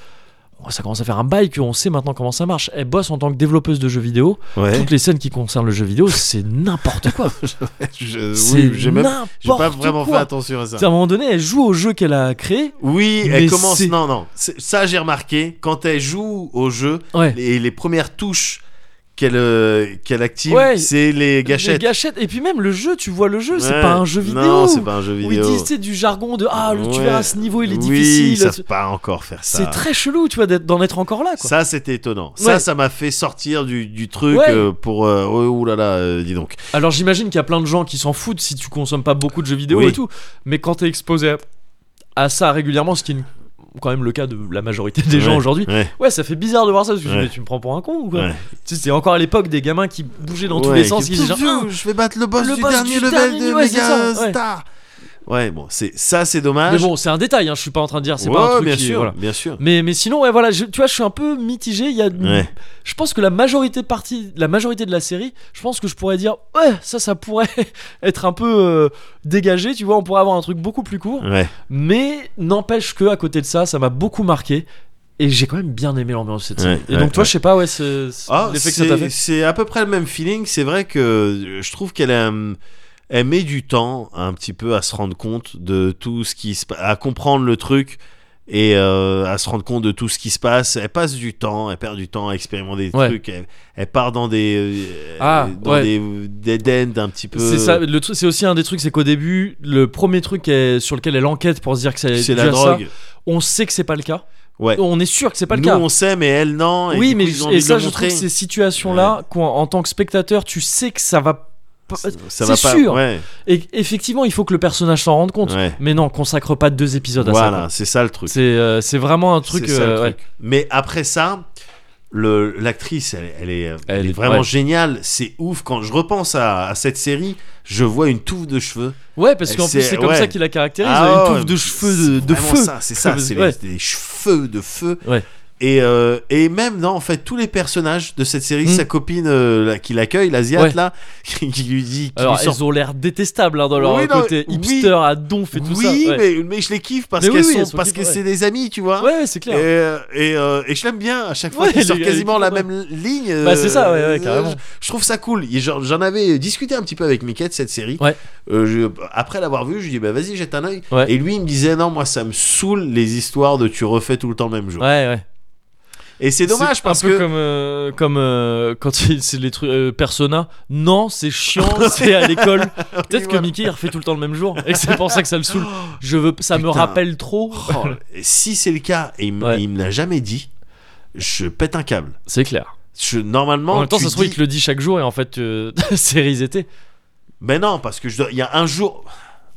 ça commence à faire un bail qu'on sait maintenant comment ça marche. Elle bosse en tant que développeuse de jeux vidéo. Ouais. Toutes les scènes qui concernent le jeu vidéo, c'est n'importe [laughs] quoi. Je- c'est oui, j'ai même- n'importe j'ai pas vraiment fait quoi. attention à ça. À un moment donné, elle joue au jeu qu'elle a créé. Oui, Mais elle commence. c'est- Non, non. C'est- Ça, j'ai remarqué. Quand elle joue au jeu, Ouais. les, les premières touches qu'elle euh, qu'elle active, Ouais. c'est les gâchettes. Les gâchettes. Et puis même le jeu, tu vois le jeu, c'est Ouais. pas un jeu vidéo. Non, c'est pas un jeu Où ils vidéo. disent tu sais, du jargon de Ah, le- tu oh. Ouais. verras ce niveau, il est oui, Ils difficile. savent pas encore faire ça. C'est très chelou, tu vois, d'être- d'en être encore là. Quoi. Ça, c'était étonnant. Ouais. Ça, ça m'a fait sortir du, du truc Ouais. euh, pour. Euh, oh, oulala, euh, dis donc. Alors j'imagine qu'il y a plein de gens qui s'en foutent si tu consommes pas beaucoup de jeux vidéo Oui. et tout. Mais quand t'es exposé à, à ça régulièrement, ce qui est une- quand même le cas de la majorité des gens Ouais. aujourd'hui, Ouais. Ouais, ça fait bizarre de voir ça parce que je me dis, Ouais. mais tu me prends pour un con ou quoi Ouais. Tu sais, c'est encore à l'époque des gamins qui bougeaient dans tous Ouais, les sens, qui que- disaient genre, ah, Pfiou, je vais battre le boss le du boss dernier du level dernier, de ouais, c'est Mega ça, ouais. Star. Ouais, bon, c'est ça, c'est dommage. Mais bon, c'est un détail, hein, je suis pas en train de dire, c'est ah, ouais, pas un truc bien qui- sûr, voilà. bien sûr. Mais, mais sinon, ouais, voilà, je- tu vois, je suis un peu mitigé. Il y a, Ouais. je pense que la majorité partie, la majorité de la série, je pense que je pourrais dire, ouais, ça, ça pourrait [laughs] être un peu euh, dégagé. Tu vois, on pourrait avoir un truc beaucoup plus court. Ouais. Mais n'empêche que à côté de ça, ça m'a beaucoup marqué et j'ai quand même bien aimé l'ambiance de cette série. Ouais, et ouais, donc toi, ouais. je sais pas, ouais, c'est c'est Ah, l'effet que ça t'a c'est fait. c'est à peu près le même feeling. C'est vrai que euh, je trouve qu'elle aime. Elle met du temps un petit peu à se rendre compte de tout ce qui se passe, à comprendre le truc et euh, à se rendre compte de tout ce qui se passe. Elle passe du temps, elle perd du temps à expérimenter des Ouais. trucs. Elle, elle part dans des euh, Ah, dans ouais. des dead un petit peu. C'est ça, euh, le truc, c'est aussi un des trucs, c'est qu'au début, le premier truc est- sur lequel elle enquête pour se dire que c'est C'est déjà la drogue. ça, on sait que c'est pas le cas. Ouais. On est sûr que c'est pas le Nous cas. on sait, mais elle non. et oui, du coup, mais ils ont et envie de ça, le je trouve montrer. que ces situations-là, qu'en- en tant que spectateur, tu sais que ça va. pas- ça va c'est pas. sûr. Ouais, Et effectivement, il faut que le personnage s'en rende compte. ouais. Mais non, consacre pas deux épisodes à ça. Voilà, quoi. c'est ça le truc. C'est euh, c'est vraiment un truc. C'est ça, le euh, ouais. truc. Mais après ça, le- l'actrice, elle, elle est, euh, elle Elle est est- vraiment ouais. géniale. C'est ouf. Quand je repense à, à cette série, je vois une touffe de cheveux. Ouais, parce qu'en plus, C'est- c'est comme ouais. ça qu'il la caractérise. Ah une ouais, touffe de cheveux de, c'est de vraiment feu. ça, [laughs] C'est ça, c'est Ouais. les- des cheveux de feu. Ouais. Et, euh, et même, non, en fait, tous les personnages de cette série, Mm. sa copine euh, là, qui l'accueille, l'asiate, Ouais. là, [laughs] qui, qui lui dit. Qui Alors, lui sort- elles ont l'air détestables hein, dans leur Oui, non, côté oui. hipster à donf et tout oui, ça. ouais. mais, mais je les kiffe parce Mais oui, qu'elles oui, sont- elles sont parce kiff- que ouais. c'est des amis, tu vois. Ouais, ouais, c'est Et, clair. euh, et, euh, et je l'aime bien à chaque fois Ouais, qu'il sort les gars, quasiment ils la sont même ligne. Bah, euh, c'est ça, ouais, ouais, euh, carrément. je- Je trouve ça cool. Et genre, J'en avais discuté un petit peu avec Mickey de cette série. Ouais. Euh, je- après l'avoir vu, je lui dis bah vas-y jette un oeil. Ouais. Et lui il me disait non moi ça me saoule les histoires de tu refais tout le temps le même jour. Ouais, ouais. Et c'est dommage parce un peu que comme euh, comme euh, quand il- c'est les trucs euh, persona. Non, c'est [laughs] chiant, c'est à l'école. Peut-être que voilà. Oh, Mickey il refait tout le temps le même jour et que c'est pour ça que ça le saoule. Je veux, ça me putain. rappelle trop. [laughs] Oh, [laughs] si c'est le cas et il, me- Ouais. il me l'a jamais dit, je pète un câble. C'est clair. Je, normalement en même temps, tu ça se trouve dis- il te le dit chaque jour et en fait euh, [laughs] c'est reseté. mais non parce que je dois- il y a un jour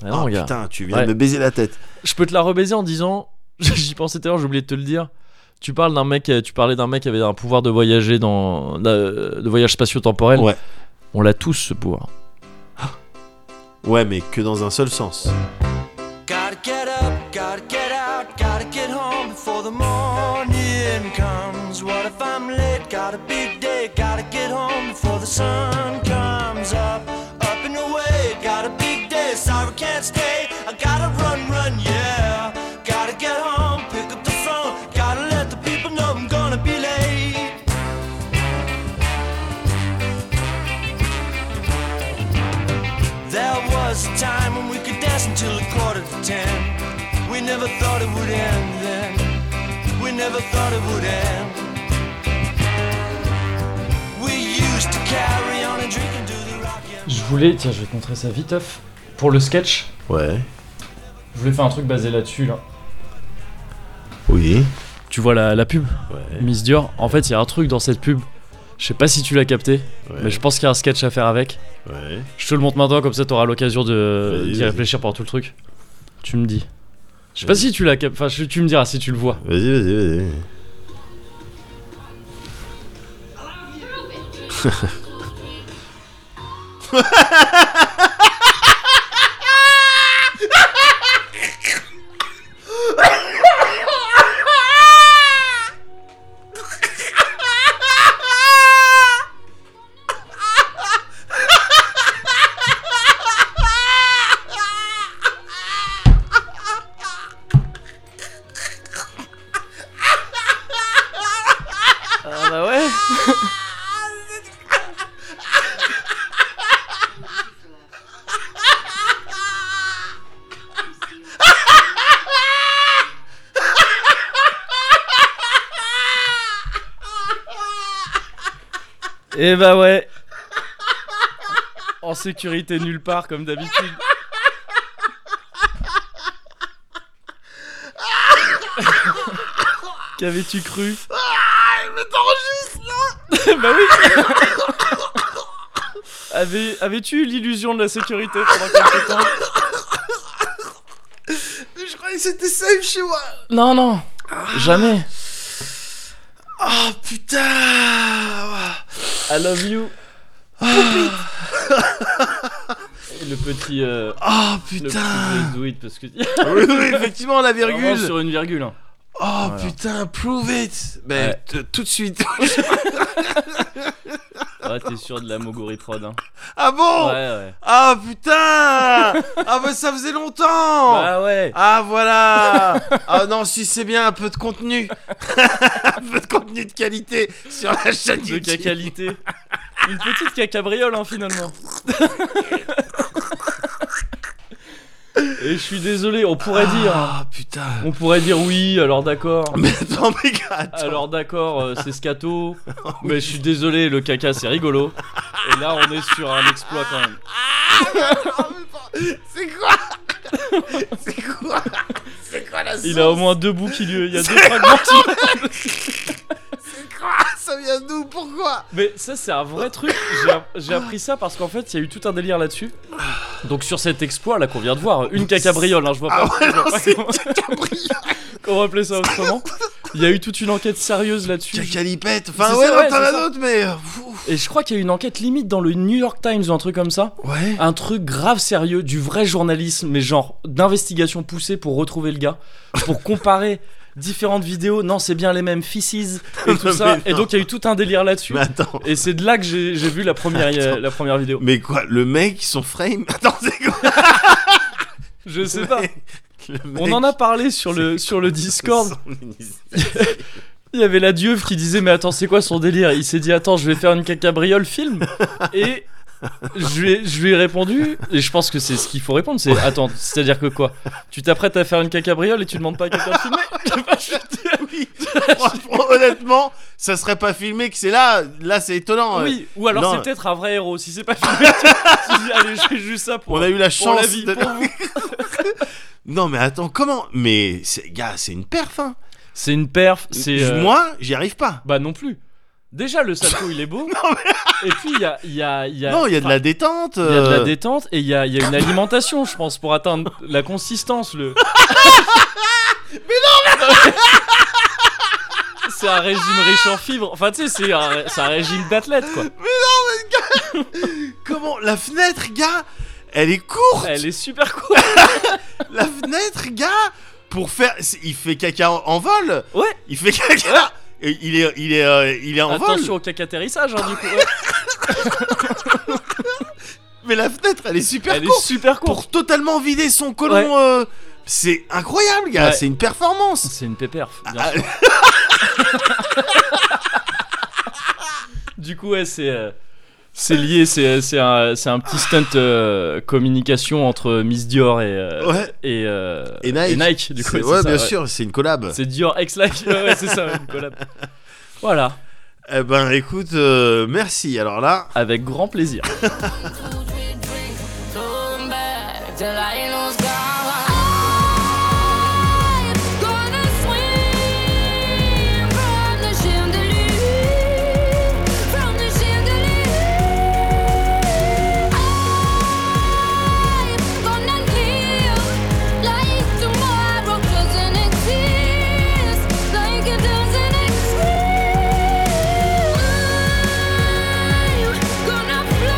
Ah non, Oh, gars. putain tu viens Ouais. de me baiser la tête. Je peux te la rebaiser en disant, [laughs] j'y pensais tout à l'heure, j'ai oublié de te le dire. Tu parles d'un mec, tu parlais d'un mec qui avait un pouvoir de voyager dans de de voyage spatio-temporel. Ouais. On l'a tous ce pouvoir. Ouais mais que dans un seul sens. Gotta get up, gotta get out, gotta get home before the morning comes. What if I'm late? Got a big day, gotta get home before the sun comes up. Up and away, got a big day, sorry can't stay. I gotta run, run, yeah. Gotta get home, pick up the phone, gotta let the people know I'm gonna be late. There was a time when we could dance until a quarter to ten. We never thought it would end then. We never thought it would end. We used to carry on and drink and do the rock. and- Je voulais, tiens, je vais te montrer ça vite, off. Pour le sketch, Ouais. je voulais faire un truc basé là-dessus. Là. Oui. Tu vois la, la pub Miss Dior. En fait, il y a un truc dans cette pub. Je sais pas si tu l'as capté, mais je pense qu'il y a un sketch à faire avec. Ouais. Je te le montre maintenant, comme ça t'auras l'occasion de, Vas-y, d'y vas-y. réfléchir pendant tout le truc. Tu me dis. Je sais pas Vas-y. si tu l'as capté. Enfin, je- tu me diras si tu le vois. Vas-y, vas-y, vas-y. Ah bah ouais Eh bah ouais En sécurité nulle part comme d'habitude Qu'avais-tu cru [laughs] bah oui Bah Avais- Avais-tu eu l'illusion de la sécurité pendant quelques temps Je croyais que c'était safe chez moi. Non, non Jamais Oh putain. I love you le petit. euh, Oh le putain petit do it parce que. oui, [laughs] oui, effectivement, la Vraiment virgule sur une virgule. hein. Oh putain, prove it Ben, Ouais. t- tout de suite [laughs] Ah, t'es sûr de la Mogori prod. Hein. Ah bon Ouais, ouais. Ah putain Ah bah ça faisait longtemps Bah Ah ouais. Ah voilà [laughs] Ah non, si c'est bien un peu de contenu [laughs] Un peu de contenu de qualité sur la chaîne De YouTube cacalité. Une petite cacabriole, hein, finalement. Et je suis désolé, on pourrait dire. Ah putain [laughs] On pourrait dire oui, alors d'accord. Mais attends, mais gars, attends. Alors d'accord, euh, c'est scato. Mais je suis désolé, le caca, c'est rigolo. Et là, on est sur un exploit quand même. C'est quoi C'est quoi C'est quoi la Il sauce a au moins deux bouts qui lui. Il y a deux fragments qui- C'est quoi Ça vient d'où Pourquoi Mais ça, c'est un vrai truc. J'ai- J'ai appris ça parce qu'en fait, il y a eu tout un délire là-dessus. Donc sur cet exploit là qu'on vient de voir, une cacabriole, hein, je vois pas. Ah ouais, je vois [laughs] non, pas c'est comment- Capri Comment appeler ça autrement Il y a eu toute une enquête sérieuse là-dessus. Cacalipette Enfin C'est ouais, ça, non, ouais, t'en c'est as ça. d'autres, mais... euh, pfff. Et je crois qu'il y a eu une enquête limite dans le New York Times ou un truc comme ça. Ouais Un truc grave sérieux, du vrai journalisme, mais genre d'investigation poussée pour retrouver le gars. Pour comparer différentes vidéos. Non, c'est bien les mêmes feces et tout Non, ça. [laughs] mais Et non. donc il y a eu tout un délire là-dessus. Mais attends... Et c'est de là que j'ai j'ai vu la première, [laughs] Attends. la première vidéo. Mais quoi, le mec, son frame [laughs] Attends, c'est quoi Je sais pas. Le mec, On en a parlé sur le, sur [laughs] le Discord. son initiale. Il y avait la dieuve qui disait mais attends c'est quoi son délire Il s'est dit attends je vais faire une cacabriole film et je lui, ai, je lui ai répondu et je pense que c'est ce qu'il faut répondre c'est attends c'est à dire que quoi Tu t'apprêtes à faire une cacabriole et tu demandes pas à quelqu'un de [laughs] filmer Oui. Franchement, honnêtement, ça serait pas filmé que c'est là. Là, c'est étonnant. euh. Oui ou alors Non. c'est peut-être un vrai héros si c'est pas [laughs] filmé. tu- tu dis, allez je fais juste ça pour euh, On a eu la chance. la vie, de- pour vous. non, mais attends, comment Mais c'est- gars, c'est une perf. Hein. C'est une perf c'est euh, Moi, j'y arrive pas. bah non plus. Déjà le salto il est [laughs] beau et puis il y a il y a il y a Non, il y a de la détente. Il y a de la euh, détente et il y a, il y a une alimentation, je pense, pour atteindre la consistance. [laughs] Le... mais non, mais... [laughs] c'est un régime riche en fibres. Enfin, tu sais, c'est un, c'est un régime d'athlète, quoi. Comment La fenêtre, gars, elle est courte. Elle est super cool. La fenêtre, gars, pour faire. c'est- Il fait caca en, en vol. Ouais. Il fait caca. Et il est, il est, euh, il est en Attention vol. au cacaterrissage, hein, du coup. Ouais, Mais la fenêtre, elle est super Elle est courte. super cool. pour totalement vider son colon. Ouais. euh, c'est incroyable, gars. Ouais. C'est une performance. C'est une péperf, bien Ah, sûr. Du coup, ouais, c'est. euh, C'est lié, c'est euh, c'est un, c'est un petit stunt euh, communication entre Miss Dior et, euh, ouais. et, euh, Et [laughs] Nike. du coup. C'est- c'est ouais, ça, bien sûr, c'est une collab. C'est Dior X Life. Ouais, ouais, c'est ça, une collab. Voilà, Eh ben, écoute, euh, merci. Alors là, avec grand plaisir. Gonna swim from the chandelier, from the chandelier. I'm gonna live like tomorrow doesn't exist, like it doesn't exist. I'm gonna fly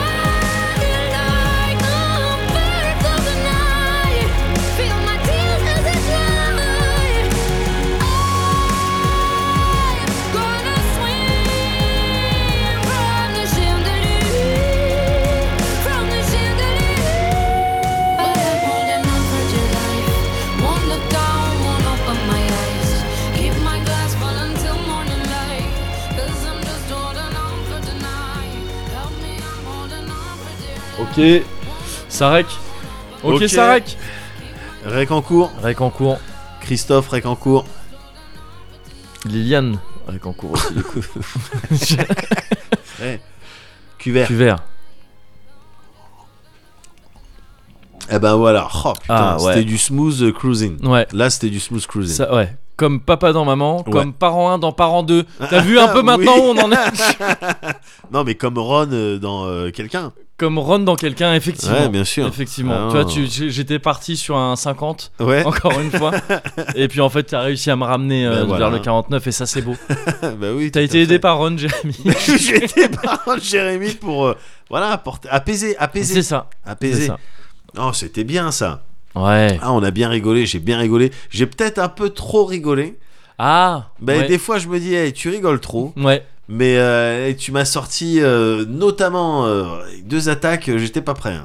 like a bird of the night, feel my tears as they fly. I'm gonna swim from the chandelier, from the chandelier. But I'm holding on for dear life. Won't look down, won't open my eyes. Keep my glass full until morning light. Cause I'm just holding on for tonight. Help me, I'm holding on for dear life. Ok, Sarek. Ok, Ok. Sarek. Récancourt, Récancourt. Christophe Récancourt. Liliane. Récancourt aussi, du coup. Je- [laughs] Ouais. Cuvert. Cuvert. Eh ben voilà. Oh, putain, Ah, ouais. Eh C'était du smooth euh, cruising. Ah, Ouais. Là, c'était du smooth cruising. Ça, ouais. comme Papa dans Maman, Ouais. Ah, comme Parent 1 dans Parent 2. T'as vu un peu maintenant Oui. où on en [laughs] est Non, mais comme Ron euh, dans euh, quelqu'un. Comme Ron dans quelqu'un, effectivement. Ouais, [laughs] bien sûr. Effectivement. Ah. Tu vois, tu- j'ai- j'étais parti sur un 50, Ouais, [laughs] encore une fois. et puis en fait, t'as réussi à me ramener euh, Ben voilà. vers le 49, et ça, c'est [laughs] beau. [laughs] bah oui. T'as tout été à [laughs] aidé fait. par Ron, Jérémy. J'ai été par Jérémy pour euh, voilà apporter- apaiser, apaiser, c'est ça. c'est apaiser. ça. Oh, c'était bien ça. Ouais. Ah, on a bien rigolé, j'ai bien rigolé. J'ai peut-être un peu trop rigolé. Ah Ben, ouais. Des fois, je me dis, hey, tu rigoles trop. Ouais. Mais euh, tu m'as sorti euh, notamment euh, deux attaques, euh, j'étais pas prêt. hein.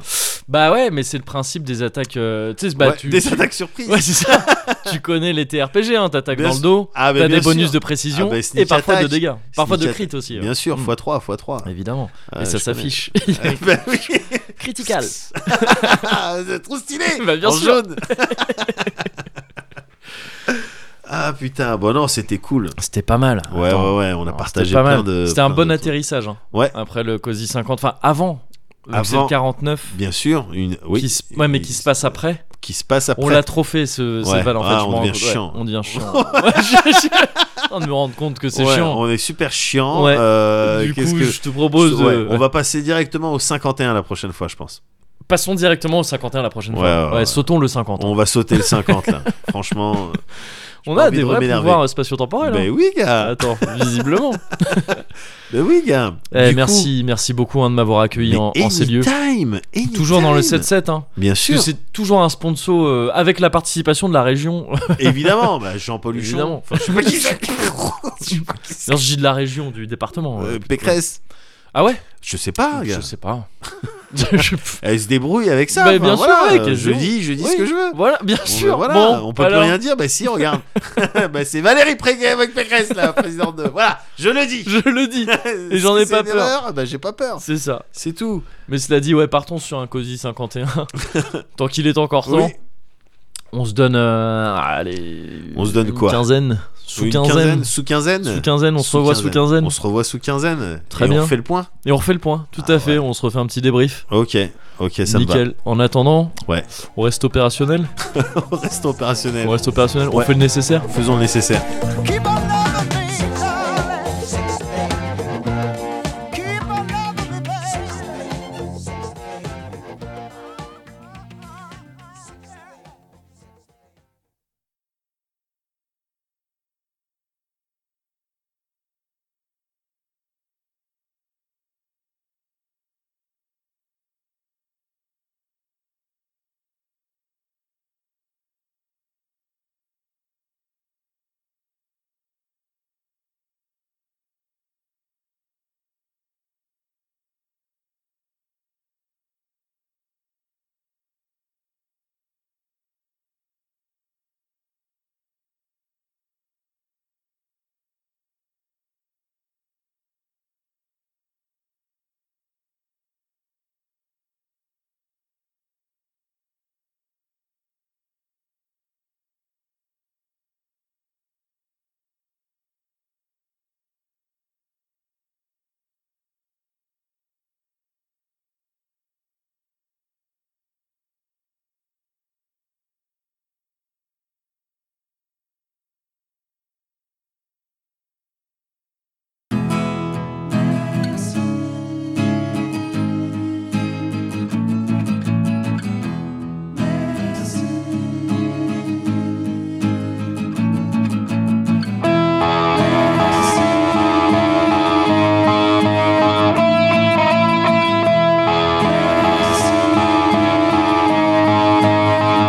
Bah ouais, mais c'est le principe des attaques. euh, tu sais, bah, Ouais, tu, des tu- attaques [laughs] surprises. Ouais, c'est ça. tu connais les TRPG, hein, t'attaques Bien dans le sûr. dos, Ah, ben, t'as des bien bonus sûr. de précision Ah, bah, et sneak parfois de attack. dégâts, parfois de Sneak crit aussi. hein. Bien sûr, Ah, Mm. x3, x3. Évidemment. et ça [laughs] s'affiche. bah oui. [laughs] [laughs] Critical. Ah, c'est trop stylé. Bah, bien en sûr. jaune. ah putain, bon non, c'était cool. C'était pas mal. Ouais, Attends. ouais, ouais, on a Non, partagé c'était pas plein mal. de. C'était un plein bon de trucs. atterrissage. hein. Ouais. Après le COSI 50, enfin avant. Donc, c'est le Avant. 49. Bien sûr, une. Oui. qui se- ouais, mais qui se passe après. Qui se passe après. On l'a trop fait, ce, cette Ouais. vanne, en fait. Ah, je on m'en rends devient compte. Ouais, chiant. on devient [laughs] chiant. Ouais, je- je- On de me rendre compte que c'est Ouais, chiant. On est super chiant. Ouais. euh, du coup, qu'est-ce que... je te propose de. Ouais, On va passer directement au 51 la prochaine fois, je pense. Passons directement au 51 la prochaine Ouais, fois. ouais, ouais. sautons le 50. On va [laughs] sauter le 50 là. Franchement. On, pas a envie des de vrais m'énerver. pouvoirs euh, spatio-temporels. Ben hein. oui, gars. Attends, [laughs] visiblement. Ben oui, gars. Eh, Du coup, merci, merci beaucoup hein, de m'avoir accueilli mais en, en ces lieux. anytime, anytime. Toujours dans le 7-7, hein. Bien Parce que sûr. c'est toujours un sponsor euh, avec la participation de la région. [laughs] Évidemment. bah, Jean-Paul Huchon. Euh, Évidemment. Enfin, je sais pas qui [laughs] c'est. Non, je dis de la région, du département. euh. Euh, Pécresse. Ah ouais Je sais pas, Je gars. sais [laughs] pas. Je- Elle se débrouille avec ça. Ben, enfin, bien sûr, voilà, ouais, euh, qu'elle je joue. dis, je dis Oui. ce que je veux. voilà, bien Bon, sûr. ben, voilà, Bon, on peut alors- [laughs] plus rien dire. Bah si, regarde. bah c'est Valérie Pécresse avec Pécresse, la présidente de. Voilà, je [laughs] le dis. Je le [laughs] dis. Et j'en ai pas peur. Bah j'ai pas peur. C'est ça. C'est tout. Mais cela dit, ouais, partons sur un COSI [laughs] 51. Tant qu'il est encore temps. Oui. On se donne. euh, allez. On se donne une quoi Quinzaine. Sous Une quinzaine. Sous quinzaine. Sous quinzaine, on se Sous revoit sous quinzaine. On se revoit sous quinzaine. Très Et bien. On fait le point. Et on refait le point, tout Ah à fait. On se refait un petit débrief. Ok, ok, ça Nickel. [laughs] En attendant, Ouais. on reste opérationnel. me va. on reste opérationnel. On reste opérationnel, on Ouais. fait le nécessaire. Faisons le nécessaire. Keep on loving me, darling. Keep on loving me, baby.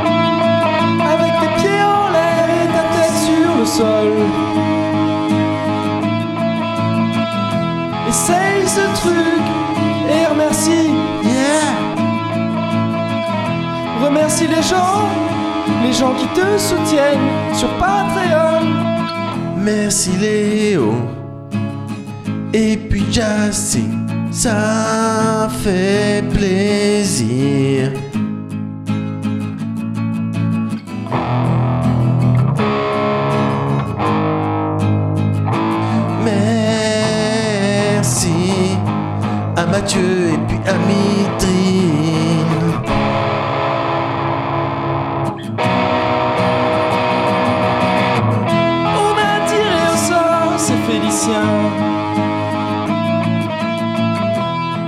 Avec tes pieds en l'air et ta tête sur le sol Essaye ce truc et remercie Yeah Remercie les gens Les gens qui te soutiennent sur Patreon Merci Léo. Et puis Justin, ça fait plaisir. Merci à Mathieu et puis à Mitri. Félicien.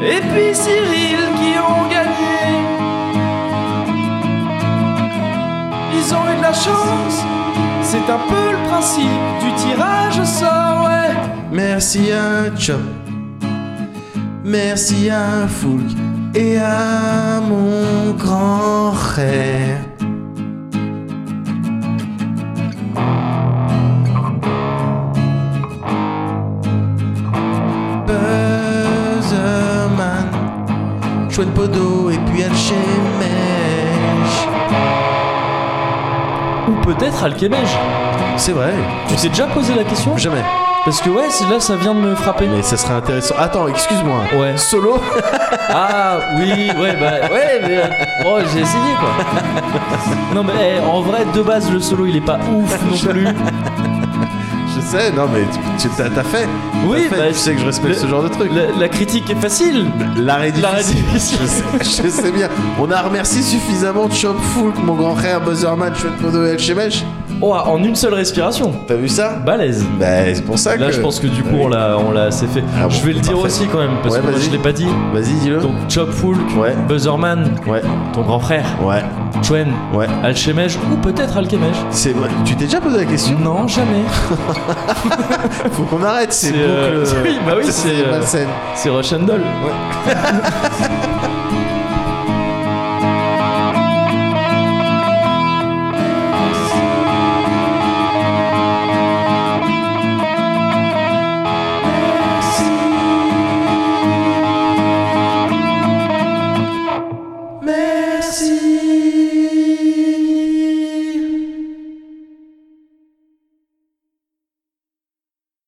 Et puis Cyril qui ont gagné. Ils ont eu de la chance, c'est un peu le principe du tirage au sort, ouais. Merci à Chop. Merci à Foulk et à mon grand frère. Buzzerman, Chouette Podo et puis Alchemèche. Ou peut-être Alkemej. C'est vrai, Tu t'es déjà posé la question jamais. Parce que ouais, c'est- là ça vient de me frapper. Mais ça serait intéressant. Attends, excuse-moi. Ouais. Solo [laughs] Ah oui, ouais, bah ouais, mais euh, bon, j'ai essayé [laughs] quoi. Non mais eh, en vrai, de base, le solo il est pas ouf non plus. Je sais, non mais tu, tu- t'as, t'as fait. T'as Oui, fait. bah, tu sais que je respecte le- ce genre de truc. La, la critique est facile. L'arrêt L'arrêt difficile. difficile. [laughs] Je sais, je sais bien. On a remercié suffisamment Chop Foulk, mon grand frère Buzzerman, Chouette Podo et Alchemèche. Oh, ah, en une seule respiration. T'as vu ça Balèze. Bah, c'est pour ça que. Là, je pense que du coup, Oui. on l'a, on l'a assez fait. Ah bon, je vais le dire parfait. aussi quand même, parce Ouais, que moi, vas-y. je l'ai pas dit. Vas-y, dis-le. Donc, Chop Foulk, Ouais. Buzzerman, Ouais, ton grand frère, ouais, Chwen, ouais. Alchemège ou peut-être Alchemège. C'est vrai. Tu t'es déjà posé la question Non, jamais. Faut qu'on arrête ces C'est, boucles. euh, [laughs] oui, bah oui, c'est, euh, malsaine. C'est Rush and Doll. Merci